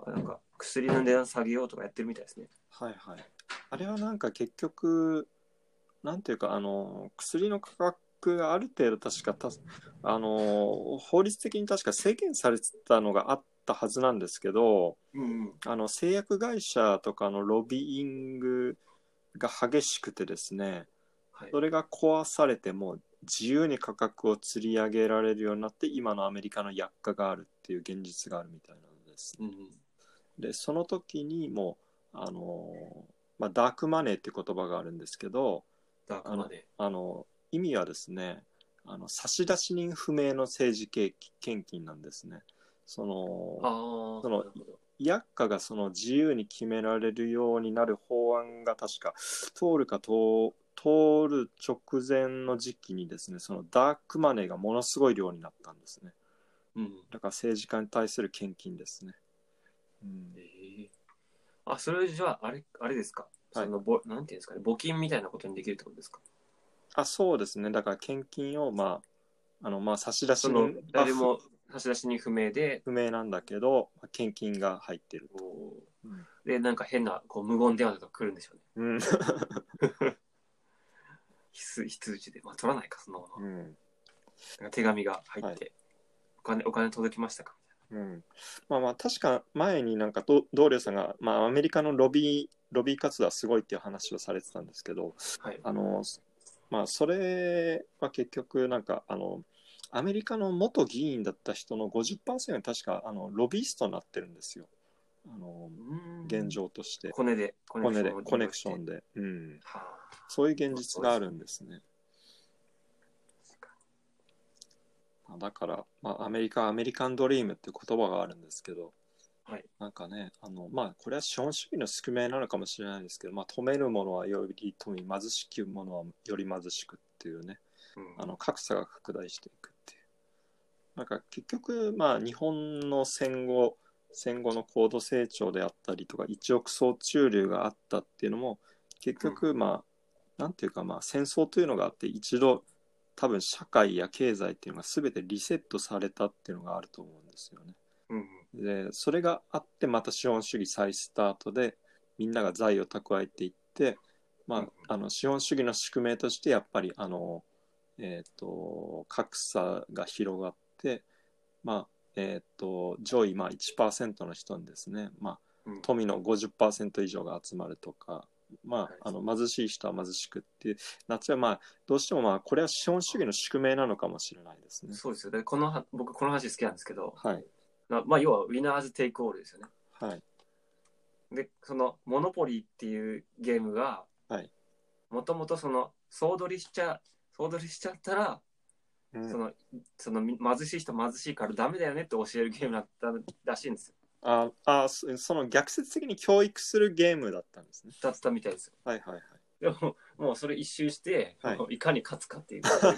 Speaker 1: あなんか、薬の値段下げようとかやってるみたいですね。
Speaker 2: はいはい。あれはなんか結局、なんていうか、あの、薬の価格がある程度確かた、あの、法律的に確か制限されてたのがあったはずなんですけど、
Speaker 1: うん。
Speaker 2: あの、製薬会社とかのロビーイングが激しくてですね、
Speaker 1: はい
Speaker 2: そ。れが壊されても自由に価格を釣り上げられるようになって、今のアメリカの薬価があるっていう現実があるみたいなのですね
Speaker 1: うん。
Speaker 2: でその時にもうあのーまあ、ダークマネーって言葉があるんですけど
Speaker 1: だからね。
Speaker 2: あの意味はですねあの差出人不明の政治献献金なんですねそ
Speaker 1: ああ
Speaker 2: の
Speaker 1: ー、
Speaker 2: その
Speaker 1: なるほど。
Speaker 2: 薬価がその自由に決められるようになる法案が確か通るか通通る直前の時期にですねそのダークマネーがものすごい量になったんですね
Speaker 1: うん。
Speaker 2: だから政治家に対する献金ですね、うん
Speaker 1: ええあ、それじゃあ、あれ、あれですか。
Speaker 2: はい
Speaker 1: その、ぼなんていうんですかね、募金みたいなことにできるってことですか。
Speaker 2: あそうですねだから献金をまああのまあ差出
Speaker 1: そ
Speaker 2: 人
Speaker 1: の、
Speaker 2: は
Speaker 1: 誰も差出人不明で、
Speaker 2: 不明なんだけどまあ献金が入ってる、
Speaker 1: こう
Speaker 2: うん
Speaker 1: で、なんか変な、こう、無言電話とか来るんでしょうね。
Speaker 2: うん
Speaker 1: 非非通知で。まあ、取らないか、そのまま。
Speaker 2: うん
Speaker 1: なんか手紙が入って、
Speaker 2: はい
Speaker 1: お金お金届きましたか
Speaker 2: うん、まあまあ確か前になんかど同僚さんが、まあ、アメリカのロビーロビー活動はすごいっていう話をされてたんですけど
Speaker 1: みたいな。
Speaker 2: あのまあそれは結局なんかあのアメリカの元議員だった人の50%が確かあのロビーストになってるんですよあの
Speaker 1: はい。
Speaker 2: 現。状として
Speaker 1: コネで、コ
Speaker 2: コネで
Speaker 1: を利用して
Speaker 2: コネクション。で、うん、
Speaker 1: は
Speaker 2: そういう現実があるんですね。まあだから、まあ、アメリカ、アメリカンドリームって言葉があるんですけど、
Speaker 1: はい
Speaker 2: なんかね、あの、まあ、これは資本主義の宿命なのかもしれないですけど、まあ、富めるものはより富み、貧しきものはより貧しくっていうね、
Speaker 1: あうん
Speaker 2: あの、格差が拡大していくっていう。なんか、結局、まあ、日本の戦後、戦後の高度成長であったりとか、一億総中流があったっていうのも、結局、まあ、なんていうかまあ戦争というのがあって一度多分社会や経済っていうのが全てリセットされたっていうのがあると思うんですよね。
Speaker 1: うん
Speaker 2: でそれがあってまた資本主義再スタートでみんなが財を蓄えていって、
Speaker 1: う
Speaker 2: ま
Speaker 1: ん
Speaker 2: あ、あの資本主義の宿命としてやっぱりあの、えー、と格差が広がって、まあえー、と上位まあ1%の人にですね、まあ、
Speaker 1: うん
Speaker 2: 富の50%以上が集まるとか、ま
Speaker 1: はい
Speaker 2: あ、あの貧しい人は貧しくっていう夏はまあどうしてもまあこれは資本主義の宿命なのかもしれないですね。
Speaker 1: そうですよ。で、このは、僕、この話好きなんですけど、
Speaker 2: はい
Speaker 1: なまあ、要は、ウィナーズ・テイク・オールですよね。
Speaker 2: はい
Speaker 1: で、その、モノポリーっていうゲームが、
Speaker 2: はい
Speaker 1: もともとその、総取りしちゃ、総取りしちゃったら、
Speaker 2: うん
Speaker 1: そのそのみ貧しい人貧しいからダメだよねって教えるゲームだったらしいんですよ
Speaker 2: ああそその逆説的に教育するゲームだったんですね
Speaker 1: だったみたいですよ
Speaker 2: はいはいはい
Speaker 1: でももうそれ一周して、
Speaker 2: はい
Speaker 1: い、いかに勝つかっていうこと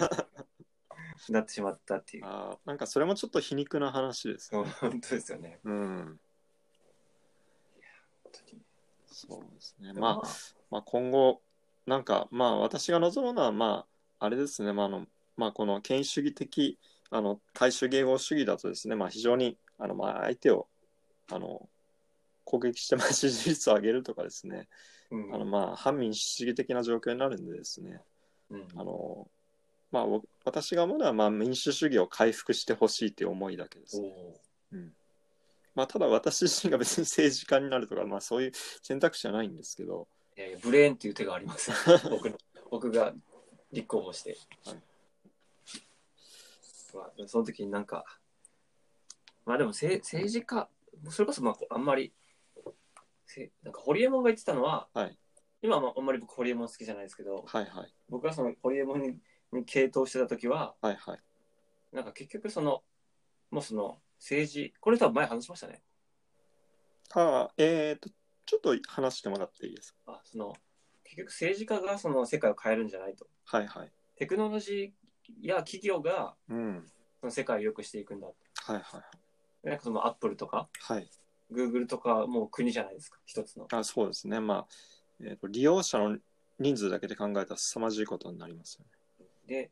Speaker 1: になってしまったっていう
Speaker 2: あーなんかそれもちょっと皮肉な話です
Speaker 1: そう
Speaker 2: ね
Speaker 1: 本当ですよね
Speaker 2: うん
Speaker 1: 本当に
Speaker 2: そうですねまあまあ、今後、なんか、まあ、私が望むのは、まあ、あれですね、まあ、あの、まあ、この権威主義的、あの、大衆迎合主義だとですね、まあ、非常に、あの、まあ、相手を、あの、攻撃して、まあ、支持率を上げるとかですね、
Speaker 1: うん
Speaker 2: あの、まあ、反民主主義的な状況になるんでですね、
Speaker 1: うん
Speaker 2: あの、まあ、お私が思うのは、まあ、民主主義を回復してほしいという思いだけです
Speaker 1: お
Speaker 2: ね。
Speaker 1: お
Speaker 2: まあ、ただ私自身が別に政治家になるとか、まあ、そういう選択肢はないんですけど、
Speaker 1: いやいやブレーンっていう手があります。 僕の僕が立候補して。
Speaker 2: はい
Speaker 1: まあ、その時になんか、まあでもせい政治家、それこそまあこうあんまり、せなんかホリエモンが言ってたのは、
Speaker 2: はい
Speaker 1: 今はまああんまり僕ホリエモン好きじゃないですけど、
Speaker 2: はいはい、
Speaker 1: 僕がそのホリエモンにに傾倒してた時は、
Speaker 2: はいはい。
Speaker 1: なんか結局その、もうその政治、これ多分前話しましたね。
Speaker 2: あえっ、と、ちょっと話してもらっていいです
Speaker 1: あその結局政治家がその世界を変えるんじゃないと。
Speaker 2: かはいはい。
Speaker 1: テクノロジーや企業が
Speaker 2: うん。はい
Speaker 1: その世界を良くしていくんだって
Speaker 2: はい
Speaker 1: なんかそのアップルとか
Speaker 2: はい。はい。
Speaker 1: グーグルとかもう国じゃないですか一つの
Speaker 2: あそうですね。まあ、えーと、利用者の人数だけで考えたら凄まじいことになりますよね。
Speaker 1: で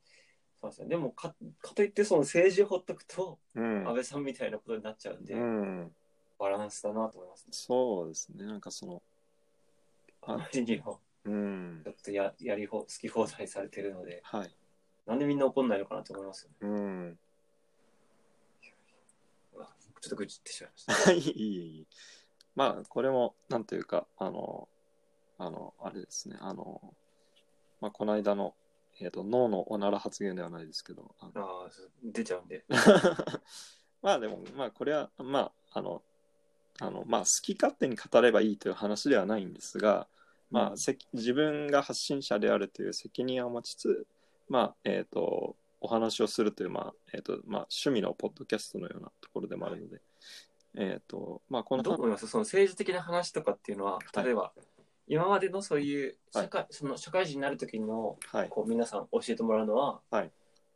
Speaker 1: そうですねでもかかといってその政治をほっとくと
Speaker 2: うん
Speaker 1: 安倍さんみたいなことになっちゃうんで、
Speaker 2: うん。
Speaker 1: バランスだなと思います、
Speaker 2: そうですね。なんかその、
Speaker 1: あまりにも
Speaker 2: うん
Speaker 1: ちょ。っとややりほ好き放題されてるので
Speaker 2: はい。
Speaker 1: なんでみんな怒んないのかなと思いますよね
Speaker 2: うん。
Speaker 1: うわちょっと愚痴ってしまいました
Speaker 2: い い、いい、いい。まあ、これも、なんというか、あの、あの、あれですね。あの、まあ、この間の、えっ、と、脳のおなら発言ではないですけど、あの
Speaker 1: あ あそう出ちゃうんで
Speaker 2: まあでもまあこれはまああのあのまあ好き勝手に語ればいいという話ではないんですが、まあ、せ自分が発信者であるという責任を持ちつつまあえっ、とお話をするという、まあえーとまあ、趣味のポッドキャストのようなところでもあるので、えっ、とまあこの
Speaker 1: どう思いますその政治的な話とかっていうのは例えば、今までのそういう社会、その社会人になる時の
Speaker 2: はい
Speaker 1: こう皆さん教えてもらうのは、
Speaker 2: はい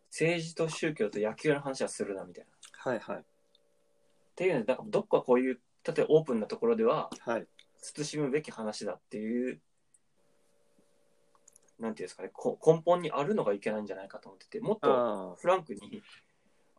Speaker 1: 政治と宗教と野球の話はするなみたいな。っ
Speaker 2: はいはい
Speaker 1: ていうのでなんかどっかこういう例えばオープンなところでは
Speaker 2: はい
Speaker 1: 慎むべき話だっていうなんていうんですかねこ根本にあるのがいけないんじゃないかと思っててもっと
Speaker 2: あ
Speaker 1: フランクに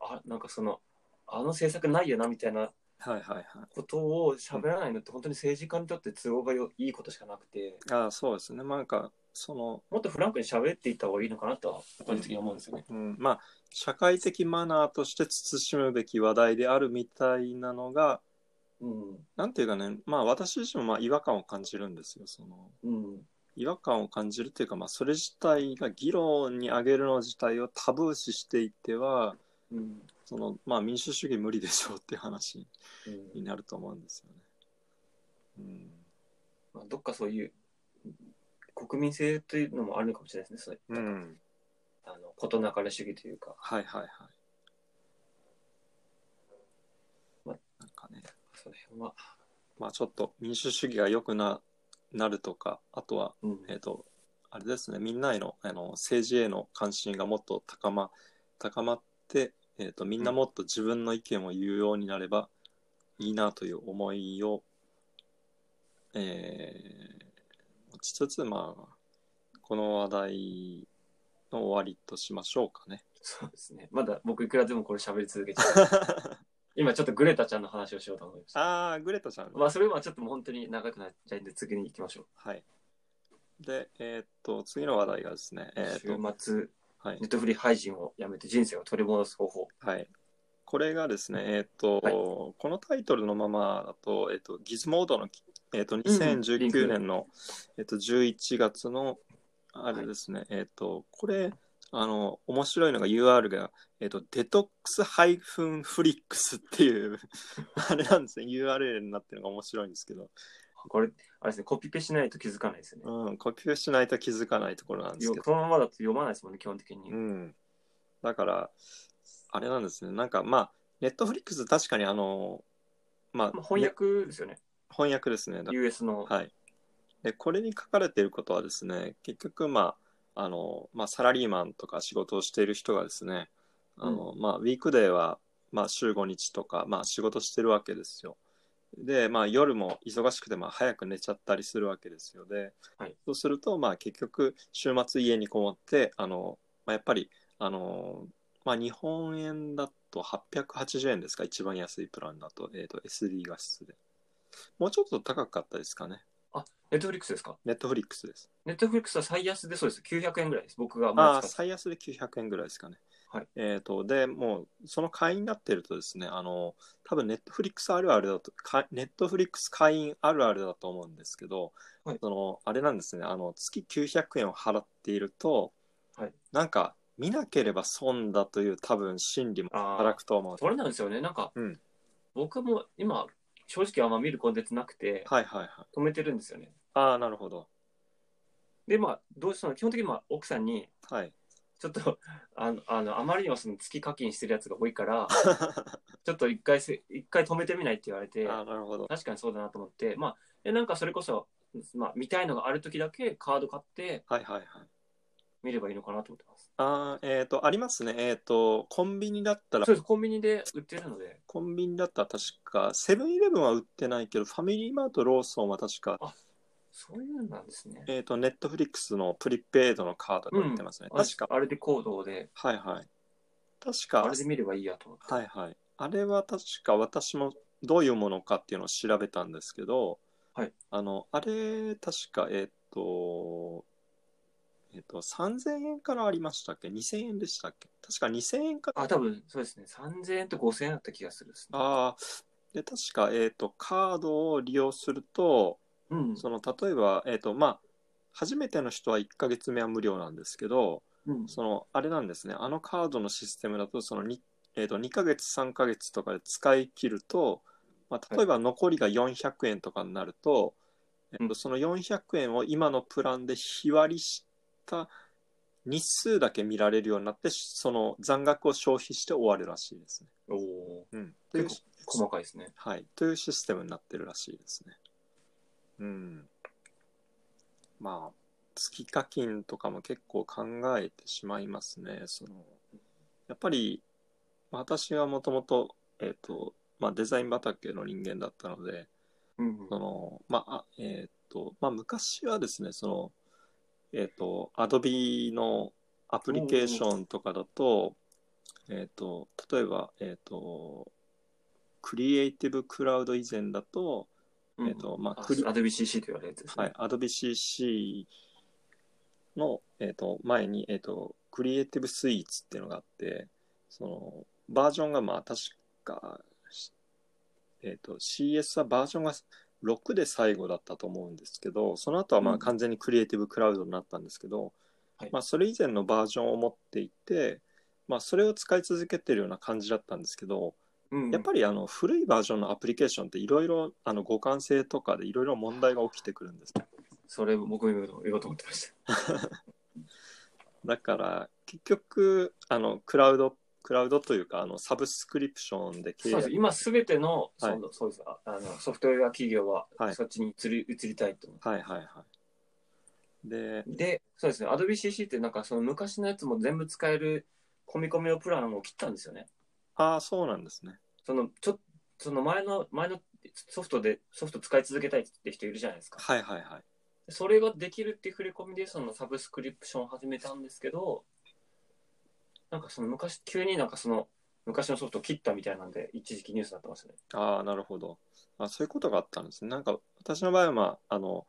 Speaker 1: あなんかそのあの政策ないよなみたいな
Speaker 2: あはいはいはい
Speaker 1: ことを喋らないのって本当に政治家にとって都合がよいいことしかなくて
Speaker 2: ああそうですねまあなんかその
Speaker 1: もっとフランクに喋っていった方がいいのかなとは個人的に思うんですよね。
Speaker 2: うん、まあ社会的マナーとして慎むべき話題であるみたいなのが
Speaker 1: うん、
Speaker 2: なんていうかねまあ私自身もまあ違和感を感じるんですよその
Speaker 1: うん
Speaker 2: 違和感を感じるというか、まあ、それ自体が議論に上げるの自体をタブー視していっては
Speaker 1: うん
Speaker 2: その、まあ、民主主義無理でしょうって話
Speaker 1: うん
Speaker 2: になると思うんですよね。
Speaker 1: まあ、どっかそういう国民性というのもあるのかもしれないですね。
Speaker 2: う
Speaker 1: そ
Speaker 2: ん、う
Speaker 1: れ
Speaker 2: ん、
Speaker 1: あの事なかれ主義というか、
Speaker 2: はいはいはい。
Speaker 1: まあ
Speaker 2: なんかね
Speaker 1: その辺は、
Speaker 2: まあちょっと民主主義が良くななるとかあとは
Speaker 1: うん
Speaker 2: えっ、と、あれですね、みんなへのあの政治への関心がもっと高ま高まって、えっと、みんなもっと自分の意見を言うようになればいいなという思いを、えー持ちつつ、まあ、この話題の終わりとしましょうかね。
Speaker 1: そうですね。まだ僕いくらでもこれ喋り続けちゃう。 今ちょっとグレタちゃんの話をしようと思いました。
Speaker 2: ああ、グレタちゃん。
Speaker 1: まあそれはちょっともう本当に長くなっちゃうんで次に行きましょう。
Speaker 2: はい。で、えっと、次の話題がですね、えっと、
Speaker 1: 週末、
Speaker 2: はい
Speaker 1: ネットフリ配信をやめて人生を取り戻す方法。
Speaker 2: はい。これがですね、えっ、と、
Speaker 1: はい
Speaker 2: このタイトルのままだと、えっ、と、ギズモードのき、えっ、と、
Speaker 1: リンク
Speaker 2: 2019年の、えっ、と、11月の、あれですね、えっ、と、これ、あの、面白いのが UR が、えっ、と、デトックスハイフンフリックスっていう、あれなんですね、URL になってるのが面白いんですけど、
Speaker 1: これ、あれですね、コピペしないと気づかないですよね。
Speaker 2: うん、コピーしないと気づかないところなんです
Speaker 1: よ
Speaker 2: けど、
Speaker 1: このままだと読まないですもんね、基本的に。
Speaker 2: うん。だから、あれなんですね。なんかまあ、ネットフリックス確かにあの、まあ、
Speaker 1: まあ、翻
Speaker 2: ね
Speaker 1: 訳ですよね。
Speaker 2: 翻訳ですね。だ
Speaker 1: US の。
Speaker 2: はい。で、これに書かれていることはですね、結局、まあ、あの、まあ、サラリーマンとか仕事をしている人がですね、あの、まあ、ウィークデーは、まあ、週5日とか、まあ、仕事してるわけですよ。で、まあ、夜も忙しくて、まあ、早く寝ちゃったりするわけですよ。で、
Speaker 1: はい
Speaker 2: そうすると、まあ、結局、週末家にこもって、あの、まあ、やっぱり、あの、まあ、日本円だと880円ですか、一番安いプランだと、えっ、と、SD 画質で。もうちょっと高かったですかね。
Speaker 1: ネットフリックスですか
Speaker 2: ネットフリックスです。
Speaker 1: ネットフリックスは最安でそうです。900円ぐらいです。僕が
Speaker 2: あ
Speaker 1: 前使
Speaker 2: あ、
Speaker 1: っ
Speaker 2: 最安で900円ぐらいですかね。
Speaker 1: はい
Speaker 2: えっ、と、で、もう、その会員になってるとですね、あの、多分ネットフリックスあるあるだと、かネットフリックス会員あるあるだと思うんですけど、
Speaker 1: はい
Speaker 2: その、あれなんですね、あの、月900円を払っていると、
Speaker 1: はい
Speaker 2: なんか、見なければ損だという多分心理も
Speaker 1: あー
Speaker 2: 働くと思う。
Speaker 1: それなんですよね。なんか、
Speaker 2: うん
Speaker 1: 僕も今、正直あんま見るコンテンツなくて、
Speaker 2: はいはいはい。
Speaker 1: 止めてるんですよね。
Speaker 2: ああ、なるほど。
Speaker 1: で、まあ、どうしても基本的にまあ奥さんに、
Speaker 2: はい。
Speaker 1: ちょっと、あの、あのあまりにもその月課金してるやつが多い から、ちょっと一回せ、一回止めてみないって言われて、
Speaker 2: ああ、なるほど。
Speaker 1: 確かにそうだなと思って、まあ、でなんかそれこそ、まあ、見たいのがある時だけカード買って
Speaker 2: はいはいはい。
Speaker 1: 見ればいいのかなと思ってます。
Speaker 2: ああ、えっ、と、ありますね。えっ、と、コンビニだったら
Speaker 1: そうです、コンビニで売ってるので、
Speaker 2: コンビニだったら確か、セブンイレブンは売ってないけど、ファミリーマート、ローソンは確か、
Speaker 1: そういうのなんですね。
Speaker 2: えっ、と、ネットフリックスのプリペイドのカードで売ってますね。
Speaker 1: あれ
Speaker 2: 確か、
Speaker 1: あれで行動で、
Speaker 2: はいはい。確
Speaker 1: あ
Speaker 2: か
Speaker 1: れ、で見ればいいやと思って。
Speaker 2: はいはい。あれは確か私もどういうものかっていうのを調べたんですけど、
Speaker 1: はい
Speaker 2: あの、あれ、確か、えっ、と、えっ、と、3000円からありましたっけ ?2000 円でしたっけ確か2000円から
Speaker 1: あ、多分そうですね。3000円と5000円だった気がするですね。
Speaker 2: ああ、で、確か、えっ、と、カードを利用すると、
Speaker 1: うん。
Speaker 2: その例えば、えっとまあ、初めての人は1ヶ月目は無料なんですけど
Speaker 1: うん、
Speaker 2: そのあれなんですねあのカードのシステムだとその 2,、えっと2ヶ月3ヶ月とかで使い切ると、まあ、例えば残りが400円とかになると、えっ
Speaker 1: うん
Speaker 2: とその400円を今のプランで日割りした日数だけ見られるようになってその残額を消費して終わるらしいですね。
Speaker 1: おお
Speaker 2: うん、という
Speaker 1: 結構細かいですね。
Speaker 2: はい、というシステムになってるらしいですね。うん。まあ、月課金とかも結構考えてしまいますね。そのやっぱり、私はもともと、えっ、と、まあ、デザイン畑の人間だったので、
Speaker 1: うんうん
Speaker 2: その、まあ、あえっ、と、まあ、昔はですね、その、えっ、と、Adobe のアプリケーションとかだと、えっ、と、例えば、えっ、と、クリエイティブクラウド以前だと、
Speaker 1: うん
Speaker 2: えっ、と、まあ、
Speaker 1: あ
Speaker 2: クリ、
Speaker 1: アドビ CC と言われるやつですね。
Speaker 2: はい、Adobe CC の、えー、と前に、えー、とクリエイティブスイーツっていうのがあってそのバージョンがまあ確か、しえー、と CS はバージョンが6で最後だったと思うんですけどその後はま
Speaker 1: う
Speaker 2: あ
Speaker 1: ん
Speaker 2: 完全にクリエイティブクラウドになったんですけど、
Speaker 1: はい
Speaker 2: まあ、それ以前のバージョンを持っていて、まあ、それを使い続けてるような感じだったんですけど、
Speaker 1: うん
Speaker 2: やっぱりあの古いバージョンのアプリケーションっていろいろあの互換性とかでいろいろ問題が起きてくるんです。
Speaker 1: それ僕も言おうと思ってました。
Speaker 2: だから結局あのクラウドクラウドというかあのサブスクリプションで
Speaker 1: そうで
Speaker 2: 契
Speaker 1: す
Speaker 2: 約
Speaker 1: 今すべての,、そのそうですああのソフトウェア企業は
Speaker 2: はい
Speaker 1: そっちに移り,、移りたいと思
Speaker 2: はいはいはい。で、
Speaker 1: う。で、そうですね、Adobe CC ってなんかその昔のやつも全部使える込み込みのプランを切ったんですよね。
Speaker 2: ああそうなんですね。
Speaker 1: そのちょその前の前のソフトでソフト使い続けたいって人いるじゃないですか。
Speaker 2: はいはいはい。
Speaker 1: それができるっていう振り込みでそのサブスクリプションを始めたんですけど、なんかその昔、急になんかその昔のソフトを切ったみたいなんで、一時期ニュースになってましたね。
Speaker 2: ああなるほど。あそういうことがあったんですね。なんか私の場合はまああの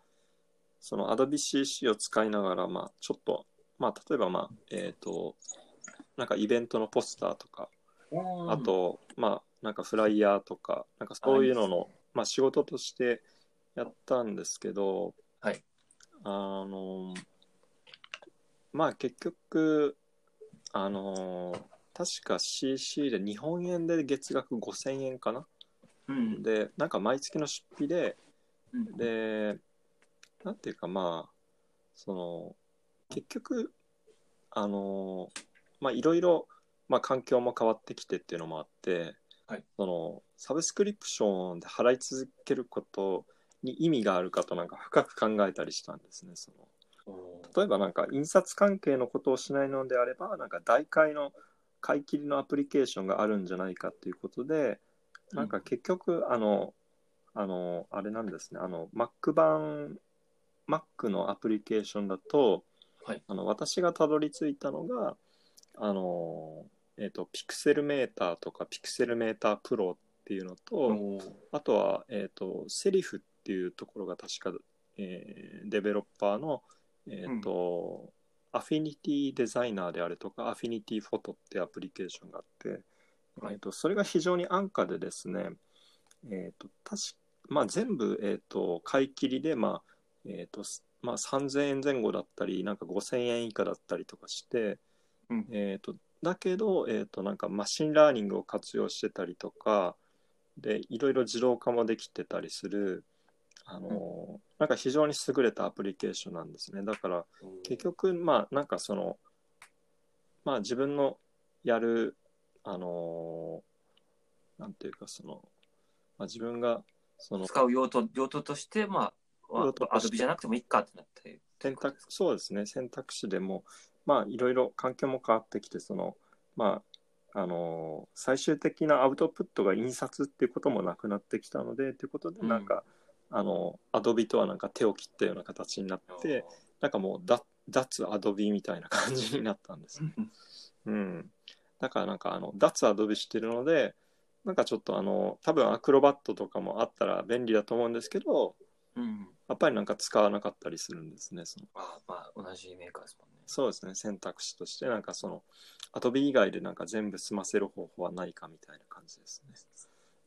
Speaker 2: その Adobe CC を使いながらまあちょっとまあ例えばまあえっ、となんかイベントのポスターとかあと、まあ、なんかフライヤーとか、なんかそういうのの、まあ、仕事としてやったんですけど、
Speaker 1: はい。
Speaker 2: あの、まあ結局、あの、確か CC で日本円で月額5000円かな
Speaker 1: うん、
Speaker 2: で、なんか毎月の出費で、
Speaker 1: うん、
Speaker 2: で、なんていうかまあ、その、結局、あの、まあいろいろ、まあ、環境も変わってきてっていうのもあって、
Speaker 1: はい
Speaker 2: そのサブスクリプションで払い続けることに意味があるかとなんか深く考えたりしたんですね。その例えばなんか印刷関係のことをしないのであればなんか代替の買い切りのアプリケーションがあるんじゃないかっていうことでなんか結局あの、あのあれなんですねあの Mac 版 Mac のアプリケーションだと、
Speaker 1: はい
Speaker 2: あの私がたどり着いたのがあのえっ、とピクセルメーターとかピクセルメータープロっていうのと、
Speaker 1: おー
Speaker 2: あとは、えっ、と、セリフっていうところが確か、えーデベロッパーの、えっ、と、アフィニティデザイナーであるとか、アフィニティフォトってアプリケーションがあって、
Speaker 1: はい
Speaker 2: えっ、と、それが非常に安価でですね、えっ、と、確か、まあ、全部、えっ、と、買い切りで、まあ、えっ、と、すまあ、3000円前後だったり、なんか5000円以下だったりとかして、
Speaker 1: うん
Speaker 2: えっ、と、だけど、えっ、と、なんかマシンラーニングを活用してたりとか、で、いろいろ自動化もできてたりする、あのーなんか非常に優れたアプリケーションなんですね。だから、結局、まあ、なんかその、まあ自分のやる、あのーなんていうかその、まあ自分が、その、
Speaker 1: 使う用途用途として、まあ、
Speaker 2: 用途と
Speaker 1: ア
Speaker 2: して
Speaker 1: ドビじゃなくてもいいかってなって。
Speaker 2: 選択そうですね選択肢でもまあいろいろ環境も変わってきてそのまああのー最終的なアウトプットが印刷っていうこともなくなってきたのでということで
Speaker 1: うん
Speaker 2: なんか、あのアドビとはなんか手を切ったような形になってなんかもうだ脱アドビみたいな感じになったんです
Speaker 1: う
Speaker 2: ね。
Speaker 1: ん
Speaker 2: うん、だからなんかあの脱アドビしてるのでなんかちょっとあの多分アクロバットとかもあったら便利だと思うんですけど
Speaker 1: うん。
Speaker 2: やっぱりなんか使わなかったりするんですねその
Speaker 1: あーまあ、同じメーカーですもんね。
Speaker 2: そうですね選択肢としてなんかそのアドビ以外でなんか全部済ませる方法はないかみたいな感じですね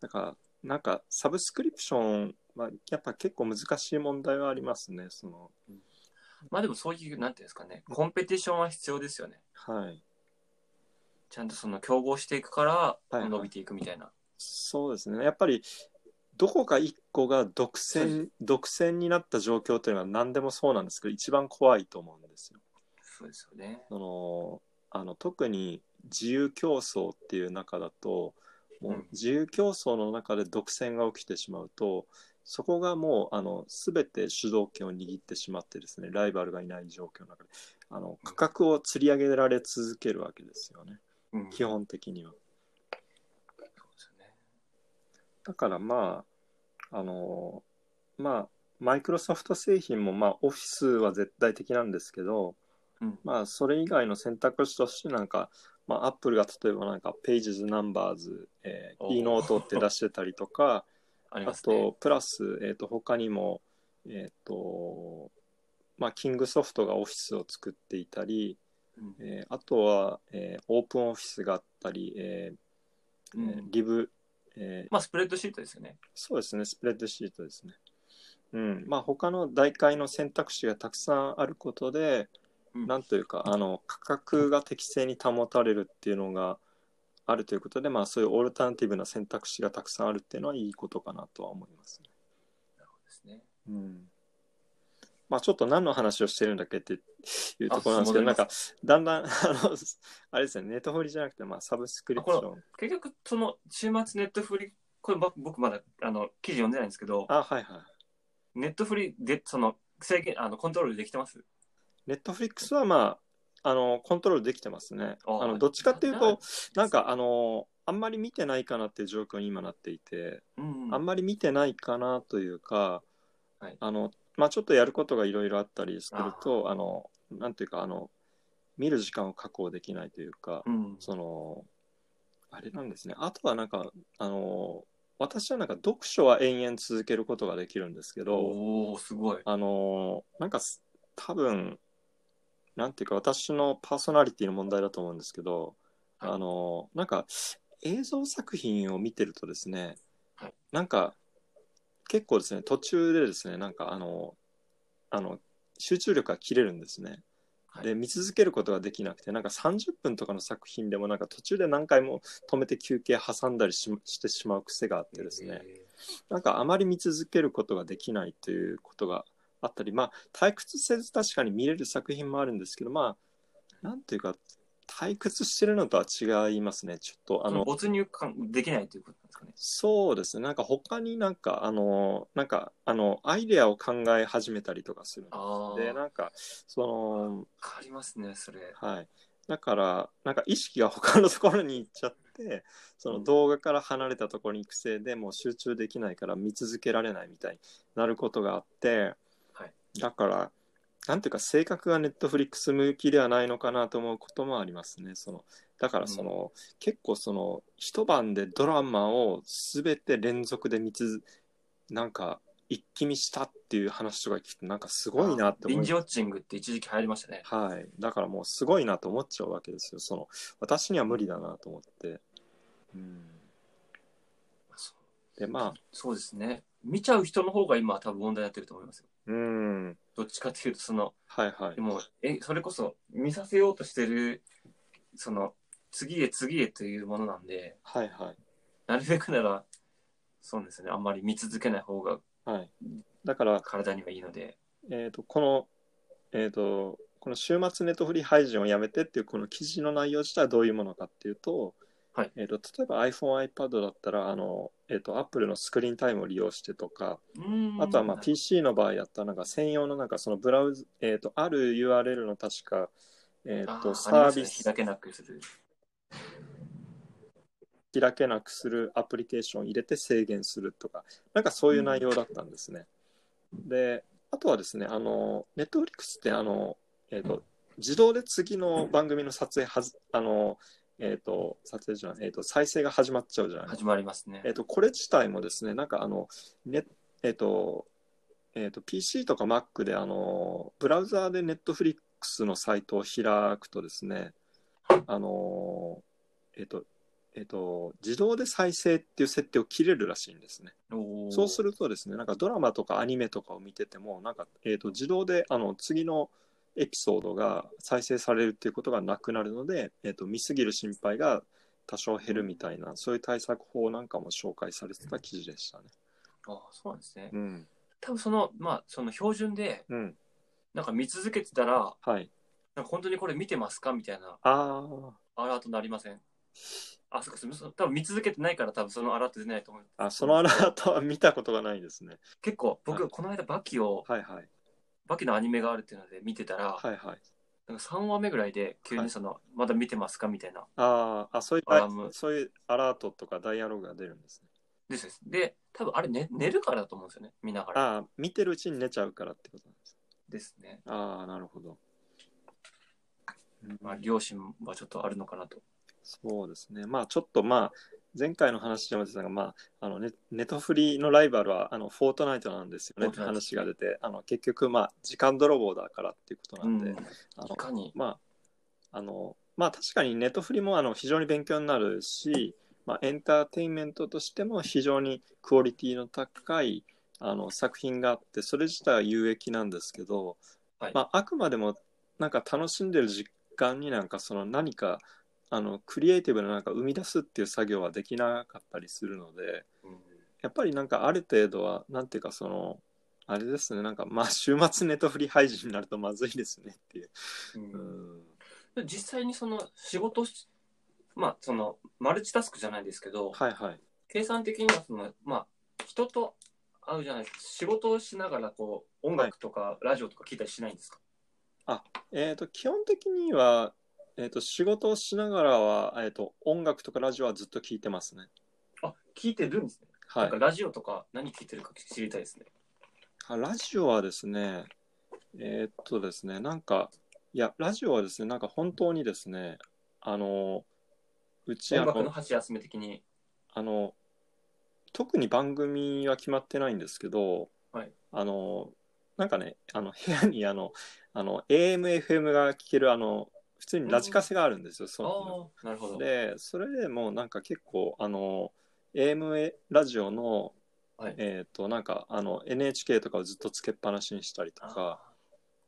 Speaker 2: だからなんかサブスクリプションはやっぱ結構難しい問題はありますねその
Speaker 1: まあでもそういう、なんていうんですかね、コンペティションは必要ですよね。
Speaker 2: はい
Speaker 1: ちゃんとその競合していくか
Speaker 2: いは
Speaker 1: ら
Speaker 2: い
Speaker 1: 伸びていくみたいな。
Speaker 2: そうですねやっぱりどこか一個が独占独占になった状況というのは何でもそうなんですけど一番怖いと思うんですよ
Speaker 1: そうですよね。
Speaker 2: そのあの特に自由競争っていう中だとも
Speaker 1: うん
Speaker 2: う自由競争の中で独占が起きてしまうとそこがもうあの全て主導権を握ってしまってですねライバルがいない状況の中であの価格を釣り上げられ続けるわけですよね
Speaker 1: うん
Speaker 2: 基本的には。
Speaker 1: そうですよね
Speaker 2: だからまあ、あの、まあ、マイクロソフト製品もまあ、オフィスは絶対的なんですけど、
Speaker 1: うん
Speaker 2: まあ、それ以外の選択肢としてなんか、まあ、アップルが例えばなんか、Pages、Numbers、えー、
Speaker 1: おー
Speaker 2: キーノートって出してたりとか、
Speaker 1: あり
Speaker 2: あ
Speaker 1: ますね。
Speaker 2: と、プラス、えっ、と、他にも、えっ、と、まあ、キングソフトがオフィスを作っていたり、
Speaker 1: うん
Speaker 2: えーあとは、えーオープンオフィスがあったり、えー
Speaker 1: うん
Speaker 2: えーリブ、えー
Speaker 1: まあ、スプレッドシートですよね。
Speaker 2: そうですね、スプレッドシートですね。うん、まあ他の大会の選択肢がたくさんあることで、
Speaker 1: うん
Speaker 2: なんというか、あの、価格が適正に保たれるっていうのがあるということで、まあそういうオルタナティブな選択肢がたくさんあるっていうのはいいことかなとは思いますね。
Speaker 1: そうですね。
Speaker 2: うん。まあちょっと何の話をしてるんだっけっていうところなんですけど、
Speaker 1: あ
Speaker 2: なんか、だんだん、あの、あれですね、ネットフリじゃなくて、まあサブスクリプシ
Speaker 1: あこ
Speaker 2: ョン。
Speaker 1: 結局、その週末ネットフリ、これば僕まだあの記事読んでないんですけど、
Speaker 2: あ、はいはい。
Speaker 1: ネットフリで、その制限、あのコントロールできてます
Speaker 2: ネットフリックスはまあ、あの、コントロールできてますね。
Speaker 1: あー
Speaker 2: あの、どっちかっていうと、
Speaker 1: な
Speaker 2: なんかあの、あんまり見てないかなっていう状況に今なっていて、
Speaker 1: うん、
Speaker 2: あんまり見てないかなというか、
Speaker 1: はい
Speaker 2: あの、まあちょっとやることがいろいろあったりすると、あの、なんていうか、あの、見る時間を確保できないというか、
Speaker 1: うん、
Speaker 2: その、あれなんですね。あとはなんか、あの、私はなんか読書は延々続けることができるんですけど、
Speaker 1: おおすごい。
Speaker 2: あのーなんかす多分なんていうか私のパーソナリティの問題だと思うんですけど、
Speaker 1: はい
Speaker 2: あのーなんか映像作品を見てるとですね、
Speaker 1: はい
Speaker 2: なんか結構ですね途中でですねなんかあのあの集中力が切れるんですね。
Speaker 1: はい
Speaker 2: で見続けることができなくてなんか30分とかの作品でもなんか途中で何回も止めて休憩挟んだりししてしまう癖があってですね、
Speaker 1: え
Speaker 2: なんかあまり見続けることができないということがあったり、まあ、退屈せず確かに見れる作品もあるんですけど、まあ、なんていうか、退屈してるのとは違いますね。ちょっと、あの、
Speaker 1: 没入感できないということなんですかね。
Speaker 2: そうですね。なんか他になんか、あの、なんか、あの、アイデアを考え始めたりとかするんです
Speaker 1: ああ、
Speaker 2: で、
Speaker 1: 変わ
Speaker 2: なんか、その、
Speaker 1: りますね、それ。
Speaker 2: はい。だから、なんか意識が他のところに行っちゃって、その動画から離れたところに行くせいでもう集中できないから見続けられないみたいになることがあって、
Speaker 1: はい
Speaker 2: だから、なんていうか性格がネットフリックス向きではないのかなと思うこともありますね。そのだからその、結構その一晩でドラマを全て連続で見つなんか一気見したっていう話とか聞くとなんかすごいなって
Speaker 1: ビ
Speaker 2: 思
Speaker 1: ン
Speaker 2: い
Speaker 1: ジウォッチングって一時期流行りましたね。
Speaker 2: はい。だからもうすごいなと思っちゃうわけですよ。その、私には無理だなと思って。うん。
Speaker 1: そう
Speaker 2: で、まあ、
Speaker 1: そうですね。見ちゃう人の方が今は多分問題になってると思いますよ。
Speaker 2: うん。
Speaker 1: どっちかっていうと、その、
Speaker 2: はいはい
Speaker 1: で。も、え、それこそ見させようとしてる、その、次へ次へというものなんで、
Speaker 2: はいはい。
Speaker 1: なるべくなら、そうですね、あんまり見続けない方が
Speaker 2: はい。だから、
Speaker 1: 体にはいいので、
Speaker 2: えっ、と、この、えっ、と、この週末ネットフリ配信をやめてっていうこの記事の内容自体はどういうものかっていうと、
Speaker 1: はい
Speaker 2: えー、と例えば iPhone、iPad だったらあの、えー、と Apple のスクリーンタイムを利用してとか、あとはまあ PC の場合だったらなんか専用のなんかそのブラウズ、えっとある URL の確か、えっとサービス
Speaker 1: だけなくする。
Speaker 2: 開けなくするアプリケーションを入れて制限するとかなんかそういう内容だったんですね。であとはですねあのネットフリックスってあの、えっと自動で次の番組の撮影はずあの、えっと撮影じゃない、えっと再生が始まっちゃうじゃないですか
Speaker 1: 始まりますね
Speaker 2: えっ。と、これ自体もですね、なんかあの、ね、えっと、えっと、PC とか Mac で、あの、ブラウザーで Netflix のサイトを開くとですね、あの、えっと、えっと、自動で再生っていう設定を切れるらしいんですね。そうす
Speaker 1: る
Speaker 2: るとですね、なんかドラマとかアニメとかを見てても、なんか、えっと、自動で、あの、次のエピソードが再生されるっていうことがなくなるので、えっと、見すぎる心配が多少減るみたいな、そういう対策法なんかも紹介されてた記事でしたね。
Speaker 1: ああそうなんですね。
Speaker 2: うん。
Speaker 1: 多分その、まあ、その標準で、
Speaker 2: うん。
Speaker 1: なんか見続けてたら、
Speaker 2: はい。
Speaker 1: なんか本当にこれ見てますかみたいな
Speaker 2: あ
Speaker 1: アラートになりません。あ、そうか、そうそう多分見続けてないから、多分そのアラート出ないと思う。
Speaker 2: ーあ、そのアラートは見たことがないですね。
Speaker 1: 結構、
Speaker 2: は
Speaker 1: 僕、この間、バキを、
Speaker 2: はいはい。
Speaker 1: バキのアニメがあるっていうので見てたら、
Speaker 2: はいはい。
Speaker 1: なんか3話目ぐらいで、急にその、まだ見てますかみたいな。
Speaker 2: あーあ、そういっ
Speaker 1: アラ
Speaker 2: た
Speaker 1: ー、ム
Speaker 2: そういうアラートとかダイアログが出るんですね。
Speaker 1: ですです。で、多分あれ、ね、寝るからだと思うんですよね、見ながら。
Speaker 2: ああ、見てるうちに寝ちゃうからってことなんですね
Speaker 1: ですね。
Speaker 2: ああ、なるほど。
Speaker 1: まあ、両親はちょっとあるのかなと。
Speaker 2: そうですね。まあちょっとまあ、前回の話でも出てたが、まあ、あのネネトフリのライバルはあのフォートナイトなんですよ
Speaker 1: フォ
Speaker 2: ね
Speaker 1: ー
Speaker 2: って
Speaker 1: トナイト
Speaker 2: 話が出て、あの結局まあ時間泥棒だからっていうことなんで、
Speaker 1: うん
Speaker 2: あの
Speaker 1: いかに。
Speaker 2: まあ、あの、まあ確かにネットフリもあの非常に勉強になるし、まあエンターテインメントとしても非常にクオリティの高いあの作品があって、それ自体は有益なんですけど、
Speaker 1: はい
Speaker 2: まああくまでもなんか楽しんでる実感になんかその何かあのクリエイティブななんか生み出すっていう作業はできなかったりするので、
Speaker 1: うん
Speaker 2: やっぱりなんかある程度は、なんていうかその、あれですね、なんかまあ週末ネットフリ配信になるとまずいですねっていう。うん
Speaker 1: で実際にその仕事し、まあ、そのマルチタスクじゃないですけど、
Speaker 2: はいはい。
Speaker 1: 計算的にはその、まあ、人と会うじゃないですか、仕事をしながらこう音楽とかラジオとか聞いたりしないんですか、
Speaker 2: えー、と基本的には、えー、と仕事をしながらは、えー、と音楽とかラジオはずっと聞いてますね。
Speaker 1: あ聞いてるんですね。
Speaker 2: は
Speaker 1: なんか
Speaker 2: い、
Speaker 1: ラジオとか何聞いてるか知りたいですね。
Speaker 2: あラジオはですね、えっ、とですね、なんか、いや、ラジオはですね、なんか本当にですね、あの、うちあ
Speaker 1: 音楽の
Speaker 2: の、
Speaker 1: 箸休め的に。
Speaker 2: あの特に番組は決まってないんですけど、
Speaker 1: はい
Speaker 2: あの、なんかね、あの部屋にあの、あの AM、FM が聴ける、あの、普通にラジカセがあるんですよ、そ
Speaker 1: あ
Speaker 2: の時の
Speaker 1: あ、なるほど。
Speaker 2: でそれでもうなんか結構あの AM ラジオの、
Speaker 1: はい
Speaker 2: えっ、となんかあの NHK とかをずっとつけっぱなしにしたりとか
Speaker 1: あ
Speaker 2: あ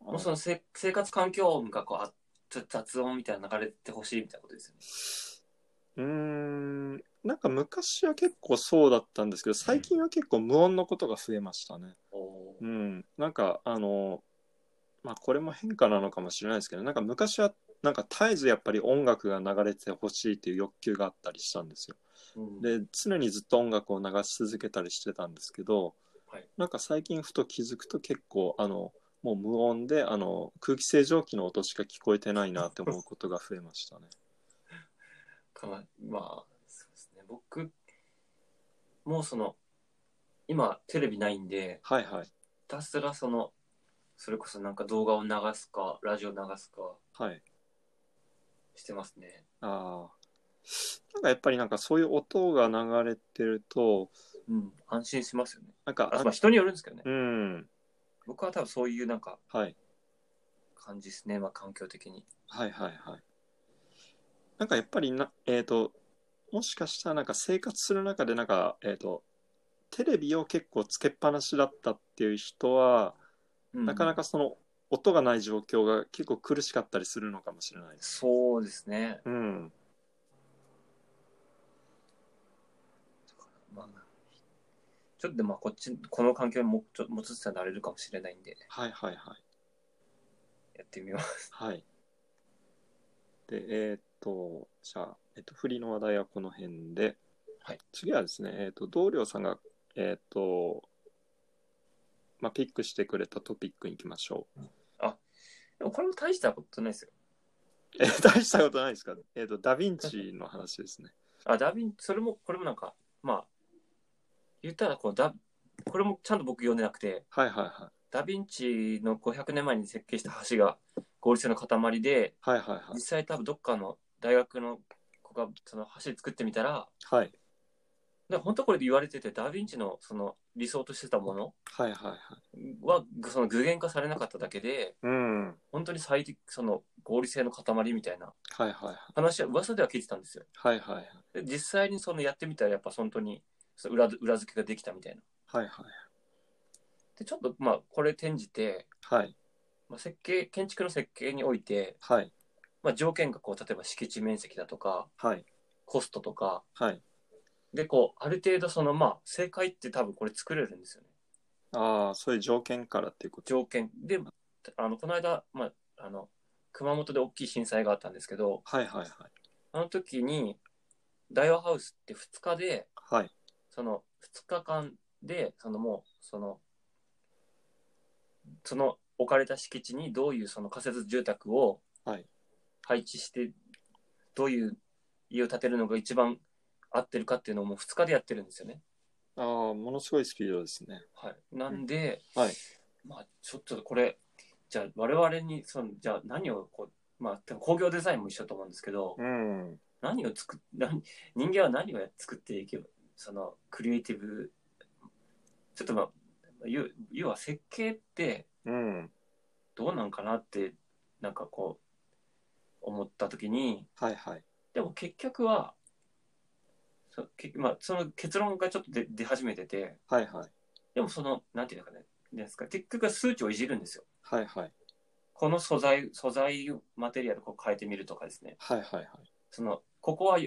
Speaker 1: ー
Speaker 2: の
Speaker 1: もうそのせ生活環境音がこうあちょっと雑音みたいなの流れてほしいみたいなことですよね。
Speaker 2: うーんなんか昔は結構そうだったんですけど最近は結構無音のことが増えましたね
Speaker 1: おー
Speaker 2: うんなんかあのまあこれも変化なのかもしれないですけどなんか昔はなんか絶えずやっぱり音楽が流れてほしいっていう欲求があったりしたんですよ。
Speaker 1: うん
Speaker 2: で常にずっと音楽を流し続けたりしてたんですけど、
Speaker 1: はい
Speaker 2: なんか最近ふと気づくと結構あのもう無音であの空気清浄機の音しか聞こえてないなって思うことが増えましたね。
Speaker 1: かわまあそうですね僕もうその今テレビないんで
Speaker 2: はいはい
Speaker 1: ひたすらそのそれこそなんか動画を流すかラジオ流すか
Speaker 2: はい。
Speaker 1: してますね
Speaker 2: ああ。なんかやっぱりなんかそういう音が流れてると
Speaker 1: うん安心しますよね
Speaker 2: なんか
Speaker 1: あまあ人によるんですけどね
Speaker 2: うん
Speaker 1: 僕は多分そういうなんか
Speaker 2: はい
Speaker 1: 感じですねまあ環境的に
Speaker 2: はいはいはい。なんかやっぱりな、えっ、と、もしかしたらなんか生活する中でなんか、えっ、と、テレビを結構つけっぱなしだったっていう人は、な
Speaker 1: な
Speaker 2: かなかその音がない状況が結構苦しかったりするのかもしれないです。
Speaker 1: そうですね
Speaker 2: うん。
Speaker 1: まあちょっとでもまあこっちこの環境にもちょ持つつはなれるかもしれないんで
Speaker 2: はいはいはい。
Speaker 1: やってみます
Speaker 2: はい。で、えっ、と、じゃあ、えっ、と、振りの話題はこの辺で、
Speaker 1: はい
Speaker 2: 次はですね、えっ、と、同僚さんが、えっ、と、まあ、ピックしてくれたトピックに行きましょう。
Speaker 1: でもこれも大したことないですよ
Speaker 2: えー大したことないですかえっ、と、ダヴィンチの話ですね。
Speaker 1: あダービンそれもこれもなんかまあ言ったらこうダこれもちゃんと僕読んでなくて
Speaker 2: はいはいは
Speaker 1: ダ・ヴィンチの500年前に設計した橋が合理性の塊で
Speaker 2: い。はいはい
Speaker 1: 実際多分どっかの大学の子がその橋作ってみたら
Speaker 2: はい。はい
Speaker 1: で本当これで言われててダ・ヴィンチのその理想としてたもの
Speaker 2: はいはいはい。
Speaker 1: はその具現化されなかっただけで
Speaker 2: うん。はい
Speaker 1: 本当に最適その合理性の塊みたいな
Speaker 2: はいはい。
Speaker 1: 話は噂では聞いてたんですよ
Speaker 2: はいはいはい。
Speaker 1: で実際にそのやってみたらやっぱ本当にその裏裏付けができたみたいな
Speaker 2: はいはい。
Speaker 1: でちょっとまあこれ転じて、
Speaker 2: はい
Speaker 1: まあ、設計建築の設計において、
Speaker 2: はい
Speaker 1: まあ、条件がこう例えば敷地面積だとか
Speaker 2: はい
Speaker 1: コストとか
Speaker 2: はい。
Speaker 1: でこうある程度そのまあ正解って多分これ作れるんですよね
Speaker 2: ああ、そういう条件からっていうこと。
Speaker 1: 条件であのこの間、まあ、あの熊本で大きい震災があったんですけど
Speaker 2: はいはいはい。
Speaker 1: あの時に大和ハウスって2日で
Speaker 2: はい
Speaker 1: その2日間でそのもうそのその置かれた敷地にどういうその仮設住宅を
Speaker 2: はい
Speaker 1: 配置してどういう家を建てるのが一番合ってるかっていうのをもう2日でやってるんですよね。
Speaker 2: ああ、ものすごいスピードですね。
Speaker 1: はい、なんで、
Speaker 2: うんはい
Speaker 1: まあ、ちょっとこれじゃあ我々にそのじゃあ何をこう、まあ、でも工業デザインも一緒だと思うんですけど、
Speaker 2: うん。
Speaker 1: 何を作っ何人間は何を作っていけばそのクリエイティブちょっとまあ要要は設計って
Speaker 2: うん。
Speaker 1: どうなんかなってなんかこう思った時に
Speaker 2: はいはい。
Speaker 1: でも結局はそ結まあ、その結論がちょっと出出始めてて
Speaker 2: はいはい。
Speaker 1: でもそのなんていうのかねですか結局は数値をいじるんですよ
Speaker 2: はいはい。
Speaker 1: この素材素材マテリアルを変えてみるとかですね
Speaker 2: はいはいはい。
Speaker 1: そのここは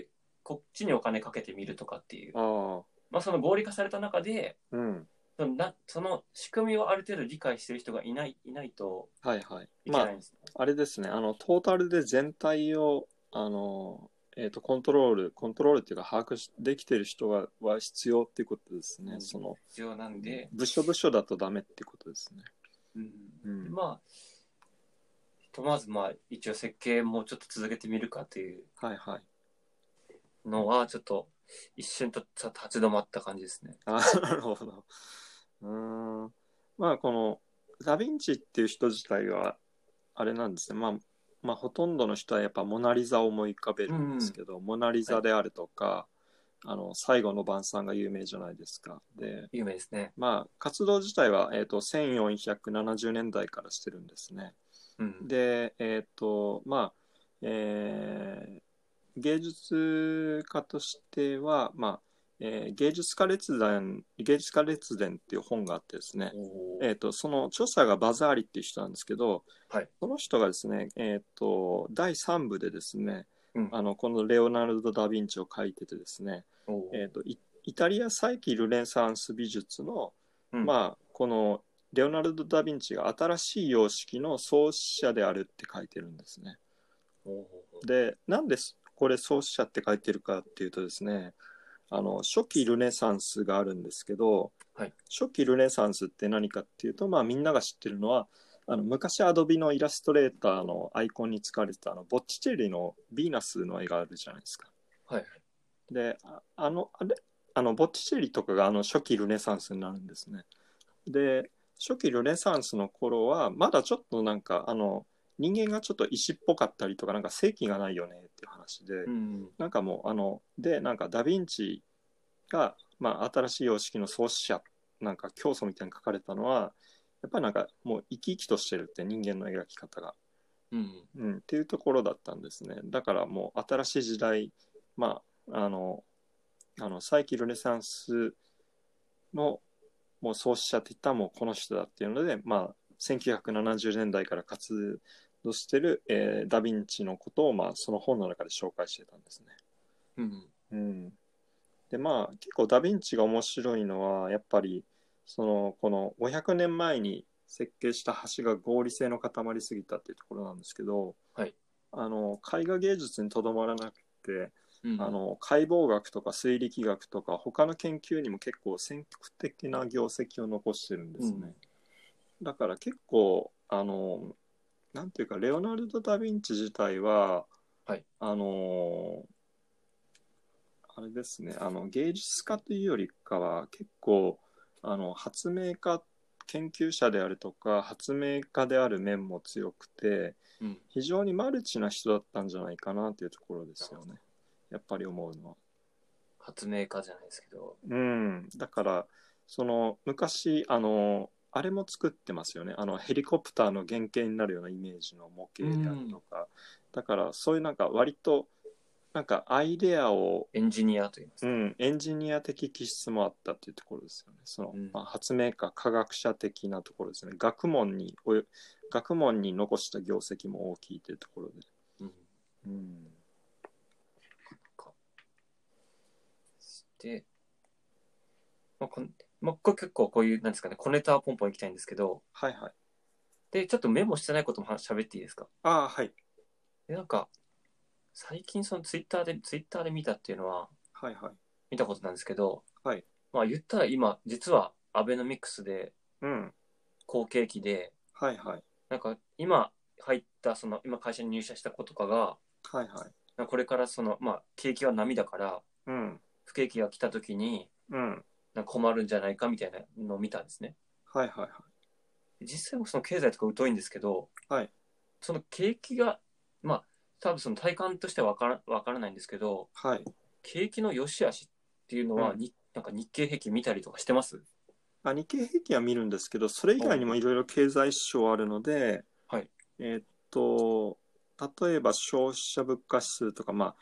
Speaker 1: こっちにお金かけてみるとかっていう
Speaker 2: ああ。
Speaker 1: まあ、その合理化された中で
Speaker 2: うん。
Speaker 1: そのなその仕組みをある程度理解してる人がいないいないと
Speaker 2: はいはい。
Speaker 1: いけ
Speaker 2: ま
Speaker 1: な
Speaker 2: あ
Speaker 1: いん、です、ね
Speaker 2: あれですね。あの、トータルで全体を、あの、えっ、と、コントロール、コントロールっていうか、把握しできてる人がは必要っていうことですね。
Speaker 1: うん
Speaker 2: その、
Speaker 1: 必要なんで、
Speaker 2: 部署部署だとダメってことですね。
Speaker 1: うん
Speaker 2: うん。
Speaker 1: まあひとまずまあ一応設計もうちょっと続けてみるかという
Speaker 2: はいはい。
Speaker 1: のはちょっと一瞬とちょっと立ち止まった感じですね。
Speaker 2: あなるほど。うーん。まあ、この、ダヴィンチっていう人自体は、あれなんですね。まあ、まあ、ほとんどの人はやっぱモナリザを思い浮かべるんですけど、モナリザであるとか、あの、最後の晩餐が有名じゃないですか。で、
Speaker 1: 有名ですね。
Speaker 2: まあ、活動自体は、えっ、と、1470年代からしてるんですね。
Speaker 1: うん、
Speaker 2: で、えっ、と、まあ、えー芸術家としては、まあ、えー芸術家列伝、芸術家列伝っていう本があってですね、
Speaker 1: おー
Speaker 2: えっ、と、その著者がバザーリっていう人なんですけど、
Speaker 1: はい
Speaker 2: その人がですね、えっ、と、第3部でですね、
Speaker 1: うん
Speaker 2: あの、このレオナルド・ダ・ヴィンチを書いててですね、
Speaker 1: おー
Speaker 2: えっ、と、イイタリア再起ルネサンス美術の、
Speaker 1: うん
Speaker 2: まあこのレオナルド・ダ・ヴィンチが新しい様式の創始者であるって書いてるんですね。
Speaker 1: おー
Speaker 2: でなんでこれ創始者って書いてるかっていうとですねあの初期ルネサンスがあるんですけど、
Speaker 1: はい
Speaker 2: 初期ルネサンスって何かっていうと、まあ、みんなが知ってるのはあの昔アドビのイラストレーターのアイコンに使われてたあのボッチチェリの「ヴィーナス」の絵があるじゃないですか。
Speaker 1: はい。
Speaker 2: でああのあれあのボッチチェリとかがあの初期ルネサンスになるんですね。で初期ルネサンスの頃はまだちょっとなんかあの人間がちょっと石っぽかったりとかなんか正気がないよねっていう話で、
Speaker 1: うん。
Speaker 2: なんかもうあのでなんかダ・ヴィンチが、まあ、新しい様式の創始者なんか教祖みたいに書かれたのはやっぱりなんかもう生き生きとしてるって人間の描き方が、
Speaker 1: うん。
Speaker 2: うん、っていうところだったんですねだからもう新しい時代まああのあの再起ルネサンスのもう創始者っていったらもうこの人だっていうので、まあ、1970年代から活動してる、えーダ・ヴィンチのことを、まあ、その本の中で紹介してたんですね。
Speaker 1: うん。
Speaker 2: うん、でまあ結構ダ・ヴィンチが面白いのはやっぱりそのこの500年前に設計した橋が合理性の塊すぎたっていうところなんですけど、
Speaker 1: はい
Speaker 2: あの絵画芸術にとどまらなくて、
Speaker 1: うん
Speaker 2: あ、の解剖学とか推力学とか他の研究にも結構先駆的な業績を残してるんですね。だから結構あのなんていうかレオナルド・ダ・ヴィンチ自体は、
Speaker 1: はい
Speaker 2: あのあれですねあの芸術家というよりかは結構あの発明家研究者であるとか発明家である面も強くて
Speaker 1: うん。
Speaker 2: 非常にマルチな人だったんじゃないかなというところですよねやっぱり思うのは。
Speaker 1: 発明家じゃないですけど。
Speaker 2: うん、だからその昔あのあれも作ってますよねあのヘリコプターの原型になるようなイメージの模型であるとか、だからそういうなんか割となんかアイデアを、
Speaker 1: エンジニアと言います
Speaker 2: う
Speaker 1: か。
Speaker 2: ん、エンジニア的気質もあったっていうところですよねその、
Speaker 1: うん
Speaker 2: まあ、発明家科学者的なところですね学問におよ学問に残した業績も大きいというところで、
Speaker 1: うん。
Speaker 2: うん、
Speaker 1: で、まあ、こんまあ、これ結構こういう、なんですかね、小ネタはポンポンいきたいんですけど、
Speaker 2: はいはい
Speaker 1: で、ちょっとメモしてないこともは喋っていいですか
Speaker 2: ああはい
Speaker 1: で、なんか、最近そのツイッターで、ツイッターで見たっていうのは、
Speaker 2: はいはい
Speaker 1: 見たことなんですけど、
Speaker 2: はい。
Speaker 1: まあ言ったら今、実はアベノミクスで、
Speaker 2: うん
Speaker 1: 好景気で、
Speaker 2: はいはい
Speaker 1: なんか今入った、その今会社に入社した子とかが、
Speaker 2: はいはい
Speaker 1: なんかこれからその、まあ景気は波だから、
Speaker 2: うん
Speaker 1: 不景気が来た時に、
Speaker 2: うん
Speaker 1: なんか困るんじゃないかみたいなのを見たんですね。
Speaker 2: はいはいはい
Speaker 1: 実際僕その経済とか疎いんですけど、
Speaker 2: はい
Speaker 1: その景気が、まあ多分その体感としてはわからわからないんですけど、
Speaker 2: はい。
Speaker 1: 景気の良し悪しっていうのは
Speaker 2: うん
Speaker 1: に、なんか日経平均見たりとかしてます
Speaker 2: あ日経平均は見るんですけど、それ以外にもいろいろ経済指標あるので、
Speaker 1: はい
Speaker 2: えーっと、例えば消費者物価指数とか、まあ、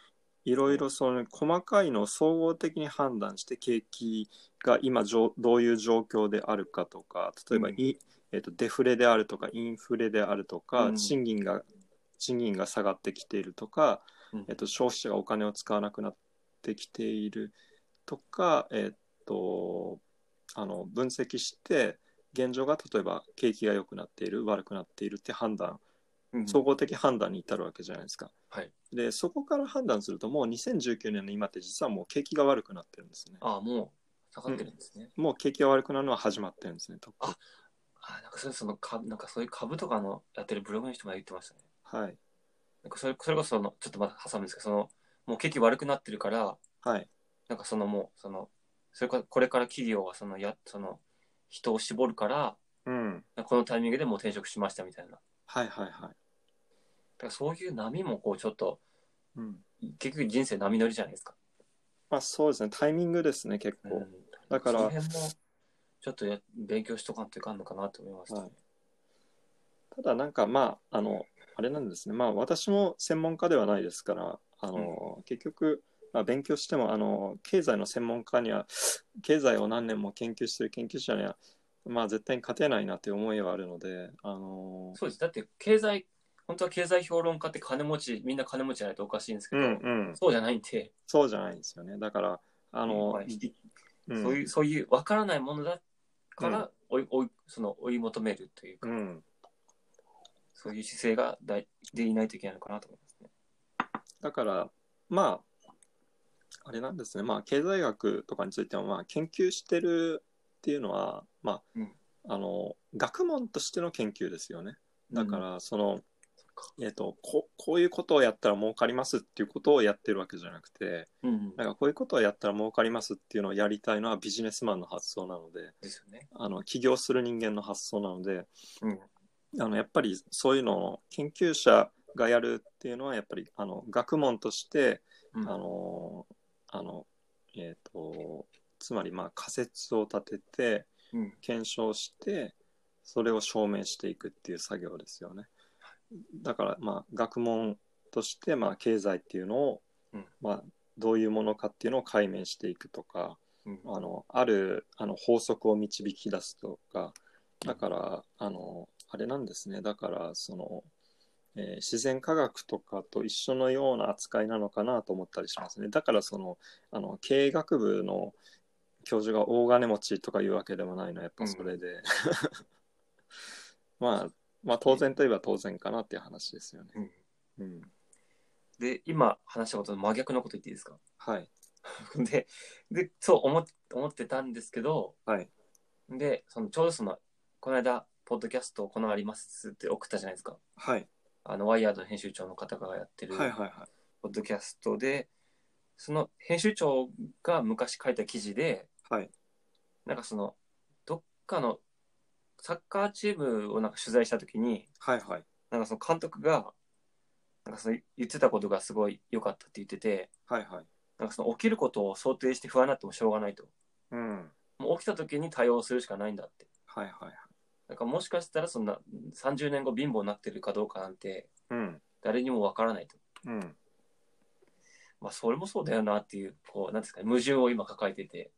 Speaker 2: いろいろその細かいのを総合的に判断して景気が今じょどういう状況であるかとか例えば
Speaker 1: うん
Speaker 2: い、えーっとデフレであるとかインフレであるとか、
Speaker 1: うん
Speaker 2: 賃金が賃金が下がってきているとか、
Speaker 1: うん
Speaker 2: えーっと消費者がお金を使わなくなってきているとか、えーっとあの分析して現状が例えば景気が良くなっている悪くなっているって判断
Speaker 1: うん
Speaker 2: 総合的判断に至るわけじゃないですか。
Speaker 1: はい
Speaker 2: でそこから判断するともう2019年の今って実はもう景気が悪くなってるんですね。
Speaker 1: ああ、もう下がってるんですね。
Speaker 2: もう景気が悪くなるのは始まってるんですね。と
Speaker 1: あああなんかそれその株、なんかそういう株とかのやってるブログの人が言ってましたね。
Speaker 2: はい
Speaker 1: なんかそれそれこそその、ちょっとまだ挟むんですけど、その、もう景気悪くなってるから、
Speaker 2: はい
Speaker 1: なんかそのもう、その、それからこれから企業はそのや、その、人を絞るから、
Speaker 2: うん
Speaker 1: このタイミングでもう転職しましたみたいな。だ
Speaker 2: はいはいはい。
Speaker 1: からそういう波もこうちょっと、
Speaker 2: うん
Speaker 1: 結局人生波乗りじゃないですか。
Speaker 2: まあそうですねタイミングですね結構。
Speaker 1: うん
Speaker 2: だから
Speaker 1: その辺もちょっとや勉強しとかんといかんのかなと思いました。
Speaker 2: はいただなんかまああのあれなんですねまあ私も専門家ではないですからあの、結局、まあ、勉強してもあの経済の専門家には経済を何年も研究してる研究者にはまあ絶対に勝てないなという思いはあるのであの
Speaker 1: そうです。だって経済、本当は経済評論家って金持ち、みんな金持ちじゃないとおかしいんですけ
Speaker 2: う
Speaker 1: ど、
Speaker 2: んうん
Speaker 1: そうじゃないんで、
Speaker 2: そうじゃないんですよねだからあの、
Speaker 1: まあひ
Speaker 2: うん
Speaker 1: そういう、そういう分からないものだから追い、追いその追い求めるというか、
Speaker 2: うん
Speaker 1: そういう姿勢が大でいないといけないのかなと思いますね。
Speaker 2: だから、まあ、あれなんですね、まあ、経済学とかについても、まあ、研究してるっていうのは、まあ、
Speaker 1: うん
Speaker 2: あの、学問としての研究ですよね。だか
Speaker 1: うん
Speaker 2: ら、その、えっ、とこ、こういうことをやったら儲かりますっていうことをやってるわけじゃなくて、
Speaker 1: うん、
Speaker 2: なんかこういうことをやったら儲かりますっていうのをやりたいのはビジネスマンの発想なので、
Speaker 1: ですよね。
Speaker 2: あの、起業する人間の発想なので、
Speaker 1: うん、
Speaker 2: あのやっぱりそういうのを研究者がやるっていうのはやっぱりあの学問として、
Speaker 1: うん
Speaker 2: あのあのえっ、とつまりまあ仮説を立てて
Speaker 1: うん
Speaker 2: 検証してそれを証明していくっていう作業ですよね。だからまあ学問としてまあ経済っていうのを、
Speaker 1: うん
Speaker 2: まあどういうものかっていうのを解明していくとか、
Speaker 1: うん
Speaker 2: あのあるあの法則を導き出すとかだからあのあれなんですねだからその、えー自然科学とかと一緒のような扱いなのかなと思ったりしますねだからそのあの経営学部の教授が大金持ちとかいうわけでもないのはやっぱそれで、 まあまあ当然といえば当然かなっていう話ですよね、
Speaker 1: うん
Speaker 2: うん、
Speaker 1: で、今話したことの真逆のこと言っていいですか
Speaker 2: はい
Speaker 1: で、で、そう思っ思ってたんですけど、
Speaker 2: はい
Speaker 1: で、そのちょうどその、この間、ポッドキャスト行われますって送ったじゃないですか。
Speaker 2: はい
Speaker 1: あの、ワイヤードの編集長の方がやってる、
Speaker 2: はいはいは
Speaker 1: ポッドキャストで、その編集長が昔書いた記事で、
Speaker 2: いはい
Speaker 1: なんかその、どっかのサッカーチームをなんか取材したときに、
Speaker 2: はいはい
Speaker 1: なんかその監督が、なんかその言ってたことがすごい良かったって言ってて、
Speaker 2: はいはい
Speaker 1: なんかその起きることを想定して不安になってもしょうがないと。
Speaker 2: うんはい
Speaker 1: もう起きた時に対応するしかないんだって。
Speaker 2: はいはい
Speaker 1: なんかもしかしたらそんな30年後貧乏になってるかどうかなんて
Speaker 2: うん
Speaker 1: 誰にもわからないと。
Speaker 2: うん
Speaker 1: まあそれもそうだよなっていう、こう、なんですかね、矛盾を今抱えてて。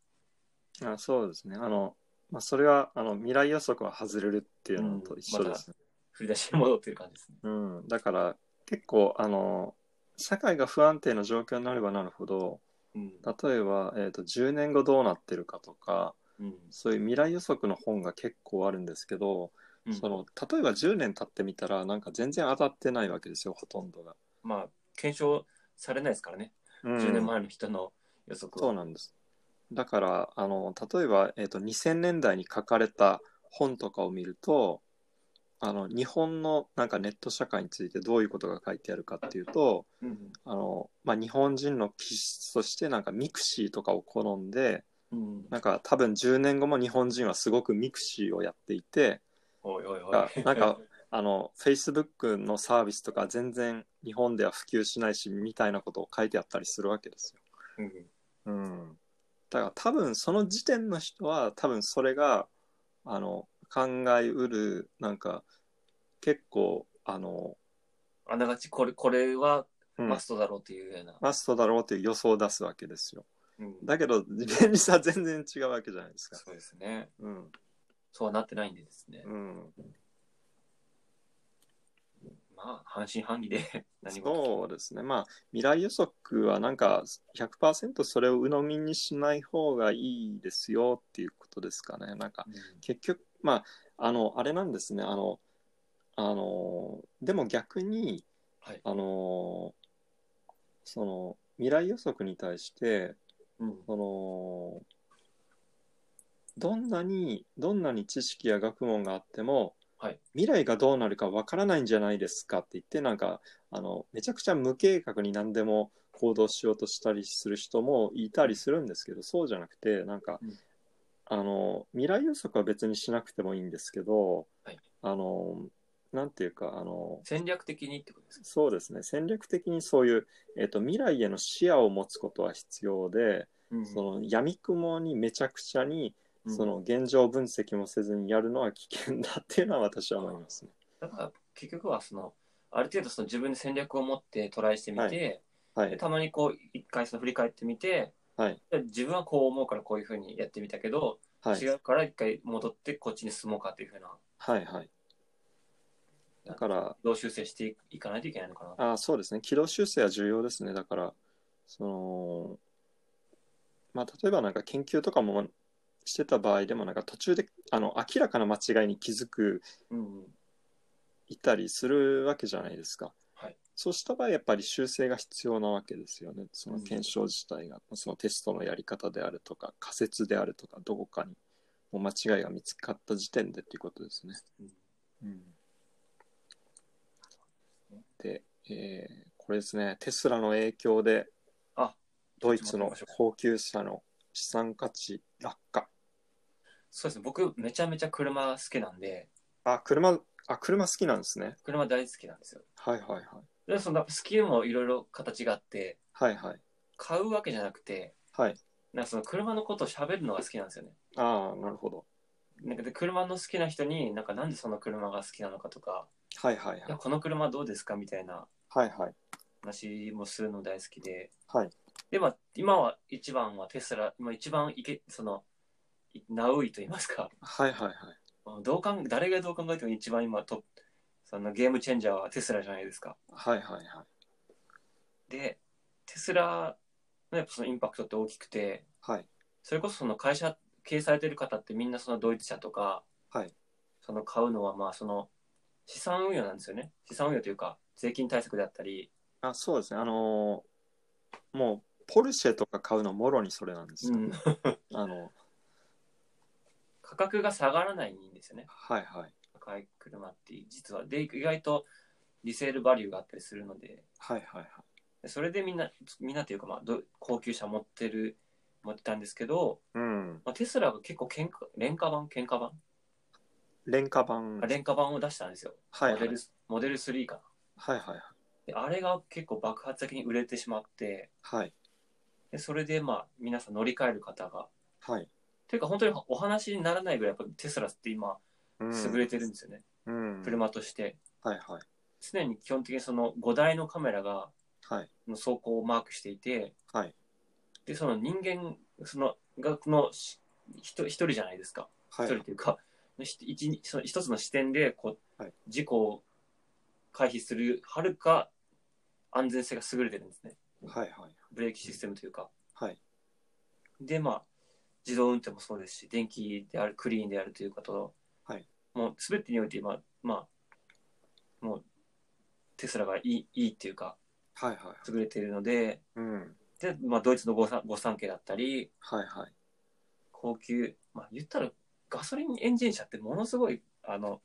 Speaker 2: あそうですね。あの、まあ、それはあの未来予測は外れるっていうのと一緒
Speaker 1: うん
Speaker 2: ですね。
Speaker 1: 振り出しに戻ってる感じですね。
Speaker 2: うんだから結構あの社会が不安定な状況になればなるほど
Speaker 1: うん
Speaker 2: 例えば、えー、と10年後どうなってるかとか
Speaker 1: うん
Speaker 2: そういう未来予測の本が結構あるんですけど、
Speaker 1: うん
Speaker 2: その例えば10年経ってみたらなんか全然当たってないわけですよほとんどが。
Speaker 1: まあ検証されないですからね、
Speaker 2: うん
Speaker 1: 10年前の人の予測
Speaker 2: そう
Speaker 1: は。
Speaker 2: なんです。だから、あの、例えば、えっ、と、2000年代に書かれた本とかを見ると、あの、日本のなんかネット社会についてどういうことが書いてあるかっていうと、
Speaker 1: うん
Speaker 2: あの、まあ、日本人の気質としてなんかミクシーとかを好んで、
Speaker 1: うん
Speaker 2: なんか多分10年後も日本人はすごくミクシーをやっていて、
Speaker 1: おいおいお。
Speaker 2: ないんか、あの、Facebook のサービスとか全然日本では普及しないし、みたいなことを書いてあったりするわけですよ。
Speaker 1: うん
Speaker 2: うんだから多分その時点の人は多分それがあの考えうるなんか結構あの、
Speaker 1: あながちこれこれは
Speaker 2: うん
Speaker 1: マストだろうというような。
Speaker 2: マストだろうっていう予想を出すわけですよ
Speaker 1: うん
Speaker 2: だけど便利さは全然違うわけじゃないですか
Speaker 1: そうですね。
Speaker 2: うん
Speaker 1: そうはなってないんでですね。
Speaker 2: うん
Speaker 1: まあ半信半疑で 何も。
Speaker 2: そうですねまあ未来予測はなんか100%それを鵜呑みにしない方がいいですよっていうことですかねなんか結局まああのあれなんですねあのあのでも逆に、
Speaker 1: はい
Speaker 2: あのその未来予測に対して
Speaker 1: うん
Speaker 2: そのどんなにどんなに知識や学問があっても、
Speaker 1: はい
Speaker 2: 未来がどうなるかわからないんじゃないですかって言ってなんかあのめちゃくちゃ無計画に何でも行動しようとしたりする人もいたりするんですけどそうじゃなくてなんか、
Speaker 1: うん
Speaker 2: あの未来予測は別にしなくてもいいんですけど、
Speaker 1: はい
Speaker 2: あのなんていうかあの
Speaker 1: 戦略的にってことですか。
Speaker 2: そうですね戦略的にそういう、えっと未来への視野を持つことは必要で。
Speaker 1: うん
Speaker 2: その闇雲にめちゃくちゃに、
Speaker 1: うん
Speaker 2: その現状分析もせずにやるのは危険だっていうのは私は思いますね。
Speaker 1: だから結局はそのある程度その自分で戦略を持ってトライしてみて、
Speaker 2: はは
Speaker 1: で
Speaker 2: い。
Speaker 1: たまにこう一回その振り返ってみて、
Speaker 2: はい
Speaker 1: で自分はこう思うからこういうふうにやってみたけど、
Speaker 2: はい。
Speaker 1: 違うから一回戻ってこっちに進もうかというふうな
Speaker 2: はい。はい。だから、
Speaker 1: どう修正していかないといけないのかな。
Speaker 2: あそうですね。軌道修正は重要ですね。だから、その、まあ、例えばなんか研究とかもしてた場合でも、なんか途中で、あの、明らかな間違いに気づく
Speaker 1: うん、
Speaker 2: いたりするわけじゃないですか。
Speaker 1: はい
Speaker 2: そうした場合、やっぱり修正が必要なわけですよね。その検証自体が、そのテストのやり方であるとか、仮説であるとか、どこかにもう間違いが見つかった時点でっていうことですね。で、えーこれですね、テスラの影響で、
Speaker 1: あ
Speaker 2: ドイツ
Speaker 1: ちょっ
Speaker 2: の
Speaker 1: と待って
Speaker 2: 高級車の資産価値落下。
Speaker 1: そうですね。僕、めちゃめちゃ車好きなんで、
Speaker 2: あ、車、あ、車好きなんですね。
Speaker 1: 車大好きなんですよ。
Speaker 2: はいはいはい。
Speaker 1: で、その、スキルもいろいろ形があって、
Speaker 2: はいはい。
Speaker 1: 買うわけじゃなくて、
Speaker 2: はい。
Speaker 1: なんかその車のことを喋るのが好きなんですよね。
Speaker 2: ああ、なるほど。
Speaker 1: なんかで車の好きな人に、なんかなんでその車が好きなのかとか、
Speaker 2: はいはいはい
Speaker 1: いや、。この車どうですかみたいな
Speaker 2: はいはい。
Speaker 1: 話もするの大好きで。
Speaker 2: はい。
Speaker 1: で、まあ、今は一番はテスラ、今一番いけ、その、いナウイと言いますか、
Speaker 2: はいはいはい。
Speaker 1: どうかん誰がどう考えても一番今トップ、そのゲームチェンジャーはテスラじゃないですか。
Speaker 2: はいはいはい。
Speaker 1: で、テスラのやっぱそのインパクトって大きくて、
Speaker 2: はい。
Speaker 1: それこそその会社経営されてる方ってみんなそのドイツ車とか、
Speaker 2: はい
Speaker 1: その買うのはまあその資産運用なんですよね。資産運用というか税金対策であったり、
Speaker 2: あ、そうですね。あのーもう、ポルシェとか買うのもろにそれなんですよ。
Speaker 1: うん
Speaker 2: あの、
Speaker 1: 価格が下がらないんですよね。
Speaker 2: はいはい。
Speaker 1: 高い車って実は。で、意外とリセールバリューがあったりするので、
Speaker 2: はいはいはい。
Speaker 1: でそれでみんな、みんなというかまあど高級車持ってる、持ってたんですけど、
Speaker 2: うん。
Speaker 1: まあ、テスラが結構喧嘩、廉価版喧嘩版
Speaker 2: 廉価版。
Speaker 1: あ
Speaker 2: はい
Speaker 1: 廉価版を出したんですよ。
Speaker 2: はい。
Speaker 1: モ
Speaker 2: はい
Speaker 1: デル、モデル3かな。
Speaker 2: はいはい。
Speaker 1: であれが結構爆発的に売れてしまって、
Speaker 2: はい。
Speaker 1: でそれでまあ皆さん乗り換える方が。
Speaker 2: はい。
Speaker 1: というか本当にお話にならないぐらいやっぱテスラって今
Speaker 2: うん
Speaker 1: 優れてるんですよね、
Speaker 2: うん。
Speaker 1: 車として。
Speaker 2: はいはい。
Speaker 1: 常に基本的にその5台のカメラが
Speaker 2: はい。
Speaker 1: の走行をマークしていて、
Speaker 2: はい。
Speaker 1: でその人間そのがのし一人一人じゃないですか。
Speaker 2: は
Speaker 1: 一
Speaker 2: い
Speaker 1: 人。というか、ひ一日その一つの視点でこう、
Speaker 2: はい
Speaker 1: 事故を回避するはるか安全性が優れてるんですね。
Speaker 2: はいはい。
Speaker 1: ブレーキシステムというか。
Speaker 2: はい。
Speaker 1: で、まあ、自動運転もそうですし、電気である、クリーンであるということ、
Speaker 2: はい
Speaker 1: もう全てにおいて今、まあ、もう、テスラがいいいいっていうか、
Speaker 2: はいはい。
Speaker 1: 優れているので、
Speaker 2: うん。
Speaker 1: で、まあ、ドイツの御三御三家だったり、
Speaker 2: はいはい。
Speaker 1: 高級、まあ、言ったら、ガソリンエンジン車ってものすごい、あの、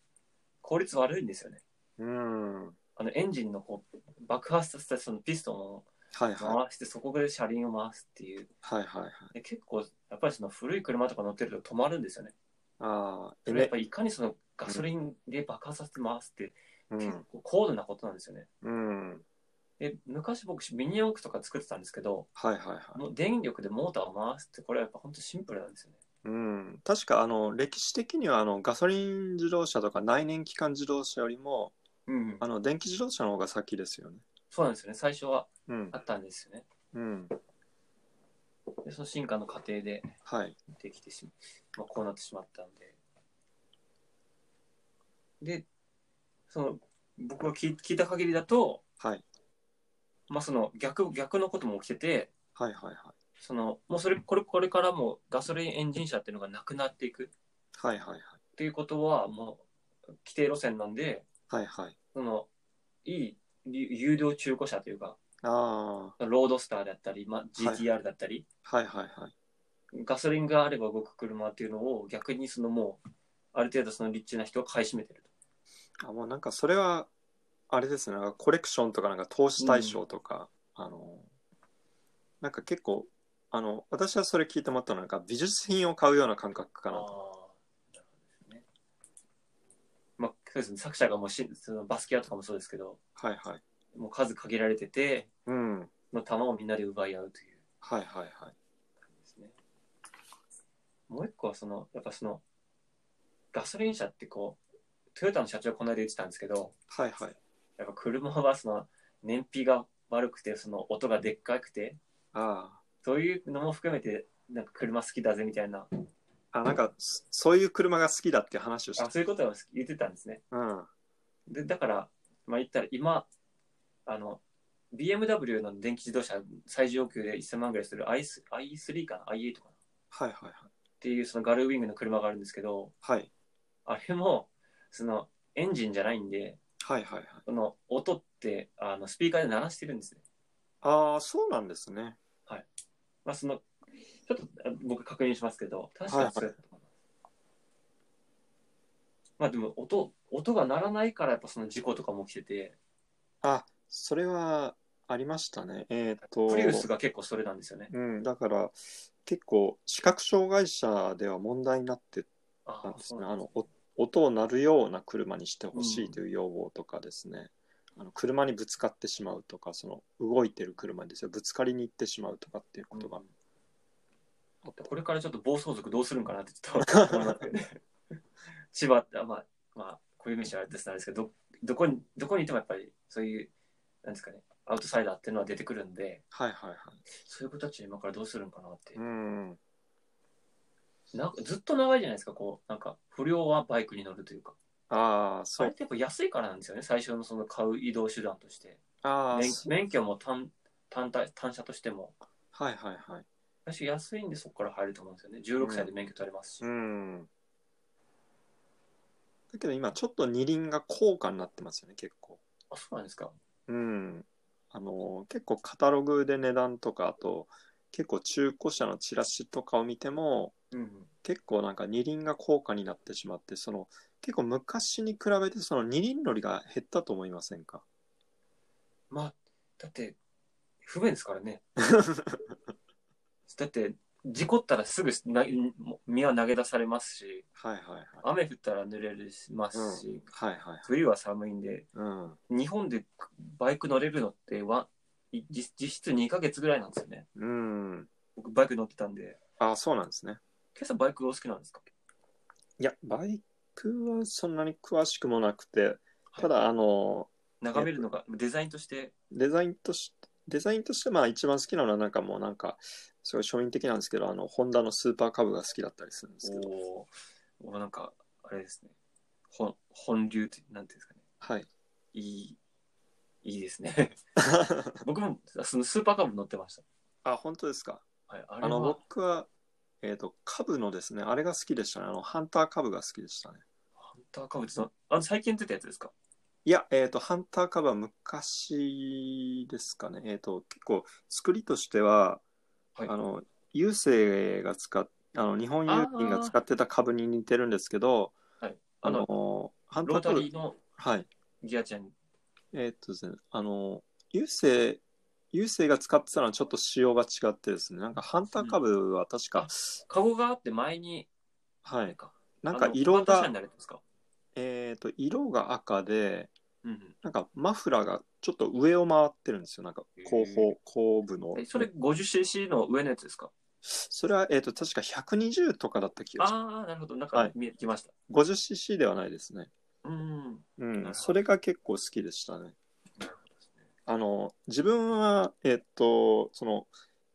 Speaker 1: 効率悪いんですよね。
Speaker 2: うん。はい
Speaker 1: あの、エンジンのこう、爆発させたそのピストンを
Speaker 2: はい。はい
Speaker 1: 回して、そこで車輪を回すっていう。
Speaker 2: はいはい。
Speaker 1: で結構、やっぱりその古い車とか乗ってると止まるんですよね。
Speaker 2: ああ、
Speaker 1: そ
Speaker 2: え
Speaker 1: れやっ
Speaker 2: ね。
Speaker 1: ぱりいかにそのガソリンで爆発させて回すって
Speaker 2: う
Speaker 1: 結
Speaker 2: ん。
Speaker 1: 構高度なことなんですよね。
Speaker 2: うん。はい
Speaker 1: で昔僕ミニ四駆とか作ってたんですけど、
Speaker 2: はいはい。
Speaker 1: もう電力でモーターを回すってこれはやっぱ本当シンプルなんですよね。
Speaker 2: うん、確かあの歴史的にはあのガソリン自動車とか内燃機関自動車よりも
Speaker 1: うん
Speaker 2: あ、の電気自動車の方が先ですよね。
Speaker 1: そうなんですよね。最初は
Speaker 2: うん
Speaker 1: あ、ったんですよね。
Speaker 2: うん、
Speaker 1: でその進化の過程で
Speaker 2: はい、
Speaker 1: できてしままあ、こうなってしまったんで。で、その僕が聞い聞いた限りだと、
Speaker 2: はい、
Speaker 1: まあ、その逆逆のことも起きてて、
Speaker 2: はい、はい、
Speaker 1: そのもうそれこれこれからもガソリンエンジン車っていうのがなくなっていく
Speaker 2: はい、はい、はい、
Speaker 1: っていうことはもう規定路線なんで
Speaker 2: はい、はい、
Speaker 1: そのいい有有料中古車というか
Speaker 2: あ
Speaker 1: ロードスターだったり、まあ、
Speaker 2: はい
Speaker 1: GTR だったり、
Speaker 2: あ、はい、はい、はい、
Speaker 1: ガソリンがあれば動く車っていうのを逆にそのもうある程度そのリッチな人が買い占めてると
Speaker 2: あ、もうなんかそれはあれですね、なんかコレクションとかなんか投資対象とか、あの、なんか結構あの私はそれ聞いてもらったのはなんか美術品を買うような感覚か
Speaker 1: あ
Speaker 2: な
Speaker 1: あ
Speaker 2: と。
Speaker 1: なるほどですねまあそうですね作者がもうしそのバスケアとかもそうですけど
Speaker 2: はい、はい、
Speaker 1: もう数限られてて
Speaker 2: うん、はい、
Speaker 1: の球をみんなで奪い合うという
Speaker 2: はい、はい、
Speaker 1: ですね。もう一個はその、やっぱその、ガソリン車ってこう、トヨタの社長この間言ってたんですけど、
Speaker 2: はい、はい、
Speaker 1: やっぱ車はその、燃費が悪くて、その音がでっかくて、
Speaker 2: ああ。
Speaker 1: そういうのも含めて、なんか車好きだぜみたいな、
Speaker 2: あなんかそそういう車が好きだっていう話をし
Speaker 1: あ
Speaker 2: た。
Speaker 1: そういうことを言ってたんですね。
Speaker 2: うん。は
Speaker 1: で、だから、まあ言ったら今、あの、BMW の電気自動車最上級で1000万ぐらいする i3 i3 かな ?i8 かなっ
Speaker 2: いはいはい。
Speaker 1: ていうそのガルウィングの車があるんですけど、
Speaker 2: はい。
Speaker 1: あれも、その、エンジンじゃないんで、
Speaker 2: はいはいはい。
Speaker 1: この音ってあのスピーカーで鳴らしてるんですね。
Speaker 2: ああ、そうなんですね。
Speaker 1: まあ、そのちょっとあ僕確認しますけど確かにそうやったかな、まあでも音音が鳴らないからやっぱその事故とかも起きてて
Speaker 2: あ、それはありましたね。えーっと。
Speaker 1: プリウスが結構それなんですよね
Speaker 2: うん、だから結構視覚障害者では問題になって
Speaker 1: あ
Speaker 2: たんです
Speaker 1: そう。
Speaker 2: ねあ
Speaker 1: なん
Speaker 2: のお音を鳴るような車にしてほし
Speaker 1: う
Speaker 2: い
Speaker 1: ん
Speaker 2: という要望とかですね、あの車にぶつかってしまうとかその動いてる車にですよぶつかりに行ってしまうとかっていうことが、
Speaker 1: うんこれからちょっと暴走族どうするんかなってちょっと思いますけど ね千葉ってあまあまあこういう道はあれですあれですけどどどこにどこにいてもやっぱりそういうなんですかねアウトサイダーっていうのは出てくるんで
Speaker 2: はいはいはい、
Speaker 1: そういう子たちは今からどうするんかなって
Speaker 2: うん、
Speaker 1: なんかずっと長いじゃないですかこうなんか不良はバイクに乗るというか
Speaker 2: ああ
Speaker 1: あ
Speaker 2: そ
Speaker 1: れっ
Speaker 2: う
Speaker 1: てやっぱ安いからなんですよね最初のその買う移動手段として
Speaker 2: ああ
Speaker 1: 免
Speaker 2: そう
Speaker 1: 免許も単単体単車としても
Speaker 2: はいはいはい
Speaker 1: 最初安いんでそこから入ると思うんですよね16歳で免許取れますし、
Speaker 2: うんだけど今ちょっと二輪が高価になってますよね結構
Speaker 1: あそうなんですか
Speaker 2: うん、あの結構カタログで値段とかあと結構中古車のチラシとかを見ても
Speaker 1: うんうん
Speaker 2: 結構なんか二輪が高価になってしまってその結構昔に比べてその二輪乗りが減ったと思いませんか
Speaker 1: まあだって不便ですから ねだって事故ったらすぐな身は投げ出されますし
Speaker 2: はいはいはい
Speaker 1: 雨降ったら濡れるしますし、
Speaker 2: はいはいはい
Speaker 1: 冬は寒いんで
Speaker 2: うん
Speaker 1: 日本でバイク乗れるのってわい実実質2ヶ月ぐらいなんですよね
Speaker 2: うん
Speaker 1: 僕バイク乗ってたんで
Speaker 2: あそうなんですね
Speaker 1: 今朝バイクお好きなんですか
Speaker 2: いやバイクはそんなに詳しくもなくてただあの
Speaker 1: 眺めるのがデザインとして
Speaker 2: デザインとしデザインとしてまあ一番好きなのはなんかもうなんかすごい庶民的なんですけどあのホンダのスーパーカブが好きだったりするんですけど
Speaker 1: おーおなんかあれですね本本流ってなんていうんですかね
Speaker 2: はい
Speaker 1: いいいいですね僕もそのスーパーカブ乗ってまし
Speaker 2: あ本当ですか
Speaker 1: た、はい、あ
Speaker 2: あ
Speaker 1: れ
Speaker 2: の
Speaker 1: は
Speaker 2: 僕はえっ、とカブのですねあれが好きでしたねあのハンターカブが好きでしたね
Speaker 1: ハンターカブってそのあの最近出たやつですか
Speaker 2: いやえっ、とハンターカブは昔ですかねえっ、と結構作りとしては、
Speaker 1: はい
Speaker 2: あの郵政が使っあの日本郵便が使ってた株に似てるんですけど
Speaker 1: あ
Speaker 2: あ
Speaker 1: の
Speaker 2: のハンタ
Speaker 1: ロー
Speaker 2: ー
Speaker 1: タ
Speaker 2: カブ
Speaker 1: リーの
Speaker 2: はい
Speaker 1: ギアチェン
Speaker 2: えーっとですね、あの、郵政、郵政が使ってたのはちょっと仕様が違ってですね、なんかハンター株は確か、
Speaker 1: カゴがあって前に
Speaker 2: は
Speaker 1: あれ
Speaker 2: い、
Speaker 1: か
Speaker 2: なんか色が、
Speaker 1: になるんですか、
Speaker 2: えーっと、色が赤で、
Speaker 1: うんうん
Speaker 2: なんかマフラーがちょっと上を回ってるんですよ、なんか後
Speaker 1: へ
Speaker 2: 方、後部の
Speaker 1: え。それ 50cc の上のやつですか
Speaker 2: それは、えーっと、確か120とかだった気がしま
Speaker 1: ああ、なるほど。なんか
Speaker 2: はい
Speaker 1: 見えてきました。
Speaker 2: す。50cc ではないですね。
Speaker 1: うん。
Speaker 2: う
Speaker 1: なるほど
Speaker 2: ん、それが結構好きでしたね。
Speaker 1: なるほどですね。
Speaker 2: あの自分は、えっと、その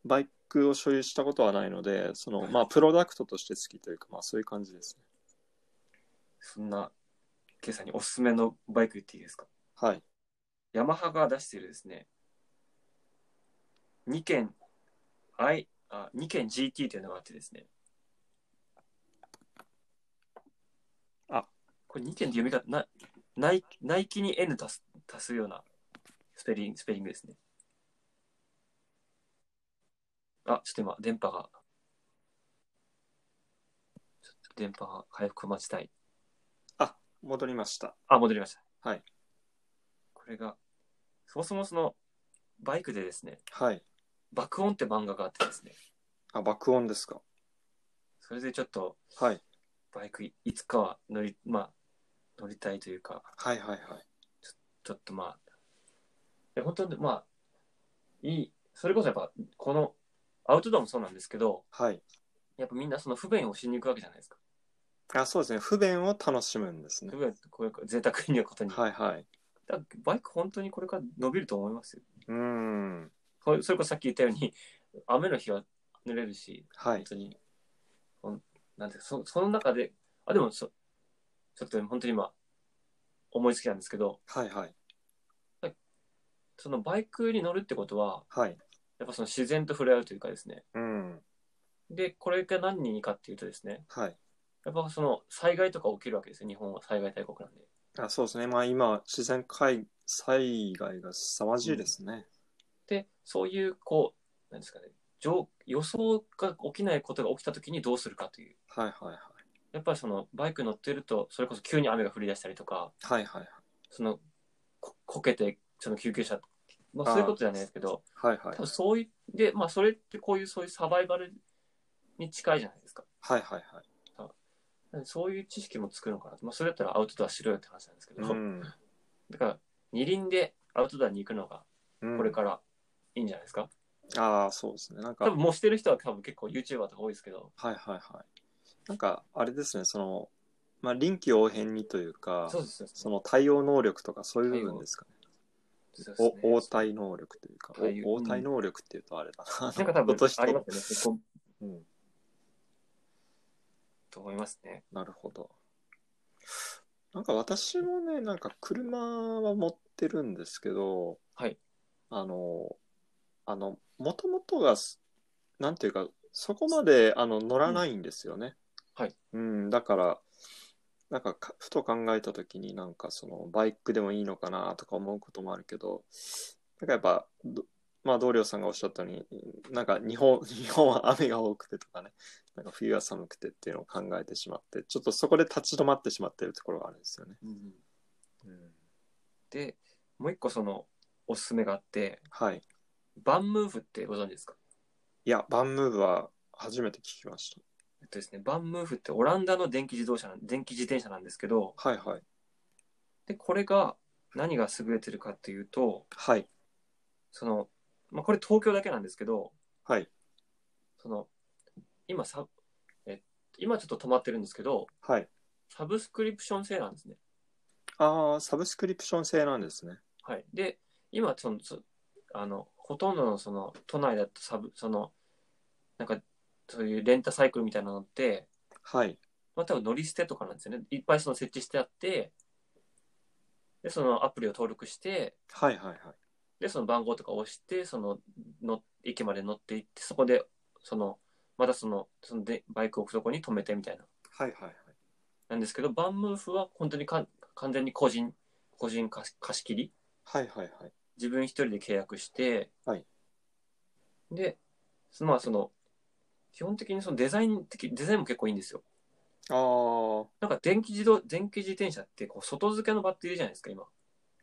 Speaker 2: バイクを所有したことはないのでその、まあ、プロダクトとして好きというか、まあ、そういう感じですね。
Speaker 1: そんな、ケイさんにおすすめのバイク言っていいですか
Speaker 2: はい、
Speaker 1: ヤマハが出しているですね、2件、I、あ、2件 GT というのがあってですね。
Speaker 2: あ、
Speaker 1: これ2件って読み方、な、ナイナイキに N 足す、足すようなスペリング、スペリングですね。あ、ちょっと今、電波が、ちょっと電波が回復待ちたい。
Speaker 2: 戻りました。
Speaker 1: あ、戻りました。
Speaker 2: はい。
Speaker 1: これが、そもそもその、バイクでですね、
Speaker 2: はい、
Speaker 1: 爆音って漫画があってですね、
Speaker 2: あ爆音ですか。
Speaker 1: それでちょっと、
Speaker 2: はい、
Speaker 1: バイクいいつかは乗り、まあ、乗りたいというか、
Speaker 2: はい、はい、はい。
Speaker 1: ちょっとまあ、いや本当にまあ、いい、それこそやっぱ、この、アウトドアもそうなんですけど、
Speaker 2: はい、
Speaker 1: やっぱみんなその不便をしに行くわけじゃないですか。
Speaker 2: あそうですね、不便を楽しむんですね
Speaker 1: 不。便ってこういう贅沢に言うことに。
Speaker 2: はい、はい。
Speaker 1: だからバイク本当にこれから伸びると思いますよ。
Speaker 2: うーん、
Speaker 1: こうそれこそさっき言ったように、雨の日は濡れるし、
Speaker 2: は
Speaker 1: 本
Speaker 2: い、
Speaker 1: 当に、ほんなんていうかそその中で、あ、でもそ、ちょっと本当に今、思いつきなんですけど、
Speaker 2: はい、はい、
Speaker 1: そのバイクに乗るってことは、
Speaker 2: はい。
Speaker 1: やっぱその自然と触れ合うというかですね。
Speaker 2: うん、
Speaker 1: で、これが何人かっていうとですね、
Speaker 2: はい。
Speaker 1: やっぱその災害とか起きるわけですよ。日本は災害大国なんで。
Speaker 2: あそうですね。まあ今、自然災災害が凄まじいですね。
Speaker 1: で、そういう、こう、なんですかね、上予想が起きないことが起きたときにどうするかという。
Speaker 2: はいはいはい。
Speaker 1: やっぱりそのバイクに乗ってると、それこそ急に雨が降り出したりとか、
Speaker 2: はいはい
Speaker 1: その、ここけて、その救急車、まあそういうことじゃないですけど、
Speaker 2: はい。はいはい
Speaker 1: 多。分そういで、まあそれってこういうそういうサバイバルに近いじゃないですか。
Speaker 2: はいはいはい。
Speaker 1: なんでそういう知識もつくのかな。まあそれだったらアウトドアしろよって話なんですけど、
Speaker 2: うん。
Speaker 1: だから二輪でアウトドアに行くのが
Speaker 2: うん
Speaker 1: これからいいんじゃないですか。
Speaker 2: ああ、そうですね。なんか、
Speaker 1: 多
Speaker 2: はい
Speaker 1: 分もうしてる人は多分結構 YouTuber とか多いですけど、
Speaker 2: はいはい。なんか、あれですね、その、まあ、臨機応変にというか、
Speaker 1: そうですそうです
Speaker 2: その対応能力とかそういう部分ですかね。
Speaker 1: そうですね
Speaker 2: お応対能力というか、
Speaker 1: 対応
Speaker 2: お応対能力っていうとあれだな。
Speaker 1: なんか多 分
Speaker 2: 人と人
Speaker 1: ありますよね。結構
Speaker 2: うん
Speaker 1: と思いますね。
Speaker 2: なるほど。なんか私もね、なんか車は持ってるんですけど、
Speaker 1: はい。
Speaker 2: あの、あの、もともとがす、なんていうか、そこまであの乗らないんですよね。
Speaker 1: うんはい。
Speaker 2: うん、だから、なんかかふと考えたときに、なんかそのバイクでもいいのかなとか思うこともあるけど、なんかやっぱ、どまあ、同僚さんがおっしゃったように、なんか日本、日本は雨が多くてとかね、なんか冬は寒くてっていうのを考えてしまって、ちょっとそこで立ち止まってしまってるところがあるんですよね。
Speaker 1: で、もう一個そのおすすめがあって、
Speaker 2: はい。
Speaker 1: バンムーブってご存知ですか
Speaker 2: いや、バンムーブは初めて聞きまし
Speaker 1: えっとですね、バンムーフってオランダの電気自動車なん電気自転車なんですけど
Speaker 2: た。はいはい。
Speaker 1: でこれが何が優れてるかっていうと
Speaker 2: はい。
Speaker 1: その、まあ、これ東京だけなんですけど
Speaker 2: はい。
Speaker 1: その今サえ今ちょっと止まってるんですけど
Speaker 2: はい。
Speaker 1: サブスクリプション制なんですね。
Speaker 2: ああ、サブスクリプション制なんですね。
Speaker 1: はい、で今そのそあのほとんどのその都内だとサブそのなんかそういうレンタサイクルみたいなのって、
Speaker 2: はい。
Speaker 1: まあ、多分乗り捨てとかなんですよねいっぱいその設置してあってでそのアプリを登録して
Speaker 2: はいはいはい。
Speaker 1: でその番号とか押してそのの駅まで乗っていってそこでそのまたそのそのでバイクを置くとこに止めてみたいな
Speaker 2: はいはいはい。
Speaker 1: なんですけどバンムーフは本当にかん完全に個人個人貸し貸し切り
Speaker 2: はいはいはい。
Speaker 1: 自分一人で契約して、
Speaker 2: はい
Speaker 1: でそのまあその基本的にそのデザイン的デザインも結構いいんですよ
Speaker 2: あ
Speaker 1: なんか電気自動電気自転車ってこう外付けのバッテリーじゃないですか今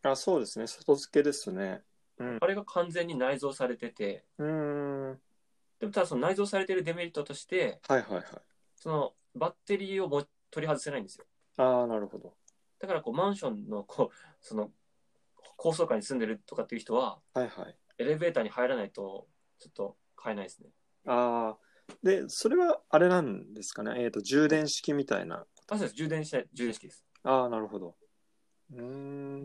Speaker 2: あ、あそうですね。外付けですね。うん
Speaker 1: あ。れが完全に内蔵されてて
Speaker 2: うーん。はい
Speaker 1: でもただその内蔵されてるデメリットとして
Speaker 2: はいはい。
Speaker 1: そのバッテリーをも取り外せないんですよ。
Speaker 2: ああ、なるほど。
Speaker 1: だからこうマンションのこうその高層階に住んでるとかっていう人は
Speaker 2: はいはい。
Speaker 1: エレベーターに入らないとちょっと買えないですね。
Speaker 2: ああ。で、それはあれなんですかね。えっ、と、充電式みたいな。
Speaker 1: 私たち充電しない充電式です。
Speaker 2: ああ、なるほど。うー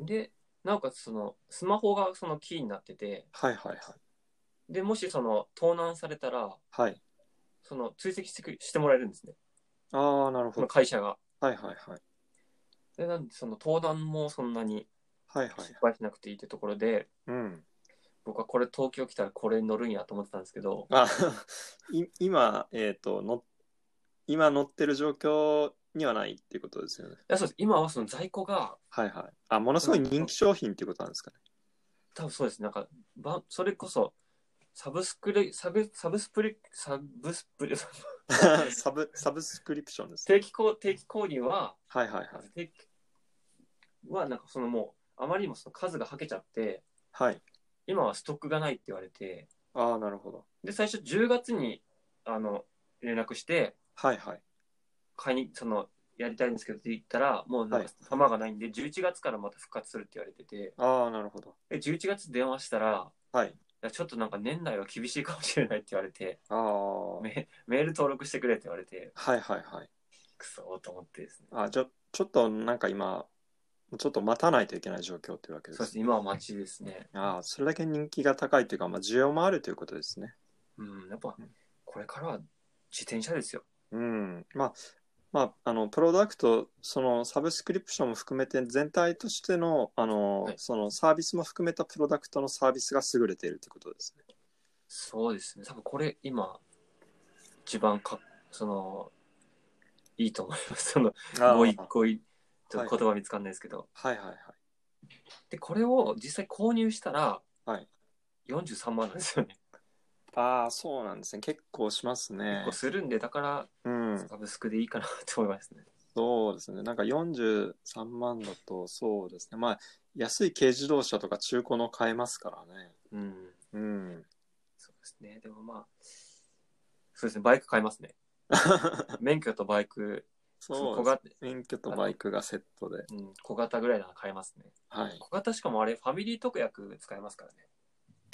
Speaker 2: ん。
Speaker 1: でなおかつそのスマホがそのキーになってて
Speaker 2: はいはいはい。
Speaker 1: でもしその盗難されたら
Speaker 2: はい。
Speaker 1: その追跡してくしてもらえるんですね
Speaker 2: ああ、なる
Speaker 1: そ
Speaker 2: ほ
Speaker 1: の
Speaker 2: ど。
Speaker 1: 会社が。
Speaker 2: はいはいはい。
Speaker 1: でなんでその盗難もそんなに
Speaker 2: はいはい
Speaker 1: 失。敗しなくていいってところで
Speaker 2: うん。
Speaker 1: 僕はこれ東京来たらこれに乗るんやと思ってたんですけど
Speaker 2: あ い今、えっ、との、今乗ってる状況にはないっていうことですよね。
Speaker 1: いやそうです今はその在庫が
Speaker 2: はいはい。あ、ものすごい人気商品っていうことなんですかね。
Speaker 1: 多分そうですなんかばそれこそサブスクリサブサブスプリサブスプリ
Speaker 2: サブ、サブスクリプションですね。
Speaker 1: 定期購定期購入は
Speaker 2: はいはいはい。
Speaker 1: 定期はなんかそのもうあまりにもその数がはけちゃって
Speaker 2: はい。
Speaker 1: 今はストックがないって言われて
Speaker 2: ああ、なるほど。
Speaker 1: で最初10月にあの連絡して
Speaker 2: はいはい。
Speaker 1: 買いにそのやりたいんですけどって言ったらもうなん
Speaker 2: は
Speaker 1: か玉がないんで11月からまた復活するって言われてて
Speaker 2: ああ、なるほど。
Speaker 1: で11月電話したら
Speaker 2: はい。
Speaker 1: いやちょっとなんか年内は厳しいかもしれないって言われて
Speaker 2: ああ。はい
Speaker 1: メメール登録してくれって言われて
Speaker 2: はいはい。
Speaker 1: くそーと思ってですね。
Speaker 2: あ、じゃ、ちょっとなんか今、ちょっと待たないといけない状況っていうわけで
Speaker 1: そう
Speaker 2: す
Speaker 1: ですね、今は待ちですね。
Speaker 2: ああ、それだけ人気が高いというか、まあ、需要もあるということですね。
Speaker 1: うん、やっぱ、これからは自転車ですよ。
Speaker 2: うん、まあ、まあ、あの、プロダクト、そのサブスクリプションも含めて、全体としての、あの、
Speaker 1: はい
Speaker 2: そのサービスも含めたプロダクトのサービスが優れているということですね。
Speaker 1: そうですね、多分これ今、一番か、その、いいと思います。その、
Speaker 2: あ
Speaker 1: ご一個い、ちょっと言葉見つかんないですけど、
Speaker 2: はいはいはい。
Speaker 1: でこれを実際購入したら、
Speaker 2: はい、
Speaker 1: 43万なんですよね
Speaker 2: ああ、そうなんですね。結構しますね
Speaker 1: 結構。するんでだから
Speaker 2: うん。
Speaker 1: サブスクでいいかなと思いますね、
Speaker 2: そうですね。なんか43万だと、そうですね。まあ、安い軽自動車とか中古の買えますからね。
Speaker 1: うん
Speaker 2: うん。
Speaker 1: そうですねでもまあそうですねバイク買いますね免許とバイク
Speaker 2: そ
Speaker 1: 小
Speaker 2: うです。
Speaker 1: 型、
Speaker 2: 免許とバイクがセットで。
Speaker 1: うん、小型ぐらいなら買いますね
Speaker 2: はい。
Speaker 1: 小型しかもあれファミリー特約使えますからね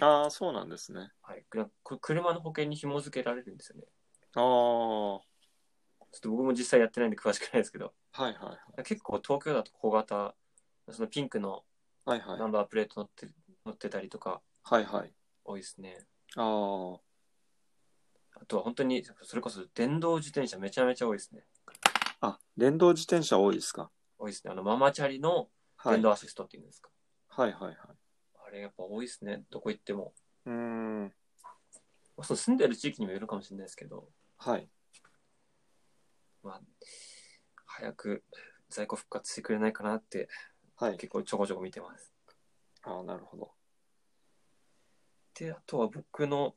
Speaker 2: ああ、そうなんですね。
Speaker 1: はい、なんかこ車の保険に紐付けられるんですよね。
Speaker 2: ああ、は
Speaker 1: ちょっと僕も実際やってないんで詳しくないですけど、
Speaker 2: いはいはい。
Speaker 1: 結構東京だと小型、そのピンクの
Speaker 2: はい
Speaker 1: ナ
Speaker 2: はい。
Speaker 1: ンバープレート乗って,、乗ってたりとか
Speaker 2: はいはい。
Speaker 1: 多いですね。
Speaker 2: ああ。
Speaker 1: あとは本当に、それこそ電動自転車めちゃめちゃ多いですね。
Speaker 2: あ、電動自転車多いですか
Speaker 1: 多いですね。あの、ママチャリの
Speaker 2: はい。
Speaker 1: 電動アシストっていうんですか。
Speaker 2: はいはいはい。
Speaker 1: あれやっぱ多いですね。どこ行っても。
Speaker 2: うーん。
Speaker 1: まあ、その住んでる地域にもよるかもしれないですけど、
Speaker 2: はい。
Speaker 1: まあ、早く在庫復活してくれないかなって
Speaker 2: はい。
Speaker 1: 結構ちょこちょこ見てます。
Speaker 2: ああ、なるほど。
Speaker 1: で、あとは僕の、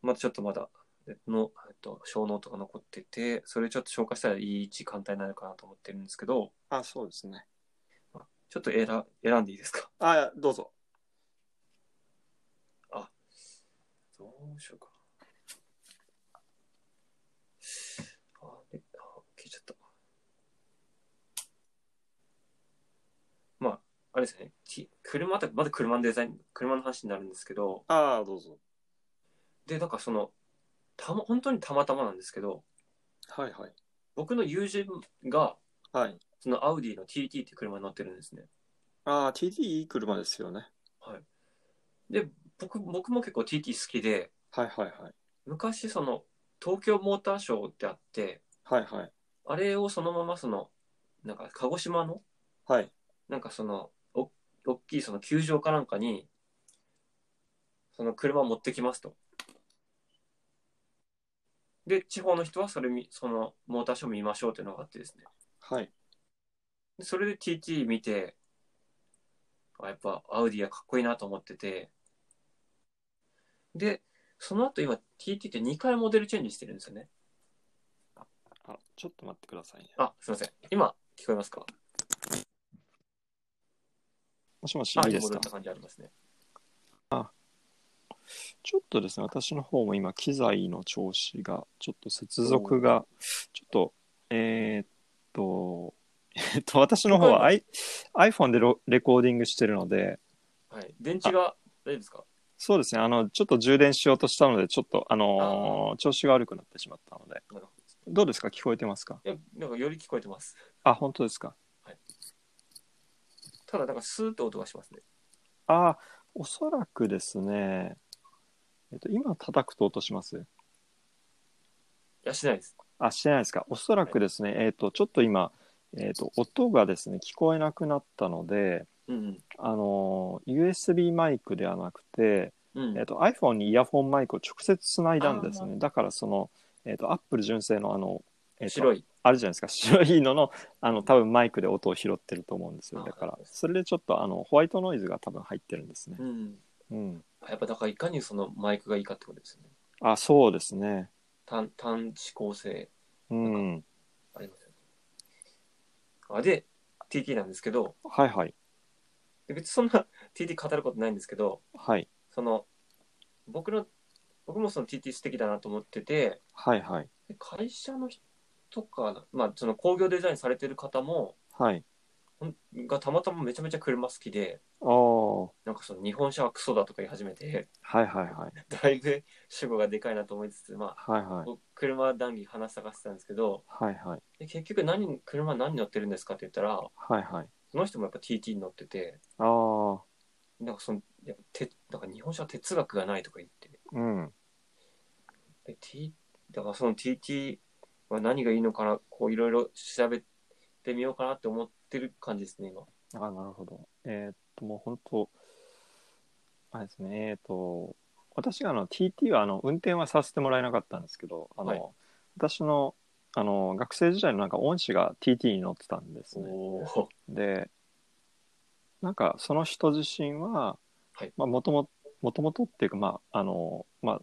Speaker 1: まあ、ちょっとまだ、の、えっと、小ノートが残ってて、それちょっと消化したらいい位置簡単になるかなと思ってるんですけど、
Speaker 2: あそうですね。
Speaker 1: ちょっと選選んでいいですか
Speaker 2: あどうぞ。
Speaker 1: どうしようかな。あ、であ消えちゃった。まあ、あれですね。ち車と、まだ車のデザイン、車の話になるんですけど、
Speaker 2: ああ、どうぞ。
Speaker 1: で、なんかその、たま、本当にたまたまなんですけど、
Speaker 2: はいはい。
Speaker 1: 僕の友人が、
Speaker 2: はい。
Speaker 1: そのアウディの TT っていう車に乗ってるんですね。
Speaker 2: ああ、TT いい車ですよね。
Speaker 1: で、僕僕も結構 TT 好きで、
Speaker 2: はいはいはい。
Speaker 1: 昔その東京モーターショーってあって、
Speaker 2: はいはい。
Speaker 1: あれをそのままその、なんか鹿児島の、
Speaker 2: はい。
Speaker 1: なんかその、お大きいその球場かなんかに、その車を持ってきますと。で、地方の人はそれ見、そのモーターショー見ましょうっていうのがあってですね。
Speaker 2: はい。
Speaker 1: でそれで TT 見て、あやっぱアウディはかっこいいなと思ってて、で、その後今 TT って2回モデルチェンジしてるんですよね。
Speaker 2: あ、ちょっと待ってくださいね。
Speaker 1: あ、すいません。今、聞こえますか
Speaker 2: もしもし、
Speaker 1: あ
Speaker 2: いいです
Speaker 1: 戻
Speaker 2: か
Speaker 1: った感じありますね。
Speaker 2: ちょっとですね、私の方も今、機材の調子が、ちょっと接続が、ちょっと、えーっと、えーっと、私の方は I iPhone でロレコーディングしてるので、
Speaker 1: はい。電池が大丈夫ですか
Speaker 2: そうですね、あの、ちょっと充電しようとしたので、ちょっと、あのー調子が悪くなってしまったので、
Speaker 1: なるほ
Speaker 2: どうですか聞こえてますか
Speaker 1: ど。いや、なんかより聞こえてます。
Speaker 2: あ、本当ですか
Speaker 1: ただ、なんかスーッと音がしますね。
Speaker 2: あ、おそらくですね、えっと、今叩くと落とします
Speaker 1: いや、しないです。
Speaker 2: あ、してないですかおそらくですね、えっと、ちょっと今、えっと、音がですね、聞こえなくなったので、
Speaker 1: うん
Speaker 2: あの、USB マイクではなくて、
Speaker 1: うん。うん。
Speaker 2: えっと、iPhone にイヤホンマイクを直接つないだんです
Speaker 1: あ
Speaker 2: ね。だから、その、えっと、Apple 純正のあの、えっと、
Speaker 1: 白い。
Speaker 2: あるじゃないですか白いののあの多分マイクで音を拾ってると思うんですよだか
Speaker 1: あ
Speaker 2: ら
Speaker 1: そうです
Speaker 2: それでちょっとあのホワイトノイズが多分入ってるんですね
Speaker 1: うん。
Speaker 2: うん
Speaker 1: やっぱ、だから、いかにそのマイクがいいかってことですよね。
Speaker 2: あそうですね
Speaker 1: 単、単指向性
Speaker 2: うん
Speaker 1: ありますよね。あ、で、TT なんですけど、
Speaker 2: はいはい
Speaker 1: で別にそんな TT 語ることないんですけど、
Speaker 2: はい
Speaker 1: その、僕の、僕もその TT 素敵だなと思ってて、
Speaker 2: はいはい
Speaker 1: で会社の人か、まあ、その工業デザインされてる方も、
Speaker 2: はい
Speaker 1: ほんがたまたまめちゃめちゃ車好きで、
Speaker 2: ああは
Speaker 1: なんかその日本車はクソだとか言い始めて、
Speaker 2: いはいはい
Speaker 1: だいぶ主語がでかいなと思いつつ、まあ、
Speaker 2: はいはい
Speaker 1: 僕車談義話探してたんですけど、
Speaker 2: はいはい
Speaker 1: で結局何、車何乗ってるんですかって言ったら、
Speaker 2: はいはい
Speaker 1: その人もやっぱ TT に乗ってて、
Speaker 2: ああ
Speaker 1: なんかその、やっぱてなんか日本車は哲学がないとか言って、
Speaker 2: うん
Speaker 1: で T だからその TT は何がいいのかなこういろいろ調べてみようかなって思ってる感じですね今
Speaker 2: あなるほどえーっともう本当あれですねえーっと私があの TT はあの運転はさせてもらえなかったんですけどあの、
Speaker 1: はい
Speaker 2: 私のあの学生時代のなんか恩師が TT に乗ってたんですね。
Speaker 1: おお。
Speaker 2: でなんかその人自身は
Speaker 1: はい
Speaker 2: まあもとももともとっていうかまああのまあ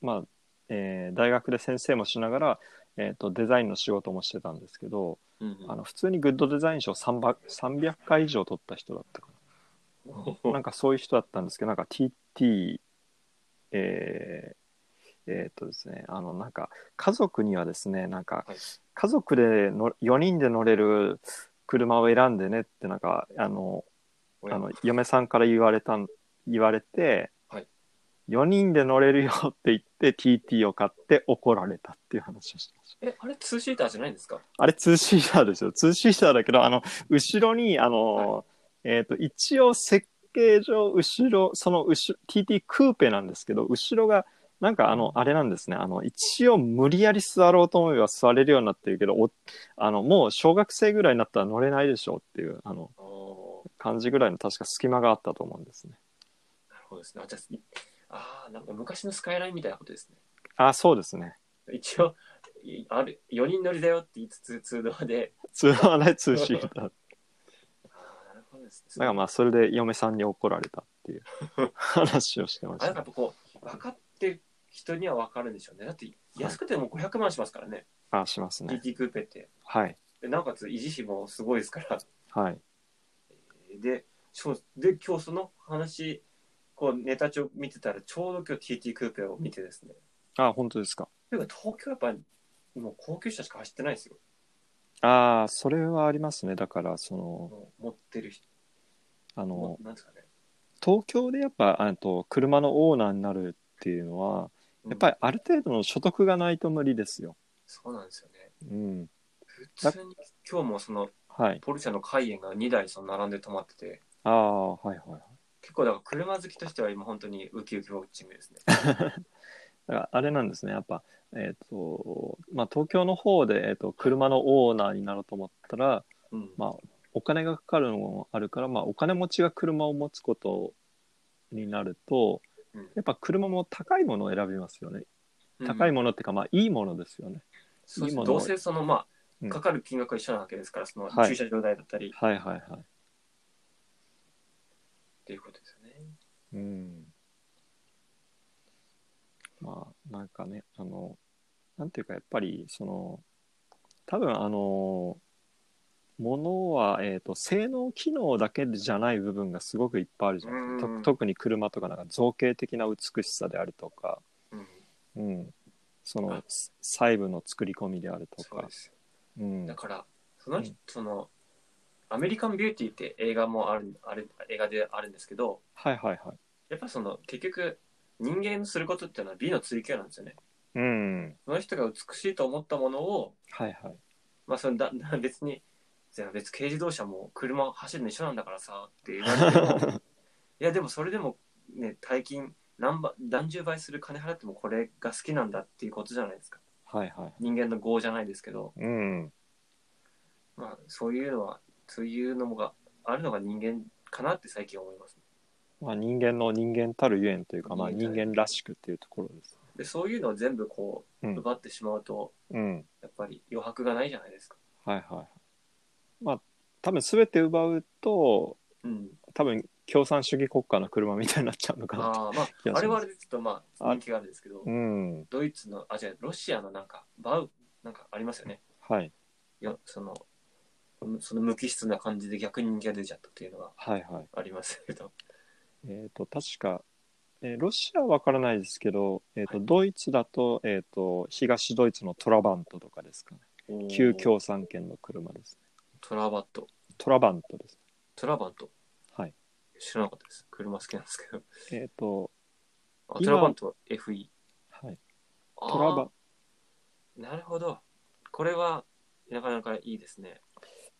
Speaker 2: まあ、えー大学で先生もしながら、えー、とデザインの仕事もしてたんですけど、
Speaker 1: うん
Speaker 2: あの普通にグッドデザイン賞 300, 300回以上取った人だったかななんかそういう人だったんですけどなんか TT えーえーっとですね、あのなんか家族にはですねなんか
Speaker 1: はい
Speaker 2: 家族での4人で乗れる車を選んでねってなんかあのあの嫁さんから言われたん言われて、
Speaker 1: はい
Speaker 2: 4人で乗れるよって言って TT を買って怒られたっていう話をしてました
Speaker 1: え、あれ、ツーシーターじゃないんですか
Speaker 2: あれ2シーターですよ2シーターだけどあの後ろにあの、
Speaker 1: は
Speaker 2: えっ、と一応設計上後ろその後ろ TT クーペなんですけど後ろがなんかあのあれなんですねあの一応無理やり座ろうと思えば座れるようになってるけどおあのもう小学生ぐらいになったら乗れないでしょうっていう
Speaker 1: あ
Speaker 2: あの
Speaker 1: あ、なるほ
Speaker 2: 感じぐらいの確か隙間があったと思うんですね
Speaker 1: どですね。あ、じゃあいあー、なんか昔のスカイラインみたいなことですね。
Speaker 2: あそうですね
Speaker 1: 一応、いある、4人乗りだよって言いつつ、通道で。
Speaker 2: 通話ない通信だ だか
Speaker 1: あーなるほどですね。
Speaker 2: らまあそれで嫁さんに怒られたっていう話をしてま
Speaker 1: あ
Speaker 2: し
Speaker 1: なん
Speaker 2: た
Speaker 1: かや
Speaker 2: ね
Speaker 1: っぱこう分かってる人には分かるんでしょうねだって安くても500万しますからね、
Speaker 2: あしますね
Speaker 1: DT クーペって
Speaker 2: はい
Speaker 1: でなおかつ維持費もすごいですから
Speaker 2: はい
Speaker 1: でしょうで今日その話こうネタ帳見てたらちょうど今日 TT クーペを見てですね
Speaker 2: あ本当ですか
Speaker 1: というか東京やっぱもう高級車しか走ってないですよ
Speaker 2: ああそれはありますねだからその
Speaker 1: もう持ってる人
Speaker 2: あの
Speaker 1: もなんですかね
Speaker 2: 東京でやっぱあと車のオーナーになるっていうのはやっぱ
Speaker 1: り
Speaker 2: りある程度の所得がないと無理ですよ
Speaker 1: そうなんですよね
Speaker 2: うん
Speaker 1: 普通に今日もその
Speaker 2: はい
Speaker 1: ポルシェのカイエンが2台その並んで止まってて
Speaker 2: ああはいはいはい
Speaker 1: 結構だから車好きとしては今本当にウキウキウォッチングですね
Speaker 2: だからあれなんですねやっぱえっ、とまあ東京の方で、えっと車のオーナーになろうと思ったら
Speaker 1: うん
Speaker 2: まあお金がかかるのもあるから、まあ、お金持ちが車を持つことになると
Speaker 1: うん
Speaker 2: やっぱ車も高いものを選びますよね高いものっていうか、まあいいものですよね
Speaker 1: そうです
Speaker 2: いいもの
Speaker 1: どうせそのま
Speaker 2: うん
Speaker 1: あかかる金額が一緒なわけですから、その
Speaker 2: はい
Speaker 1: 駐車場代だったりっ
Speaker 2: はいはいはい
Speaker 1: ていうことですよね。
Speaker 2: うんまあなんかねあのなんていうかやっぱりその多分あのものは、えー、と性能機能だけじゃない部分がすごくいっぱいあるじゃないですか、
Speaker 1: うんうん
Speaker 2: と特に車とかなんか造形的な美しさであるとか、
Speaker 1: うん、
Speaker 2: うん、その
Speaker 1: あ
Speaker 2: 細部の作り込みであると
Speaker 1: そう
Speaker 2: か
Speaker 1: で、すよ。
Speaker 2: うん
Speaker 1: だ、からその人、
Speaker 2: うん
Speaker 1: そのアメリカンビューティーって映画もあるあれ映画であるんですけど、
Speaker 2: はいはいはい、
Speaker 1: やっぱその結局人間のすることっていうのは美の追求なんですよね。
Speaker 2: うん、
Speaker 1: その人が美しいと思ったものを
Speaker 2: はいはい
Speaker 1: まあそのだだ 別にじゃあ別軽自動車も車走るの一緒なんだからさって言われて もいやでもそれでもね大金何ば何十倍する金払ってもこれが好きなんだっていうことじゃないですか
Speaker 2: はいは
Speaker 1: 人間の業じゃないですけど、
Speaker 2: い、うん、
Speaker 1: まあ、そういうのはそういうのがあるのが人間かなって最近思います、
Speaker 2: まあ人間の人間たるゆえんというか、まあ人
Speaker 1: 人間
Speaker 2: 間らしくっていうところです。
Speaker 1: でそういうのを全部こう
Speaker 2: うん
Speaker 1: 奪ってしまうと、
Speaker 2: うん、
Speaker 1: やっぱり余白がないじゃないですか、
Speaker 2: はいはいはい。まあ多分すべて奪うと
Speaker 1: うん、
Speaker 2: 多分共産主義国家の車みたいになっちゃうのかなと。
Speaker 1: ああまあ
Speaker 2: いや
Speaker 1: あれはあれでちょっとまあ
Speaker 2: あ
Speaker 1: 人気があるんですけど
Speaker 2: うん、
Speaker 1: ドイツのあ違うロシアのなんかバウなんかありますよね
Speaker 2: はい
Speaker 1: よそのむその無機質な感じで逆に人気が出ちゃったっていうのが
Speaker 2: はいはい。
Speaker 1: ありますけど、
Speaker 2: えっ、と確か、えーロシアはわからないですけど、えっ、と、ドイツだとえっ、と東ドイツのトラバントとかですかね。旧共産圏の車ですね。
Speaker 1: トラバット
Speaker 2: トラバントです。
Speaker 1: トラバント
Speaker 2: はい。
Speaker 1: 知らなかったです車好きなんですけど
Speaker 2: えっ、と、
Speaker 1: あ
Speaker 2: 今
Speaker 1: トラバントは FE
Speaker 2: はい。
Speaker 1: あー
Speaker 2: トラバ、
Speaker 1: なるほどこれはなかなかいいですね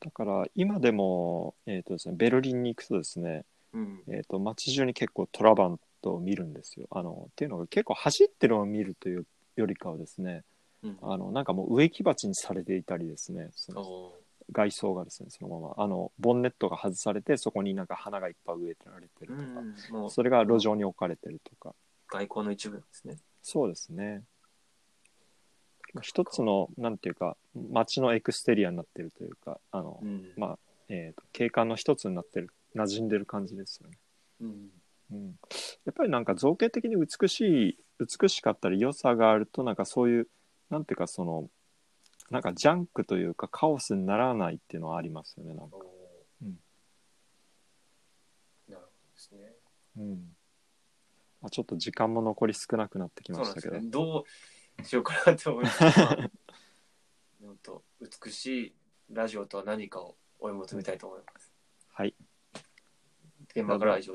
Speaker 2: だから今でも、えっ、とですね、ベルリンに行くとですね、
Speaker 1: うん
Speaker 2: えっと街中に結構トラバントを見るんですよあのっていうのが結構走ってるのを見るというよりかはですね
Speaker 1: うん
Speaker 2: あのなんかもう植木鉢にされていたりですねその
Speaker 1: お
Speaker 2: 外装がですねそのままあのボンネットが外されてそこになんか花がいっぱい植えてられて
Speaker 1: ーう
Speaker 2: るとか、
Speaker 1: んもう
Speaker 2: それが路上に置かれてるとか
Speaker 1: 外交の一部なんですね
Speaker 2: そうですねまあ一つの、なんていうか、街のエクステリアになってるというか、あの、
Speaker 1: うん
Speaker 2: まあ、えーと景観の一つになってる、馴染んでる感じですよね。
Speaker 1: うん
Speaker 2: うん、やっぱりなんか造形的に美しい、美しかったり良さがあると、なんかそういう、なんていうかその、なんかジャンクというかカオスにならないっていうのはありますよね、なんか。
Speaker 1: おー
Speaker 2: うん
Speaker 1: なるほどですね。
Speaker 2: うんまあ、ちょっと時間も残り少なくなってき
Speaker 1: そう
Speaker 2: ま
Speaker 1: なんで
Speaker 2: した
Speaker 1: す
Speaker 2: け
Speaker 1: よ
Speaker 2: ど。
Speaker 1: ね。どうしようかなと思い ます。まあなんと美しいラジオとは何かを追い求めたいと思います。
Speaker 2: はい。
Speaker 1: 現場からは以上です。